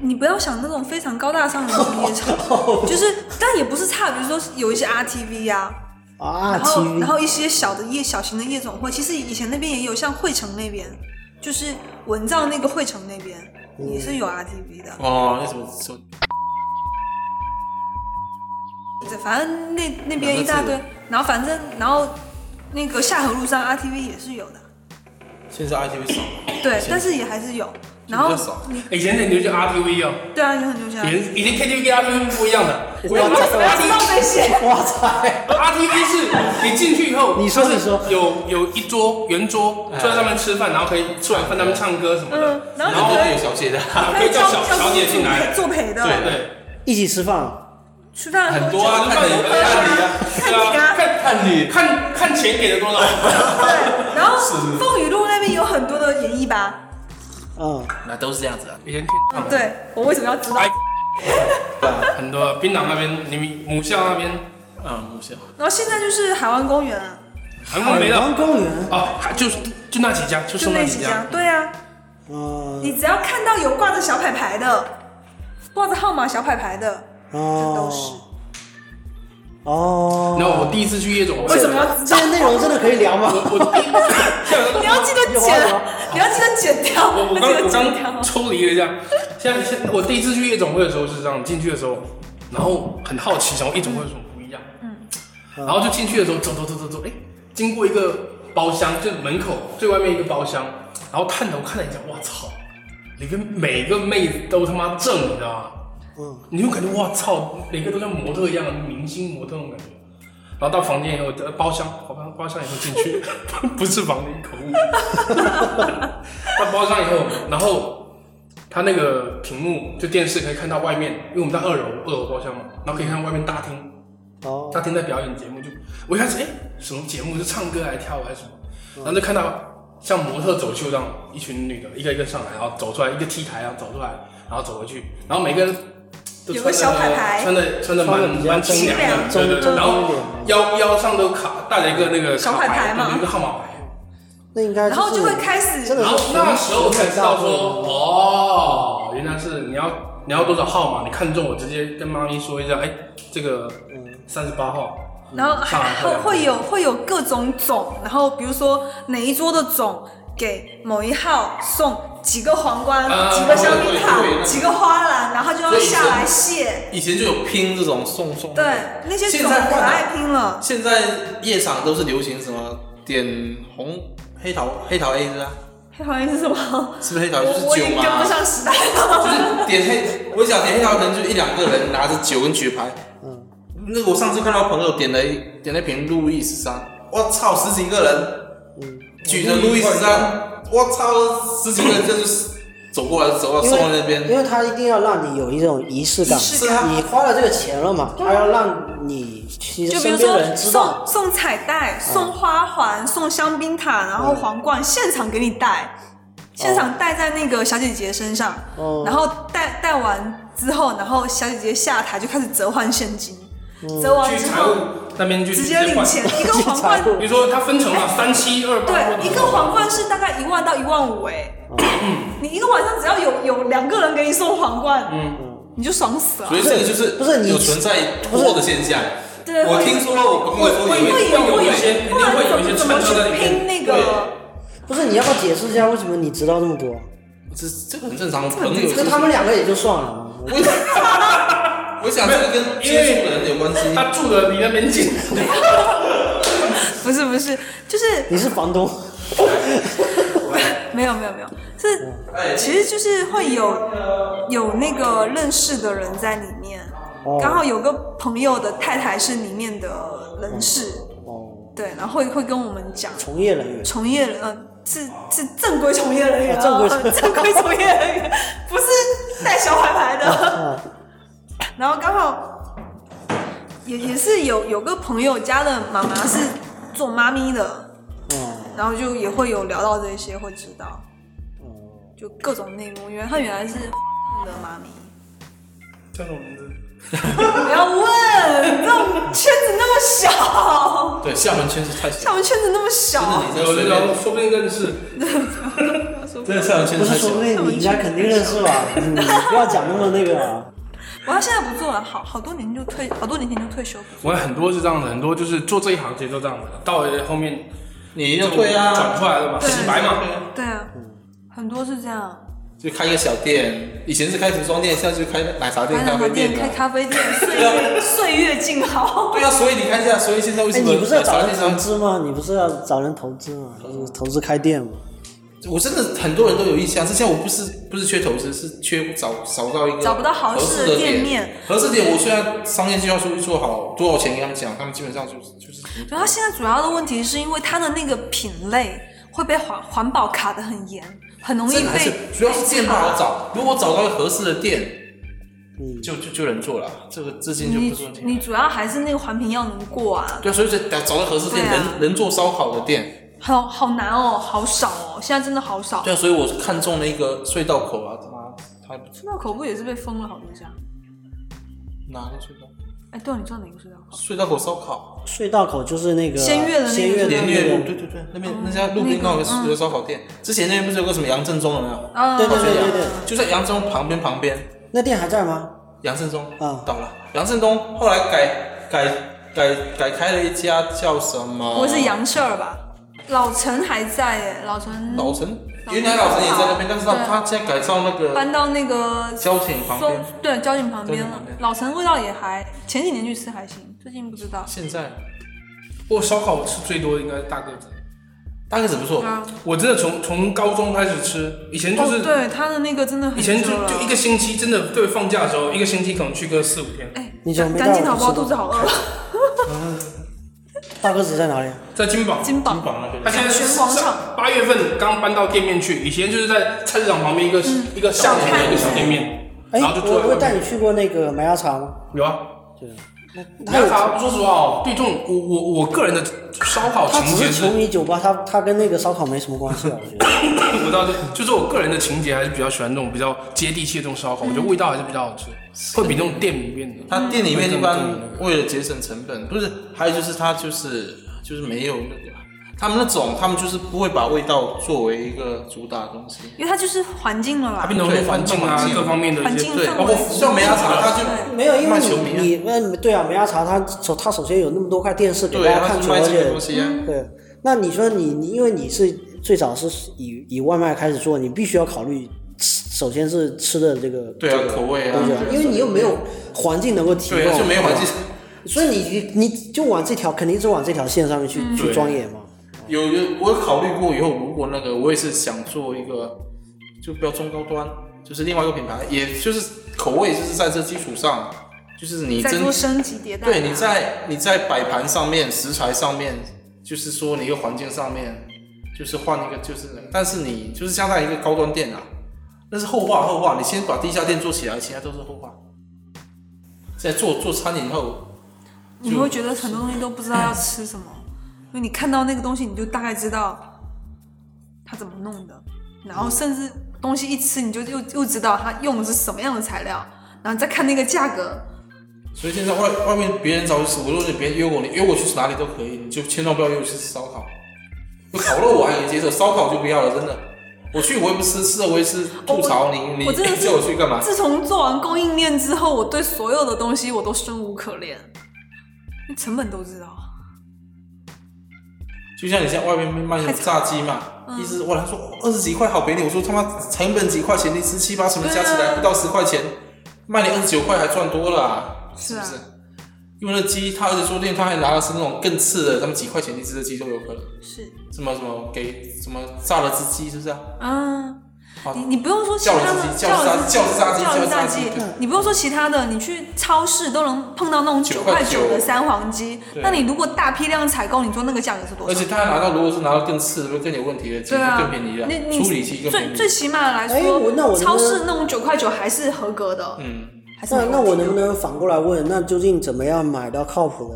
C: 你不要想那种非常高大上的那种夜场，就是但也不是差，比如说有一些 RTV 啊，
A: 啊，
C: 然后
A: 其余
C: 然后一些小的夜小型的夜总会，其实以前那边也有，像惠城那边，就是文兆那个惠城那边也是有 RTV 的，
B: 哦，那什么什么
C: 反正那那边一大堆，然后反正然后那个下河路上 RTV 也是有的。
B: 现在 ITV 少了，
C: 对，但是也还是有。然后
B: 比较少
C: 你
D: 哎以前很流行 RTV 哦，
C: 对啊，有很多
D: 以
C: 家，
D: 前以前 KTV 跟 RTV 是不一样的。我 要
C: 知道这些，
A: 哇塞，
D: RTV 是你进去以后，
A: 你说
D: 它是
A: 你说
D: 有有一桌圆桌
F: 哎
D: 坐在上面吃饭，然后可以吃完饭他们唱歌什么的，
C: 嗯，然
F: 然
C: 后
F: 后
C: 你可
F: 会
C: 以
F: 有小姐的，
D: 可以叫小
C: 叫
D: 小姐进来，
C: 做陪的，
D: 对，
A: 一起吃饭，啊
C: 吃饭
F: 很多啊，
C: 喝酒
F: 看你
C: 都可以
F: 看你
C: 啊
F: 啊，
D: 对啊
C: 看你啊，
D: 看
F: 看你
D: 看看钱给的多少，
C: 对，然后凤雨路那边有很多的演艺吧，
A: 嗯，
B: 那都是这样子啊。
D: 以前
C: 嗯，对我为什么要知道？
D: 哎， 很多啊槟榔那边，你们母校那边，
B: 嗯，我想
C: 然后现在就是海湾公园啊，
D: 韩国没
A: 王
D: 了
A: 公园，
D: 哦，还就就那几家，就
C: 就
D: 剩那
C: 那
D: 几
C: 几
D: 家
C: 家，，对啊，哦
A: 嗯
C: 你只要看到有挂着小牌牌的，挂着号码小牌牌的，这都是
A: 哦。哦，
D: 然后我第一次去夜总会，
C: 为什么 要知
A: 这
C: 道？
A: 些内容真的可以聊吗？
D: 我第一次
C: 你要记得剪，你要记得剪掉，
D: 我我刚
C: 要记得
D: 我
C: 剪掉
D: 刚。抽离了一下，现在现在我第一次去夜总会的时候是这样，进去的时候，然后很好奇，想夜总会有什么不一样，嗯，然后就进去的时候走走走走走，哎，经过一个包厢，就是门口最外面一个包厢，然后探头看了一下，我操，里面每个妹子都他妈正，你知道吗？
A: 嗯，
D: 你就感觉哇操，每个都像模特一样，明星模特那种感觉。然后到房间以后，呃包厢，包厢包厢以后进去， 不是房间，口误。到包厢以后，然后他那个屏幕就电视可以看到外面，因为我们在二楼二楼包厢嘛，然后可以看到外面大厅，
A: 哦，
D: 大厅在表演节目就，我一开始哎什么节目是唱歌还是跳舞还是什么，然后就看到像模特走秀这样，一群女的一个一个上来，然后走出来一个 T 台，然后走出来，然后走回去，然后每个人都
C: 有
D: 穿
C: 个
D: 的
C: 小牌牌
D: 穿的穿的蛮
A: 穿得比较
D: 蛮清凉的，
A: 清凉中
D: 对对对，然
A: 中
D: 后
A: 间一
D: 腰腰上都卡带了一个那个
C: 小
D: 卡
C: 牌牌嘛
D: 有一个号码牌，
A: 那应该
C: 然后
A: 是
C: 就会开始
A: 真的
D: 然后
A: 是
D: 那时候才知道说，
A: 哦。
D: 哦，原来是你要你要多少号码，你看中我直接跟妈咪说一下，哎，这个三十八号。
B: 嗯
C: 然后
D: 上来
C: 还
D: 喝两杯
C: 会会有会有各种种，然后比如说哪一桌的种给某一号送几个皇冠、
D: 啊
C: 几个香
D: 对
C: 槟
D: 对
C: 塔、
D: 对
C: 几个花篮，然后就要
B: 所以是
C: 下来谢。
B: 以前就有拼这种送送。
C: 对，那些
B: 现
C: 种
B: 在
C: 可
B: 换了
C: 爱拼了，
B: 现在夜场都是流行什么点红黑桃黑桃 A 是吧？
C: 黑桃 A 是什 么？
B: 是不是黑桃就
C: 我
B: 是
C: 我已
B: 酒
C: 经
B: 嘛？
C: 跟不上时代了。
B: 就是点黑，我想点黑桃可能就一两个人拿着酒跟举牌。
A: 嗯，
B: 那个我上次看到朋友点了一点了一瓶路易十三，我操，十几个人，举着路易十三，我操，十几个人就是走过来走到
A: 因
B: 送到
A: 为
B: 那边，
A: 因为他一定要让你有一种仪式感，
C: 式
B: 感
A: 你花了这个钱了嘛，他要让你其实
C: 就比如
A: 身边
C: 说
A: 的人知
C: 送
A: 道，嗯
C: 送彩带、送花环、送香槟塔，然后皇冠现场给你戴，现场戴在那个小姐姐身上，
A: 哦
C: 然后戴戴完之后，然后小姐姐下台就开始折换现金，折完
D: 去
C: 之
D: 财务
C: 后
D: 那边去
C: 直接领
D: 换
C: 钱，一个皇
A: 嗯
C: 冠
A: 去财务
D: 比如说它分成了三七二八，
C: 对，一个皇冠是大概一万到一万五哎，
A: 哦
C: 你一个晚上只要有有两个人给你送皇冠，
D: 嗯
C: 你就爽死了
B: 所。以这个就是
A: 不是你
B: 有存在脱的现象。
C: 对
B: 我听说我朋友
D: 会
B: 说
C: 会
D: 有
C: 有
D: 会有一些
C: 有，不然
D: 一定会有一
C: 你
D: 些
C: 怎么
D: 穿
C: 怎
D: 插在
C: 么去
D: 里面
C: 拼那
D: 对
C: 个？
A: 不是你要不要解释一下为什么你知道这么多？
B: 这这个很正常，朋友
A: 那他们两个也就算了，
B: 我我想这个跟接触的人有关系。
D: 他住的离那边近，
C: 不是不是，就是
A: 你是房东，
C: 没有没有没有，是
B: 哎
C: 其实就是会有有那个认识的人在里面，
A: 哦
C: 刚好有个朋友的太太是里面的人事，
A: 哦，
C: 对，然后会会跟我们讲
A: 从业人员，
C: 从业人呃是是正规从业人员、
A: 啊
C: 啊，
A: 正规从
C: 正规从业人员，哦不是带小牌牌的。
A: 啊，
C: 然后刚好也也是有有个朋友家的妈妈是做妈咪的，
A: 嗯，
C: 然后就也会有聊到这些，会知道。
A: 哦
C: 就各种内幕，因为他原来是的妈咪。
D: 叫什么名字？
C: 不要问，这种圈子那么小，
B: 对，厦门圈子太小
C: 像我，们圈子那么小，
B: 你在
D: 有
B: 随
D: 那
B: 便
D: 种，说不定认识。
B: 真的厦门圈
A: 不是
B: 子太小
A: 说。那你应该肯定认识吧？嗯，不要讲那么那个啊，
C: 我他现在不做了，好好多年就退，好多年前就退休了。
D: 我很多是这样的，很多就是做这一行其实都这样的，到了后面
B: 你要对
D: 转
B: 啊，
D: 出来了嘛，
C: 对
D: 洗白嘛。
C: 对啊，
B: 嗯
C: 很多是这样，
B: 就开一个小店，以前是开服装店，现在就开奶茶店、
C: 开
B: 咖
C: 奶
B: 啡
C: 茶
B: 店
C: 店、开
B: 了。
C: 咖啡店，岁月 岁月静好。
B: 对啊，所以你看一下，所以现在为
A: 哎，
B: 什么
A: 你不是要
B: 奶
A: 找
B: 茶
A: 人
B: 店
A: 投
B: 上
A: 资吗？你不是要找人投资吗？就是投资开店吗？
B: 我真的很多人都有意向，之前我不是不是缺投资，是缺找找不到一个
C: 找不到合
B: 合
C: 适的
B: 适的
C: 店
B: 点
C: 面。
B: 合适点，我虽然商业计划书一做好，多少钱跟他们讲，他们基本上就是就是
C: 然后现在主要的问题是因为它的那个品类会被环环保卡得很严，很容易
B: 真的还是
C: 被
B: 主要是店不好
C: 被卡
B: 找，如果找到合适的店，
A: 嗯
B: 就就就能做了，这个这件就
C: 你
B: 不是问题
C: 你
B: 了。
C: 主要还是那个环评要能过啊，
B: 对啊，所以找找到合适店，
C: 对啊
B: 能能做烧烤的店，
C: 好好难哦，好少哦，现在真的好少。
B: 对啊，所以我看中了一个隧道口啊，他妈他
C: 隧道口不也是被封了好多家？
B: 哪个隧道？
C: 哎，对、啊，你知道哪个隧道口？
B: 隧道口烧烤，
A: 隧道口就是那个
C: 仙乐的那个
A: 仙乐
C: 对
B: 连
A: 那
B: 岳
A: 个
B: 路，对对对，那边那家路边刚好有个有个烧烤店，之前那边不是有个什么杨振中的没有？
C: 啊，
A: 对对对对对，
B: 就在杨振中旁边旁边，
A: 那店还在吗？
B: 杨振中
A: 啊
B: 倒了，杨振中后来改改改改开了一家叫什么？
C: 不会哦是杨氏儿吧？老陈还在哎，老陈
B: 老陈，
C: 老
B: 原来老陈也在那边，但是他
C: 对
B: 他现在改造那个
C: 搬到那个
B: 哦交警旁
C: 松
B: 边，
C: 对交警旁边
B: 交警
C: 了
B: 旁。边
C: 老陈味道也还，前几年去吃还行，最近不知道。
B: 现在
D: 不过烧烤吃最多的应该是大个子，
B: 大概怎么做？
C: 啊，
D: 我真的从从高中开始吃，以前就
C: 哦
D: 是、，
C: 对，他的那个真的很
D: 以前就
C: 久了
D: 就一个星期，真的对放假的时候，一个星期可能去个四五天，
C: 哎，
A: 你怎么没
C: 赶
A: 带
C: 紧
A: 我
C: 好
A: 去吃
C: 不好？肚子好饿。
A: 大个子在哪里？啊
D: 在金榜。
C: 金
B: 金
C: 榜
B: 榜那边
D: 他现在
C: 选
D: 是
C: 广场
D: 八月份刚搬到店面去，以前就是在菜市场旁边一个、
C: 嗯
D: 一个小店面，一个小店面，
A: 哎，
D: 然后就坐
A: 我
D: 在
A: 我
D: 外
A: 带
D: 面。
A: 你去过那个麦芽茶
B: 嗯
A: 吗？
D: 有啊，
A: 他
D: 凉
A: 有
D: 茶，说实话哦，对这种我我我个人的烧烤
A: 他只
D: 情节
A: 是
D: 是，
A: 球迷酒吧，他他跟那个烧烤没什么关系啊，我觉得。
D: 我知道，就是我个人的情节还是比较喜欢那种比较接地气的这种烧
C: 嗯
D: 烤，我觉得味道还是比较好吃，会比那种店里面的。
B: 他店里面一
D: 嗯
B: 般为了节省成本，不是，还有就是他就是就是没有那个，他们那种他们就是不会把味道作为一个主打的东西。
C: 因为它就是环境了
D: 它
C: 啦
D: 变，得
B: 嗯对
D: 环境啊
B: 环境
D: 各方面的
C: 环
D: 一
C: 境
D: 些，
B: 对，
C: 氛
B: 包括
C: 围
B: 像梅芽茶，他就
C: 对
A: 没有，因为
B: 卖球迷
A: 你
B: 啊
A: 你问对啊，梅芽茶他首他首先有那么多块电视给
B: 对，
A: 大
B: 啊
A: 家
B: 他
A: 看
B: 就
A: 球，
B: 卖
A: 而
B: 这个
A: 且
B: 东西啊。
C: 嗯
A: 对，那你说你你因为你是最早是以以外卖开始做，你必须要考虑吃，首先是吃的这个
B: 对啊，口味啊
A: 东西，，因为你又没有环境能够提
B: 对啊，
A: 供，
B: 就没有环境
A: 对吧，所以你你你就往这条肯定是往这条线上面去去
B: 对
A: 钻研嘛。
B: 有有，我有考虑过以后，如果那个我也是想做一个，就比较中高端，就是另外一个品牌，也就是口味就是在这基础上，就是你
C: 在
B: 真
C: 做升级迭代。
B: 对你在你在摆盘上面、食材上面，就是说你一个环境上面，就是换一个就是，但是你就是相当于一个高端店啊，那是后话后话，你先把地下店做起来，其他都是后话。在做做餐饮后，
C: 你会觉得很多东西都不知道要吃什么，因为你看到那个东西，你就大概知道它怎么弄的，然后甚至东西一吃，你就又又知道它用的是什么样的材料，然后再看那个价格，
B: 所以现在外外面别人找我吃，我说你别约我，你约我去哪里都可以，你就千万不要约我去吃烧烤。烤肉我还能接受，烧烤就不要了，真的。我去我也不吃，吃了我也是
C: 哦我
B: 吐槽你，你
C: 我真的是
B: 叫我去干嘛？
C: 自从做完供应链之后，我对所有的东西我都生无可恋，成本都知道。啊
B: 就像你现在外面卖那种炸鸡嘛，
C: 嗯
B: 意思是我他说二十几块好便宜，我说他妈成本几块钱，你十七八什么加起
C: 对啊
B: 来不到十块钱，卖你二十九块还赚多了、啊，
C: 是
B: 是
C: 啊
B: 不是？因为那鸡，他而且说不定他还拿的是那种更次的，他们几块钱一只的鸡都有可能，
C: 是，
B: 什么什么给什么炸了只鸡，是不是啊？
C: 嗯，
B: 好
C: 你你不用说其他的，
B: 哦叫了
C: 了
B: 自己叫了杀
C: 叫了
B: 叫
C: 杀
B: 了杀鸡对
C: 你不用说其他的，你去超市都能碰到那种九
B: 9
C: 块
B: 块
C: 九的
B: 九
C: 三黄鸡，
B: 对
C: 那你如果大批量采购，你说那个价格是多
B: 而
C: 少
B: 且？他还拿到，如果是拿到更次的、更有问题的鸡，
C: 对啊，
B: 就更便宜了，
C: 你你
B: 处理器更便
C: 最
B: 宜。
C: 最起码来
A: 哎我那
C: 说，
A: 我
C: 超市
A: 能
C: 那种九块九还是合格的，
B: 嗯，
C: 还是
A: 那
C: 没
A: 那
C: 问题
A: 我能不能反过来问，那究竟怎么样买到靠谱的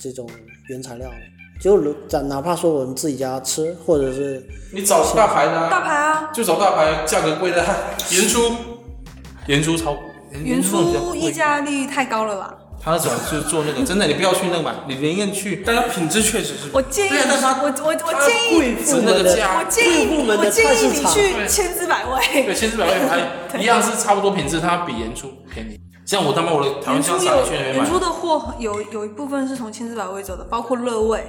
A: 这种原材料呢？就如咱哪怕说我们自己家吃，或者是
B: 你找大牌呢？
C: 大牌啊，
B: 就找大牌，价格贵的，
D: 演出
B: 原珠超，
C: 原
B: 嗯那种比较
C: 初
B: 贵
C: 溢价率太高了吧？
B: 他那种就是做那个，真的你不要去那个买，你宁愿去
D: 但它品质确实是
C: 我建议你，
B: 对啊但是它
C: 我我我建议
A: 贵妇
B: 值那
A: 们
B: 个
A: 的
B: 价
C: 我。建议
A: 贵部
C: 你，
A: 门的
C: 我建议
A: 菜市
C: 你
A: 场
C: 去千姿百
B: 对，
C: 味。
B: 千四百块还一样是差不多品质，它比原初便宜。像我他妈我的台湾
C: 原初
B: 香肠
C: 有
B: 也去那边
C: 原
B: 买
C: 初，的货有有一部分是从千姿百味走的，包括乐味，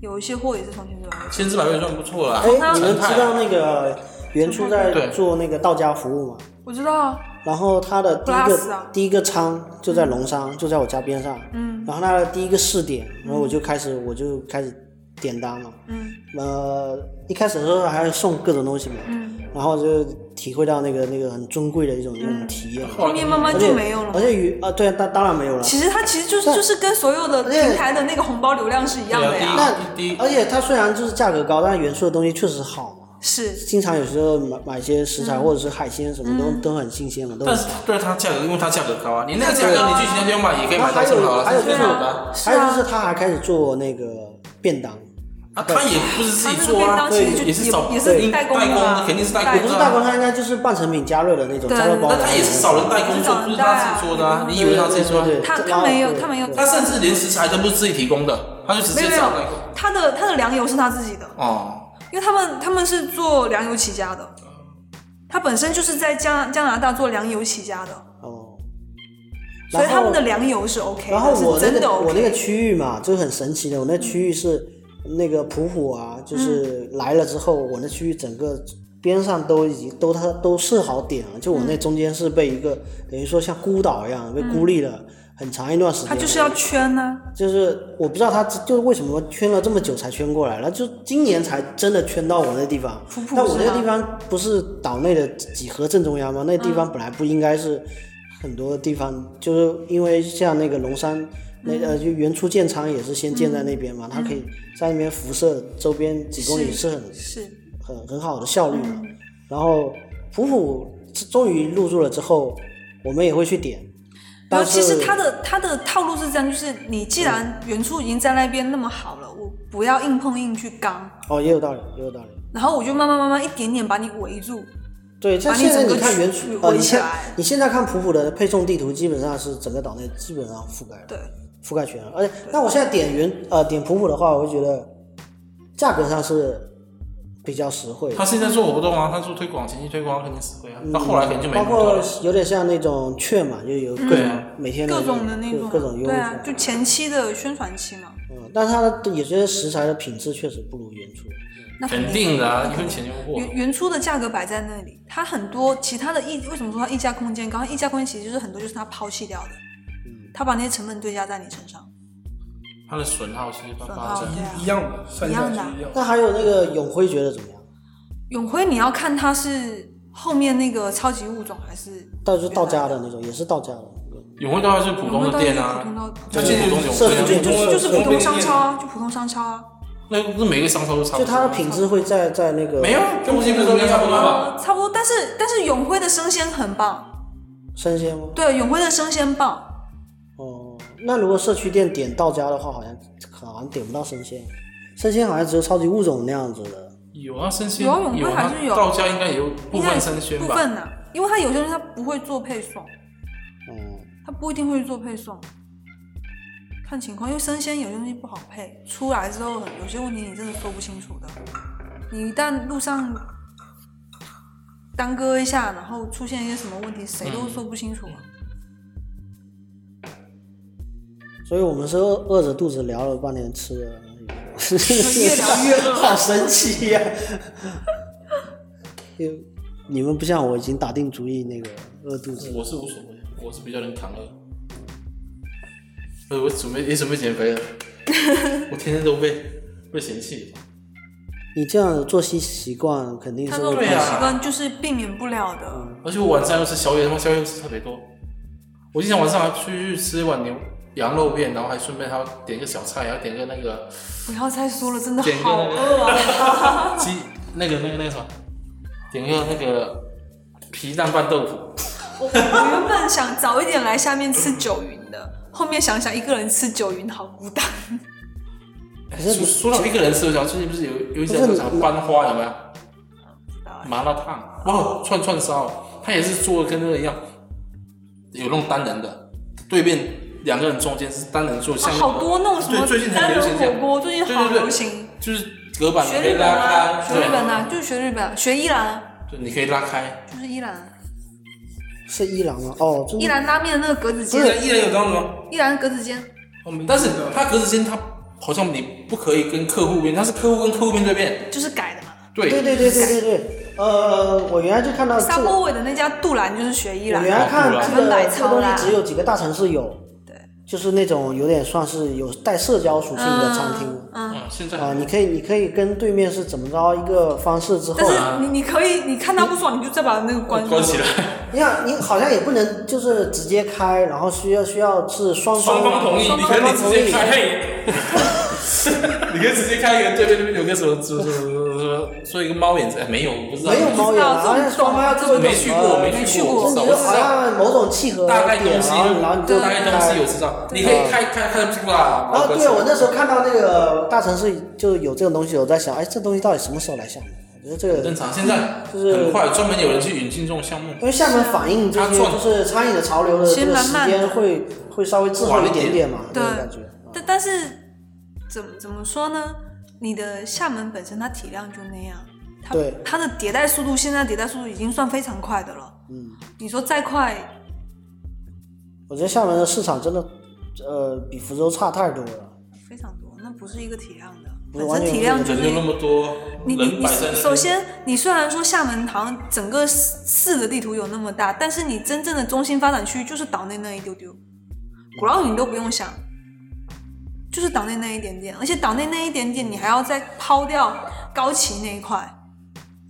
C: 有一些货也是从千姿百味走的。
B: 千四百块算不错了。
A: 哎，你
B: 成
A: 们
B: 派
A: 知道那个原初在
B: 对
A: 做那个道家服务吗？
C: 我知道啊，
A: 然后他的第一
C: Plus
A: 个、
C: 啊
A: 第一个仓就在龙山，就在我家边上。嗯，然后他的第一个试点，然后我就开始、我就开始点单嘛。
C: 嗯
A: 呃，一开始的时候还送各种东西嘛，
C: 嗯，
A: 然后就体会到那个那个很尊贵的一种那种体验。
C: 后面慢慢
A: 而且
C: 嗯就没有了
A: 而
C: 嘛。
A: 且与啊，对，当当然没有了。
C: 其实它其实就是
A: 但
C: 就是跟所有的平台的那个红包流量是一样的
B: 对啊
C: 呀，
A: 那
B: 第一
A: 而且它虽然就是价格高，但元素的东西确实好嘛。
C: 是
A: 经常有时候买买些食材或者是海鲜什么都、都很新鲜嘛，都
B: 但
A: 很
B: 是
A: 好。
B: 对它价格，因为它价格高啊，你那个价格你去其他地方买也可以买到
A: 还
B: 这么好
A: 有
B: 了，
A: 还有就
B: 这
A: 是
B: 是有的
A: 还有就是他还开始做那个便当，
B: 啊，他也不是自己做啊，
C: 它这个便当其实就
B: 也是找
C: 也也是
B: 代
C: 代
B: 工
C: 工的啊
B: 的，肯定是代工的啊，
A: 也不是大工，他应该就是半成品加热的那种
C: 对
A: 加热包的。
B: 那他也是找人代工做，不是他自己做的啊，你以为他自己做啊？
A: 对对对对
C: 他
A: 这
C: 他没有
A: 对
C: 他没有
A: 对
B: 他甚至连食材都不是自己提供的，他就直
C: 没有
B: 接
C: 没
B: 找
C: 有
B: 代工。，
C: 它的它的粮油是他自己的，
B: 哦，
C: 因为他们他们是做粮油起家的，
A: 嗯
C: 他本身就是在加加拿大做粮油起家的，
A: 哦。
C: 所以
A: 然后
C: 他们的粮油是 OK，
A: 然后
C: 的，
A: 我
C: 是
A: 那
C: 真的
A: 个我那
C: OK。
A: 个区域嘛，就是很神奇的，我那区域是那个普普啊，
C: 嗯
A: 就是来了之后，我那区域整个边上都已经都它都设好点了，就我
C: 嗯
A: 那中间是被一个等于说像孤岛一样被孤立了很长一段时间。
C: 他嗯就是要圈啊呢、
A: 就是我不知道他就是为什么圈了这么久才圈过来，然后就今年才真的圈到我那地方
C: 普。普
A: 但我那
C: 是
A: 个
C: 吧
A: 地方不是岛内的几何正中央吗？那
C: 嗯
A: 地方本来不应该是很多地方，就是因为像那个龙山。那
C: 嗯
A: 呃，就原初建仓也是先建在那边嘛，它可以在那边辐射周边几公里是
C: 是嗯
A: 很
C: 是，
A: 很很好的效率了。然后普普终于入驻了之后，我们也会去点。
C: 然
A: 但
C: 后其
A: 是
C: 实他的他的套路是这样，就是你既然原初已经在那边那么好了，我不要硬碰硬去刚，
A: 哦，也有道理，也有道理。
C: 然后我就慢慢慢慢一点点把你围住，
A: 对，像
C: 把你
A: 现在
C: 整个
A: 你看原
C: 区域
A: 呃，
C: 围
A: 你
C: 起
A: 现
C: 来
A: 你现在看普普的配送地图，基本上是整个岛内基本上覆盖了，
C: 对，
A: 覆盖全了。而且，那我现在点原呃点普普的话，我会觉得价格上是比较实惠的，
B: 他现在做活动啊，他做推广，前期推广肯定实惠啊，他
A: 嗯
B: 后来肯定就没那
A: 包
B: 么多
A: 括
B: 了。
A: 有点像那种券嘛，就有各
B: 对
A: 种
B: 啊
A: 每天
C: 各种
A: 的
C: 的那种，
A: 各种优惠
C: 对啊，就
A: 券。
C: 前期的宣传期嘛，
A: 嗯，但是它的有些食材的品质确实不如原初。
C: 那
B: 肯
C: 定
B: 定的啊，一分钱就过。
C: 原原初的价格摆在那里，它很多其他的溢，为什么说它溢价空间高？它溢价空间其实就是很多就是它抛弃掉的，
A: 嗯
C: 它把那些成本堆加在你身上，
B: 他的损耗其实八
C: 损
B: 八
C: 耗
B: 折。
C: 对啊。
D: 一样的，算下去
C: 一样的
D: 一样的。
A: 那还有那个永辉觉得怎么样？
C: 永辉你要看它是后面那个超级物种还是
A: 到就是到家的那种，也是到家的。
B: 永辉道是普通的店啊
C: 普，通到普
B: 就
C: 通
B: 是
C: 到
B: 普通永
A: 社
B: 辉
A: 区
B: 啊
A: 店
C: 就是
A: 就
C: 就是是普通商超啊，就普通商超啊，
B: 那那每个商超都差不
A: 就
B: 多。
A: 它的品质会在在那个
B: 没有，跟无锡不是都一样差不多吗？
C: 呃，差不多。但是但是永辉的生鲜很棒，
A: 生鲜吗？
C: 对，永辉的生鲜棒，
A: 哦，那如果社区店点到家的话，好像好像点不到生鲜，生鲜好像只有超级物种那样子的。
B: 有啊，生鲜
C: 有啊永辉
B: 有
C: 还
B: 啊
C: 是，有
B: 道家应该也有部
C: 应该
B: 分生鲜
C: 部
B: 吧？
C: 分呢、因为它有些人他不会做配送。
A: 嗯，
C: 他不一定会做配送，看情况，因为生鲜有些东西不好配，出来之后有些问题你真的说不清楚的。你一旦路上耽搁一下，然后出现一些什么问题，谁
B: 嗯
C: 都说不清楚啊。
A: 所以我们是饿饿着肚子聊了半天吃的东西，
C: 越聊越饿
A: 好神奇呀、 就你们不像我已经打定主意那个饿肚子，
B: 我是无所谓，我是比较能扛饿。呃，我准备也准备减 肥了，我天天都被被嫌弃。
A: 你这样的作息习惯肯定
C: 他
A: 是
C: 说
A: 会
C: 我
B: 对
C: 的
B: 啊
C: 习惯就是避免不了的，
B: 而且我晚上又吃宵夜，他妈宵夜吃特别多。我经常晚上还出去吃一碗牛羊肉片，然后还顺便还要点个小菜，还要点个那个
C: 不要再说了，真的
B: 点个
C: 好饿啊！
B: 鸡那个那个那个什么，点个那个皮蛋拌豆腐。
C: 我我原本想早一点来下面吃九云的，后面想想一个人吃九云好孤单。
A: 可
B: 说
A: 是
B: 说到一个人吃，我想最近不是有有一家
A: 不
B: 叫
A: 是
B: 什么班花有没有？
C: 知道哎
B: 麻辣烫哦，串串烧，它也是做的跟那个一样，有那种单人的，对面两个人中间是单人坐，
C: 啊
B: 像、，
C: 好多那种什么
B: 对最近
C: 单
B: 很流
C: 人
B: 行这样
C: 火锅，最近
B: 对
C: 好
B: 对对
C: 流行。
B: 就是隔板
C: 学
B: 可以
C: 日本
B: 拉
C: 啊，
B: 开，
C: 学日本啊，就是学日本啊，学伊兰啊，
B: 对，你可以拉开，
C: 就是伊兰啊，
B: 嗯
A: 是伊朗吗？哦，真的
C: 伊兰拉面的那个格子
D: 依
C: 间，
D: 然依然有这样子吗？
C: 伊兰格子间，
D: 我们
B: 哦但是它格子间它好像你不可以跟客户面，它是客户跟客户面对面，
C: 就是改的嘛。
B: 对
A: 对对对对对对，呃，我原来就看到这
C: 沙
A: 个
C: 波尾的那家杜兰就是学伊
A: 我
C: 兰
A: 原来
C: 啊，
A: 看这
C: 百分
A: 个
C: 百
A: 这个
C: 超
A: 东
C: 啦
A: 西只有几个大城市有，
C: 对，
A: 就是那种有点算是有带社交属性的餐厅
C: 嗯，嗯
B: 啊，现
A: 啊、
B: 在
A: 你可以你可以跟对面是怎么着一个方式之后
C: 但，是你你可以，你看他不爽，你就再把那个关
B: 关起来，
A: 你想你好像也不能就是直接开，然后需要需要是双
D: 双方同意，
C: 双
D: 你
C: 方
D: 可以
A: 同意
D: 直接开嘿，
B: 你可以直接看一个对面那边有个什么什么什么什么，说一个猫眼子，哎没有，我不知道，
A: 没有猫眼，
C: 我知道
A: 好像双方要做一种
B: 没去过，
A: 呃
B: 没
C: 去
B: 去
C: 过
B: 我
A: 就
B: 知道，
A: 你
B: 我
A: 就
B: 知
A: 好
B: 道，
A: 像某种契合
B: 大概东
A: 点，
B: 西
A: 然后然后你就
C: 对
B: 大概东西有知道，你可以开开开屁股啦，
A: 然后对
B: 关起来
A: 我那时候看到那个大城市就有这种东西，我在想，哎，这东西到底什么时候来厦门？我觉得这
B: 很
A: 个
B: 正，常，现在
A: 就是
B: 很快专门有人去引进这种项目，
A: 因为厦门反映这
B: 它
A: 些
B: 赚
A: 就是餐饮的潮流的这
C: 啊其实
A: 个
C: 蛮
A: 时
C: 慢
A: 间
C: 的
A: 会会稍微滞后
B: 晚
A: 一
B: 一
A: 点
B: 点
A: 点嘛，这
C: 对
A: 种感觉。啊
C: 但但是怎么怎么说呢？你的厦门本身它体量就那样，它
A: 对
C: 它的迭代速度现在迭代速度已经算非常快的了。
A: 嗯，
C: 你说再快，
A: 我觉得厦门的市场真的，呃，比福州差太多了。
C: 非常多，那不是一个体量的，
A: 不是
C: 本
A: 完
C: 身
A: 全
C: 体量就
B: 人
C: 那
B: 就那
C: 样。
B: 么多，
C: 你你
B: 人
C: 你
B: 摆在那边，
C: 首先，你虽然说厦门好像整个市市的地图有那么大，但是你真正的中心发展区就是岛内那一丢丢，鼓浪屿你都不用想，就是岛内那一点点，而且岛内那一点点你还要再抛掉高崎那一块，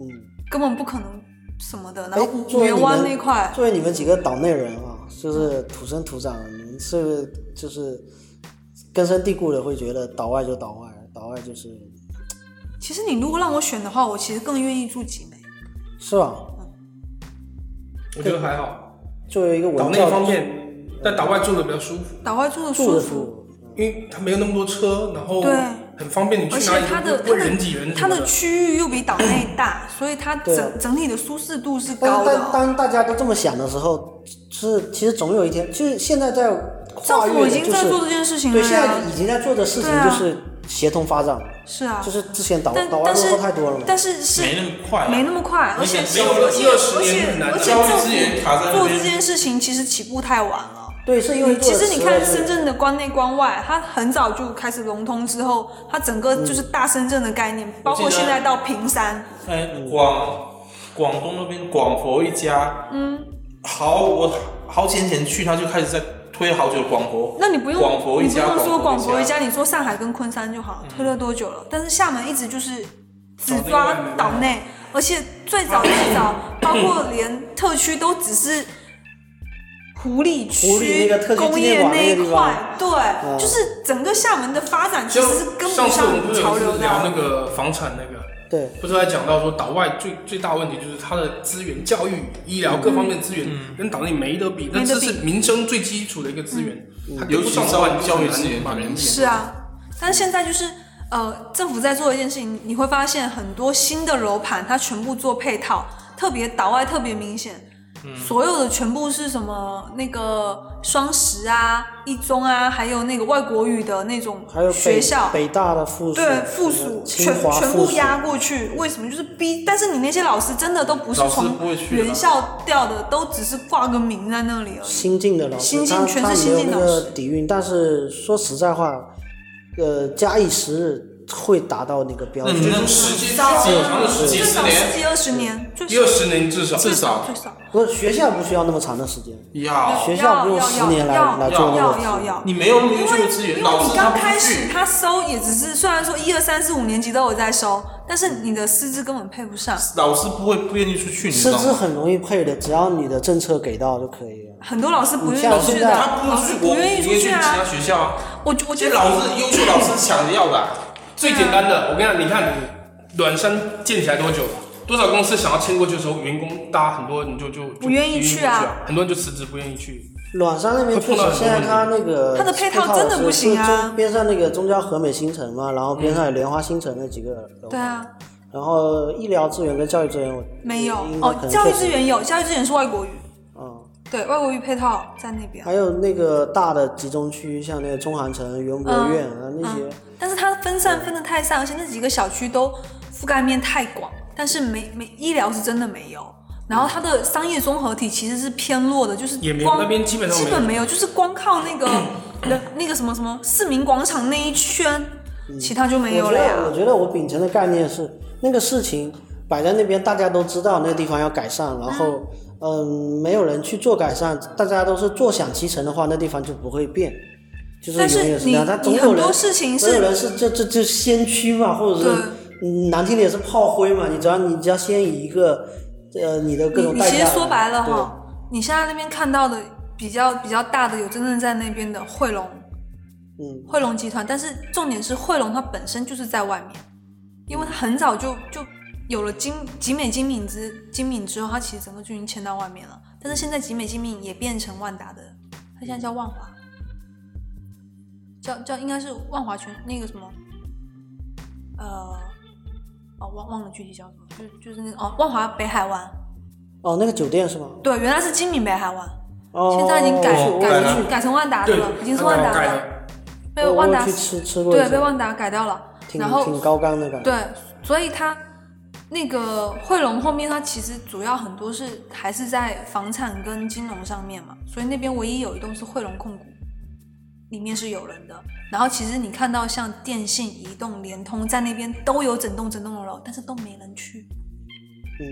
A: 嗯，
C: 根本不可能什么的。然
A: 哎
C: 后，
A: 作
C: 五
A: 为
C: 缘
A: 你
C: 湾
A: 们
C: 那块，
A: 作为你们几个岛内人啊，就是土生土长，你们是不是就是根深蒂固的会觉得岛外就岛外，岛外就是
C: 其实你如果让我选的话，我其实更愿意住集美。
A: 是吧？
D: 我觉得还好。
A: 作为一个
D: 岛
A: 文
D: 内
A: 教
D: 方面，在岛外住的比较舒服，
C: 岛外住的
A: 住
C: 舒
A: 的服
C: 服，
A: 务，
D: 因为它没有那么多车，然后
C: 对
D: 很方便，你去
C: 而且
D: 哪里
C: 它
D: 都
C: 的
D: 不
C: 它
D: 会人挤
C: 的
D: 人什
C: 它
D: 么
C: 的区域又比岛内大，所以它
A: 对啊
C: 整整体的舒适度是
A: 但
C: 高
A: 是当
C: 的。哦
A: 当大家都这么想的时候，是其实总有一天，就是现在在
C: 政
A: 跨
C: 府
A: 越的
C: 已经
A: 就
C: 在
A: 是
C: 做这件事情了
A: 对，现在
C: 呀，
A: 已经在做的事情
C: 对啊
A: 就是协同发展了，
C: 是啊
A: 就，是之前岛
C: 但
A: 岛外
C: 但
A: 落
C: 是
A: 后太多了嘛。
C: 但是是
B: 没那么快啊，
C: 没那么快，而且
B: 想
C: 是
B: 没有
C: 而且
D: 20
C: 而且
D: 年很难
C: 而且
B: 交易
C: 政
B: 资源卡
C: 府
B: 在那
C: 做这
B: 边
C: 件事情其实起步太晚了。
A: 对，是因为
C: 其实你看深
A: 深圳。
C: 圳的关内关外，它很早就开始融通之后，它整个
A: 嗯
C: 就是大深圳的概念，包括
B: 我记得
C: 现在到平山，
B: 哎，广广东那边广佛一家，嗯，好，我好几年前去，他就开始在推好久的广佛。
C: 那你不用
B: 广佛一家，
C: 你不用说广佛
B: 佛
C: 一家，你说上海跟昆山就好了，推了多久了？但是厦门一直就是只抓岛内，而且最早最早，包括连特区都只是湖里
A: 湖里
C: 区
A: 那个特区
C: 工
A: 纪念
C: 业
A: 馆
C: 那
A: 那个
C: 一
A: 地方
C: 块，对，就是整个厦门的发展其
D: 就
C: 实是跟
D: 上
C: 不
D: 次我们不是
C: 潮
D: 有
C: 流
D: 一次聊那
C: 的。
D: 个房产那个，
A: 对，
D: 不是在讲到说岛外最最大问题就是它的资源、教育、医疗各方面资源跟岛内没得比，但
C: 没得
D: 这
C: 比
D: 是民生最基础的一个资源，它跟
B: 尤
D: 不
B: 其
D: 上的话，
B: 教
D: 你
B: 教育
D: 很难
B: 资源
D: 把人
C: 是啊，但是现在就是呃，政府在做一件事情，你会发现很多新的楼盘它全部做配套，特别岛外特别明显。所有的全部是什么那个双十啊、一中啊，还有那个外国语的那种
A: 还有
C: 学
A: 北
C: 校，
A: 北大的附属，
C: 对附属
A: 清
C: 全
A: 华
C: 全
A: 附
C: 部
A: 属，
C: 压过去，为什么？就是逼，但是你那些老师真的都不是
B: 老师
C: 从
B: 不会去的
C: 原校调的，都只是挂个名在那里而已。
A: 新进的老师，
C: 新进
A: 他
C: 全是
A: 他
C: 新进
A: 没有那
C: 老
A: 个
C: 师
A: 底蕴，但是说实在话，呃，假以时日会达到那个标
B: 那
A: 准。
B: 你那时间最长的
C: 至
B: 十几十
C: 少十
B: 年，
C: 几二十年，最
D: 一二十年至少，
B: 至少
C: 最少
A: 不是学校不需要那么长的时间，
B: 要
A: 学校不用
C: 要
A: 十年来
C: 要
A: 来做那
C: 要
A: 个
C: 要
A: 事
C: 要，
B: 你没有那么
C: 因
B: 优
C: 为
B: 秀的资源，
C: 因
B: 老
C: 为
B: 师
C: 你
B: 他
C: 刚
B: 不
C: 开始
B: 去，
C: 他收也只是虽然说一二三四五年级都有在收，但是你的师资根本配不上，
B: 老师不会不愿意出去，你知
A: 师
B: 道
A: 资
B: 吗？
A: 很容易配的，只要你的政策给到就可以了。
C: 很多老师不愿
A: 像
C: 意去
A: 现在
C: 的，
B: 他不
C: 老
B: 去
C: 师，
B: 我
C: 不愿意出
B: 去
C: 去
B: 其他
C: 啊。
B: 学校啊，
C: 我我觉
B: 这
C: 得
B: 老师优秀老师抢着要的啊，
D: 最简单的，我跟你讲，你看软山建起来多久了？多少公司想要迁过去的时候，员工大家很多人就就就
C: 不愿意去啊
D: 不愿意很多人就辞职不愿意去。
A: 卵山那边确
D: 会碰
A: 实
D: 到很，多
A: 现在它那个
C: 它的配套真的
A: 是
C: 不行啊
A: 是中边上那个中交和美新城嘛，然后边上有莲花新城那几个楼，
C: 对啊，
A: 然后医疗资源跟教育资源我
C: 没有
A: 应该可
C: 哦，
A: 能
C: 教育
A: 确实
C: 资源有，教育资源是外国语，
A: 嗯，
C: 对外国语配套在那边。
A: 还有那个大的集中区，像那个中航城、园博
C: 嗯
A: 苑啊那些，
C: 但是它分散分的太散，而且那几个小区都覆盖面太广，但是没没医疗是真的没有。然后它的商业综合体其实是偏弱的，就是
D: 也没有
C: 光
D: 那边基本上没
C: 基
D: 有
C: 本没有，就是光靠那个人那个什么什么市民广场那一圈，
D: 嗯
C: 其他就没有
A: 我觉
C: 了
A: 得，我
C: 呀。
A: 觉得我秉承的概念是，那个事情摆在那边，大家都知道那个地方要改善，然后，嗯嗯，没有人去做改善，大家都是坐享其成的话，那地方就不会变。就是
C: 但
A: 永
C: 是
A: 远这
C: 你
A: 样。但总
C: 你
A: 有
C: 很
A: 人
C: 多事情
A: 总有人
C: 是
A: 是这这这先驱嘛，或者是嗯难听点是炮灰嘛。你只要你只要先以一个呃你的各
C: 你
A: 种
C: 你
A: 代价，
C: 其实说白了
A: 对
C: 哈，你现在那边看到的比较比较大的有真正在那边的汇龙
A: 嗯
C: 汇龙集团，但是重点是汇龙它本身就是在外面，因为它很早就就有了金集美精敏之精敏之后，它其实整个就已经迁到外面了。但是现在集美精敏也变成万达的，它现在叫万华，叫叫应该是万华全那个什么，呃，哦忘忘了具体叫什么，就是就是那个哦万华北海湾，
A: 哦那个酒店是吗？
C: 对，原来是精敏北海湾，
A: 哦，
C: 现在已经改
A: 我
C: 改
A: 我
C: 成
A: 去
C: 改成万达的啊了，已经是万达
D: 改
C: 了，
D: 的，
C: 被
A: 我
C: 万
A: 嗯我
C: 达
A: 去吃吃过一
C: 对
A: 次，
C: 被万达改掉了，
A: 挺
C: 然后
A: 挺高干的感觉。
C: 对，所以它那个汇龙后面，它其实主要很多是还是在房产跟金融上面嘛，所以那边唯一有一栋是汇龙控股，里面是有人的。然后其实你看到像电信、移动、联通在那边都有整栋整栋的楼，但是都没人去，
A: 嗯，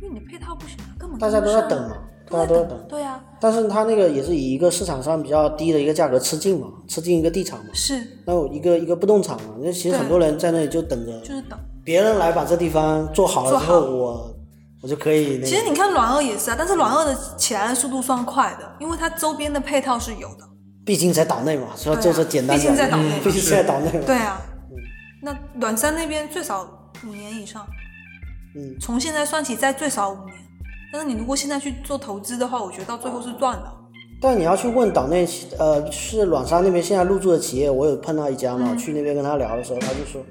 C: 因为你的配套不行啊，根本
A: 大家
C: 跟不
A: 都在
C: 上
A: 等嘛
C: 都
A: 大家都
C: 在
A: 在
C: 等
A: 等
C: 对啊，
A: 但是它那个也是以一个市场上比较低的一个价格吃进嘛，吃进一个地产嘛，
C: 是
A: 那有一个一个不动产嘛，那其实
C: 对
A: 很多人在那里就等着
C: 就是等。
A: 别人来把这地方做好了之后，
C: 做好
A: 我我就可以那个。
C: 其实你看软二也是啊，但是软二的起来的速度算快的，因为它周边的配套是有的。
A: 毕竟在岛内嘛，所以
C: 对啊
A: 就是简单
C: 毕竟在
A: 点嗯
C: 岛内嘛
A: 毕竟在岛内嘛。
C: 对啊，
A: 嗯
C: 那软三那边最少五年以上，
A: 嗯，
C: 从现在算起再最少五年。但是你如果现在去做投资的话，我觉得到最后是赚的。
A: 但你要去问岛内，呃，是软沙那边现在入驻的企业，我有碰到一家
C: 嗯
A: 嘛，去那边跟他聊的时候，他就说，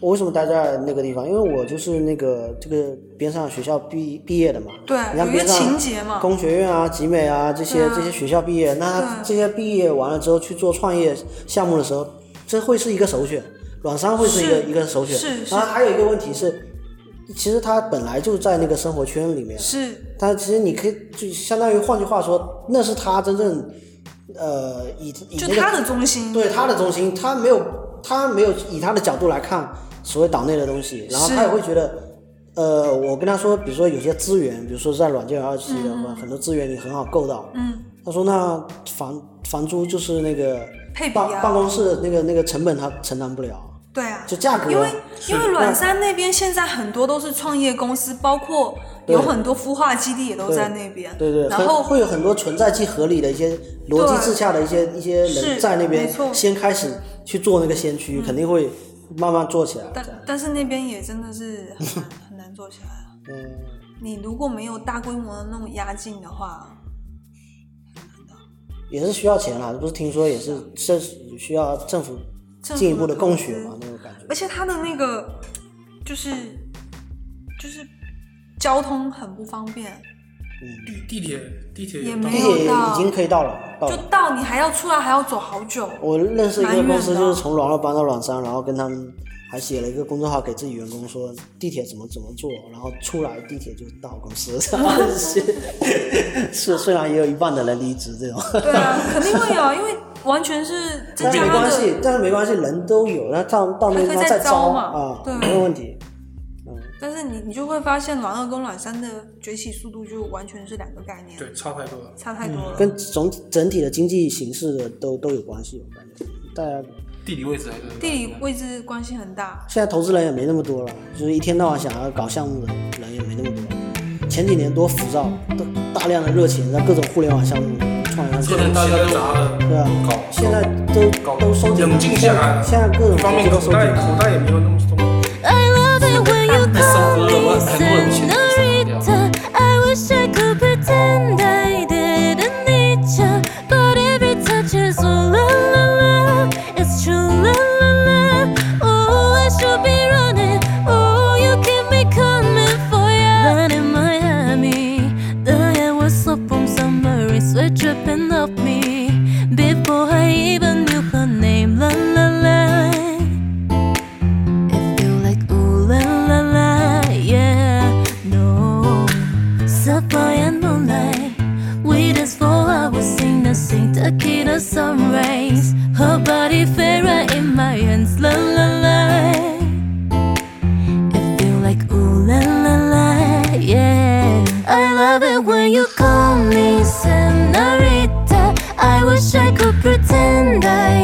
A: 我为什么待在那个地方？因为我就是那个这个边上学校毕毕业的嘛。
C: 对
A: 你看
C: 有一个
A: 边上
C: 情节嘛
A: 工学院啊、集美啊这些、
C: 对啊
A: 这些学校毕业，那他这
C: 对
A: 些毕业完了之后去做创业项目的时候，这会是一个首选，软沙会是一个
C: 是
A: 一个首选。
C: 是是
A: 然后还有一个问题是，其实他本来就在那个生活圈里面。
C: 是，
A: 但其实你可以就相当于换句话说，那是他真正呃以以
C: 就
A: 那个
C: 它的中心。
A: 对他的中心，他没有他没有以他的角度来看所谓岛内的东西，然后
C: 是
A: 他也会觉得。呃，我跟他说，比如说有些资源，比如说在软件二期的话，很多资源你很好够到。
C: 嗯，
A: 他说那房房租就是那个
C: 配比
A: 办
C: 啊
A: 办公室那个那个成本他承担不了，
C: 对啊，
A: 就价格
C: 因为因为
A: 那
C: 软三那边现在很多都是创业公司，包括有
A: 对
C: 很多孵化基地也都
A: 对
C: 在那边。
A: 对对，
C: 然
A: 很
C: 后
A: 会有很多存在即合理的一些逻辑
C: 对
A: 自洽的一些一些人
C: 是
A: 在那边
C: 没错嗯
A: 先开始去做那个先驱，肯定会慢慢做起来。这样
C: 但但是那边也真的是很难很难做起来啊。
A: 嗯，
C: 你如果没有大规模的那种压境的话，
A: 也是需要钱啦，不是听说也是政需要政府
C: 政府
A: 进一步的供血
C: 投
A: 嘛
C: 资
A: 那种感觉。
C: 而且它的那个就是就是交通很不方便，
D: 地地铁地铁
C: 也
D: 到
C: 嗯没
A: 地
C: 有
A: 铁
C: 到
A: 已经可以到了，哦到
C: 就
A: 了。
C: 到你还要出来还要走好久。
A: 我认识一
C: 蛮
A: 个
C: 远
A: 公司，
C: 的
A: 就是从软弱搬到软山，然后跟他们还写了一个公众号给自己员工说地铁怎么怎么做，然后出来地铁就到公司， 是是虽然也有一半的人离职这种。
C: 对啊，肯定会有啊，因为完全是增
A: 但是
C: 加
A: 没
C: 它
A: 关系
C: 的，，
A: 但是没关系，人都有，那到到那地
C: 还可以
A: 方
C: 再
A: 招
C: 招嘛
A: 啊，
C: 对
A: 没有问题。
C: 但是你你就会发现软二跟软三的崛起速度就完全是两个概念，
D: 对，差太多了。
C: 差太多了。
A: 嗯跟总整体的经济形势的都都有关系，我感觉。大家
B: 地理位置还是
C: 地理位置关系很大，
A: 现在投资人也没那么多了，就是一天到晚想要搞项目的人也没那么多。前几年多浮躁，都大量的热钱在各种互联网项目创业上
D: 现在
A: 面，
D: 大家都砸了，
A: 对啊，
D: 搞
A: 现在都都收紧了
D: 冷静下来
A: 现在各种
D: 方面
A: 都
D: 口
A: 收紧
D: 袋
A: 了
D: 口袋也没有那么松。
E: I love it when you call me Senorita. I wish I could pretend I didn't need ya, but every touch is ooh la la la. It's true la la la. Ooh, I should be running. Ooh, you keep me coming for ya. Down in Miami, the air was so from summer, it sweat dripping off me. Before I even knew her name, la la la. It feel like ooh la la la, yeah. No, sapphire and moonlight. We dance for hours, sing the sing tequila sunrise. Her body fairer in my hands, la la la. It feel like ooh la la la, yeah. I love it when you call me senorita. I wish I could pretend I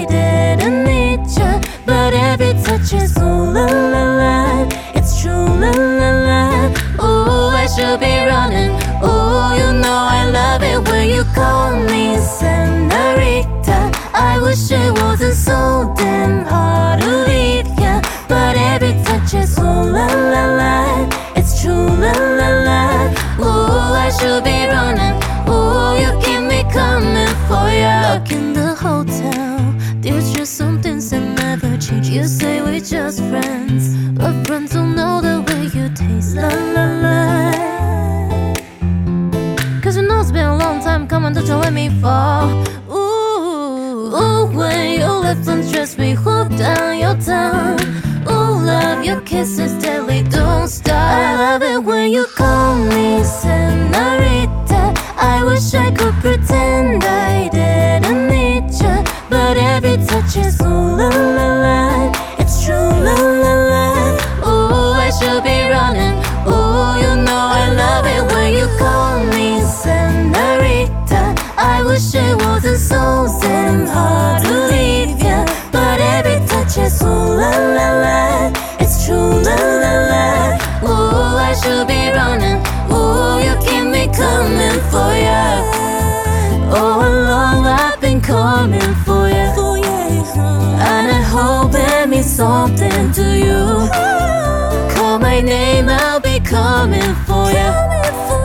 E: wish it wasn't so damn hard to leave ya. But every touch is ooh la la la. It's true la la la. Ooh, I should be running. Ooh, you keep me coming for ya. Look in the hotel. There's just some things that never change. You say we're just friends, but friends don't know the way you taste. La la la. Cause you know it's been a long time coming that you let me fall. Ooh, ooh, when your lips undress me, hook down your tongue. Ooh, love your kisses deadly, don't stop. I love it when you call me senorita. I wish I could pretend I didn't need you, but every touch is ooh la la la. It's true la la la. Ooh, I should be running. Ooh, you know I love it when you call me senorita. I wish it wasn't so damn hard to leave ya, but every touch is ooh la la la. It's true la la la. Ooh, I should be running. Ooh, you keep me coming for ya. All along I've been coming for ya. And I hope it means something to you. Call my name, I'll be coming for ya.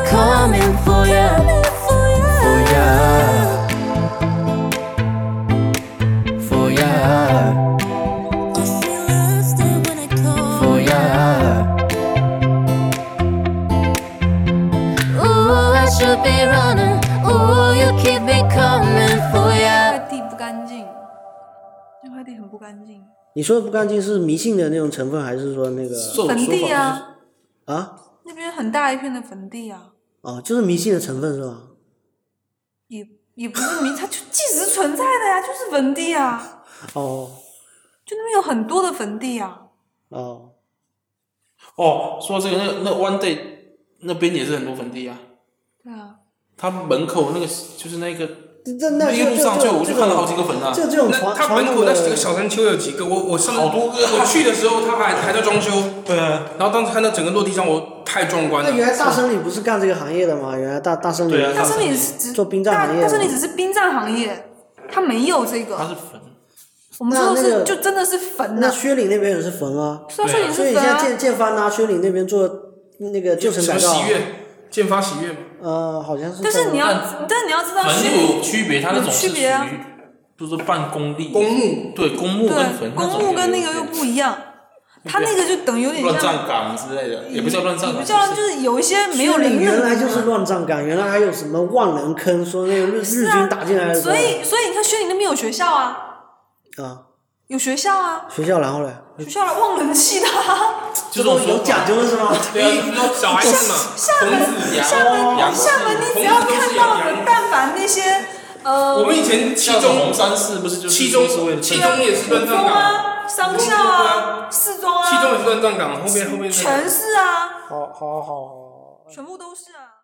E: Coming for ya. For ya.
G: for ya, for ya,
E: Ooh, I should be running. Ooh, you keep me coming for
C: 这
E: ya.
C: 块地不干净，这块地很不干净，
A: 你说的不干净是迷信的那种成分，还是说那个
B: 这
C: 坟
B: 种说
C: 地
B: 法
C: 啊，
A: 啊
C: 那边很大一片的坟地啊，
A: 哦，就是迷信的成分是吧？
C: 也也不是名，它就即时存在的呀，就是坟地啊，
A: 哦
C: 就那边有很多的坟地啊，
A: 哦，
B: 哦，说这个那那 One Day 那边也是很多坟地啊，
C: 对啊，
B: 他门口那个就是那个
A: 这那
B: 一路上就我就看到好几个坟啊，
A: 这这种
D: 那
A: 传
D: 他
A: 传
D: 门
A: 统
D: 口
A: 的
D: 那几个小山丘有几个？我我上
B: 好多个
D: 我去的时候他还还在装修，
B: 对啊，
D: 然后当时看到整个落地窗，我太壮观
A: 那原
D: 了。
A: 来大生理不是干这个行业的吗？原来大大生理
B: 对啊
C: 大森林是只
A: 做殡葬
C: 大
A: 行业啊
C: 大森林只是殡葬行业，它没有这
B: 它
C: 个，
B: 是坟，
C: 我们说的
A: 那那
C: 是
A: 个
C: 就真的是坟呐、
A: 那薛岭那边也是坟啊，
C: 虽然说你
A: 所以
C: 是
A: 现
C: 坟
A: 在
C: 啊，
A: 建建帆啊，薛岭那边做那个旧城
D: 什
A: 改
D: 么
A: 造
D: 喜，悦？建发喜悦嘛？
A: 呃，好像是。
C: 但是你要，但是你要知道是
B: 坟有区别，它那种是
C: 有
B: 属
C: 区
B: 于
C: 别啊
B: 就是半公立
D: 公墓
B: 对公墓跟
C: 对
B: 坟，
C: 公墓跟那个又不一样，它那个就等于有点
B: 乱
C: 像，
B: 葬岗之类的，也不叫乱葬
C: 也
B: 岗，
C: 不叫就是有一些没有啊
A: 薛
C: 灵
A: 岭
C: 的
A: 原来
C: 地
A: 就
C: 方
A: 是乱葬岗，原来还有什么万人坑，说那个日日军打进来的时
C: 啊所
A: 候，
C: 以所以你看薛岭那边有学校啊，
A: 啊，
C: 有学校啊，
A: 学校然后嘞，
B: 呃
C: 学校来望人气的、啊，
B: 这
A: 都
B: 种
A: 有
B: 说
A: 讲
B: 法。
A: 究的是吗？
D: 对啊，你说小孩子嘛，
C: 厦
D: 孔
C: 门
D: 子
C: 厦门
D: 杨
C: 厦门你只要看到的，但凡那些呃
D: 我们以前七
B: 像
D: 中
B: 红山寺不是就是
D: 七中
B: 是为了
D: 七中也是乱
C: 中
D: 葬岗，
C: 啊、商校啊、四中
D: 七中也
C: 啊，
D: 是乱葬岗，后面后面那个
C: 全是啊，
A: 好好好好。
C: 全部都是啊。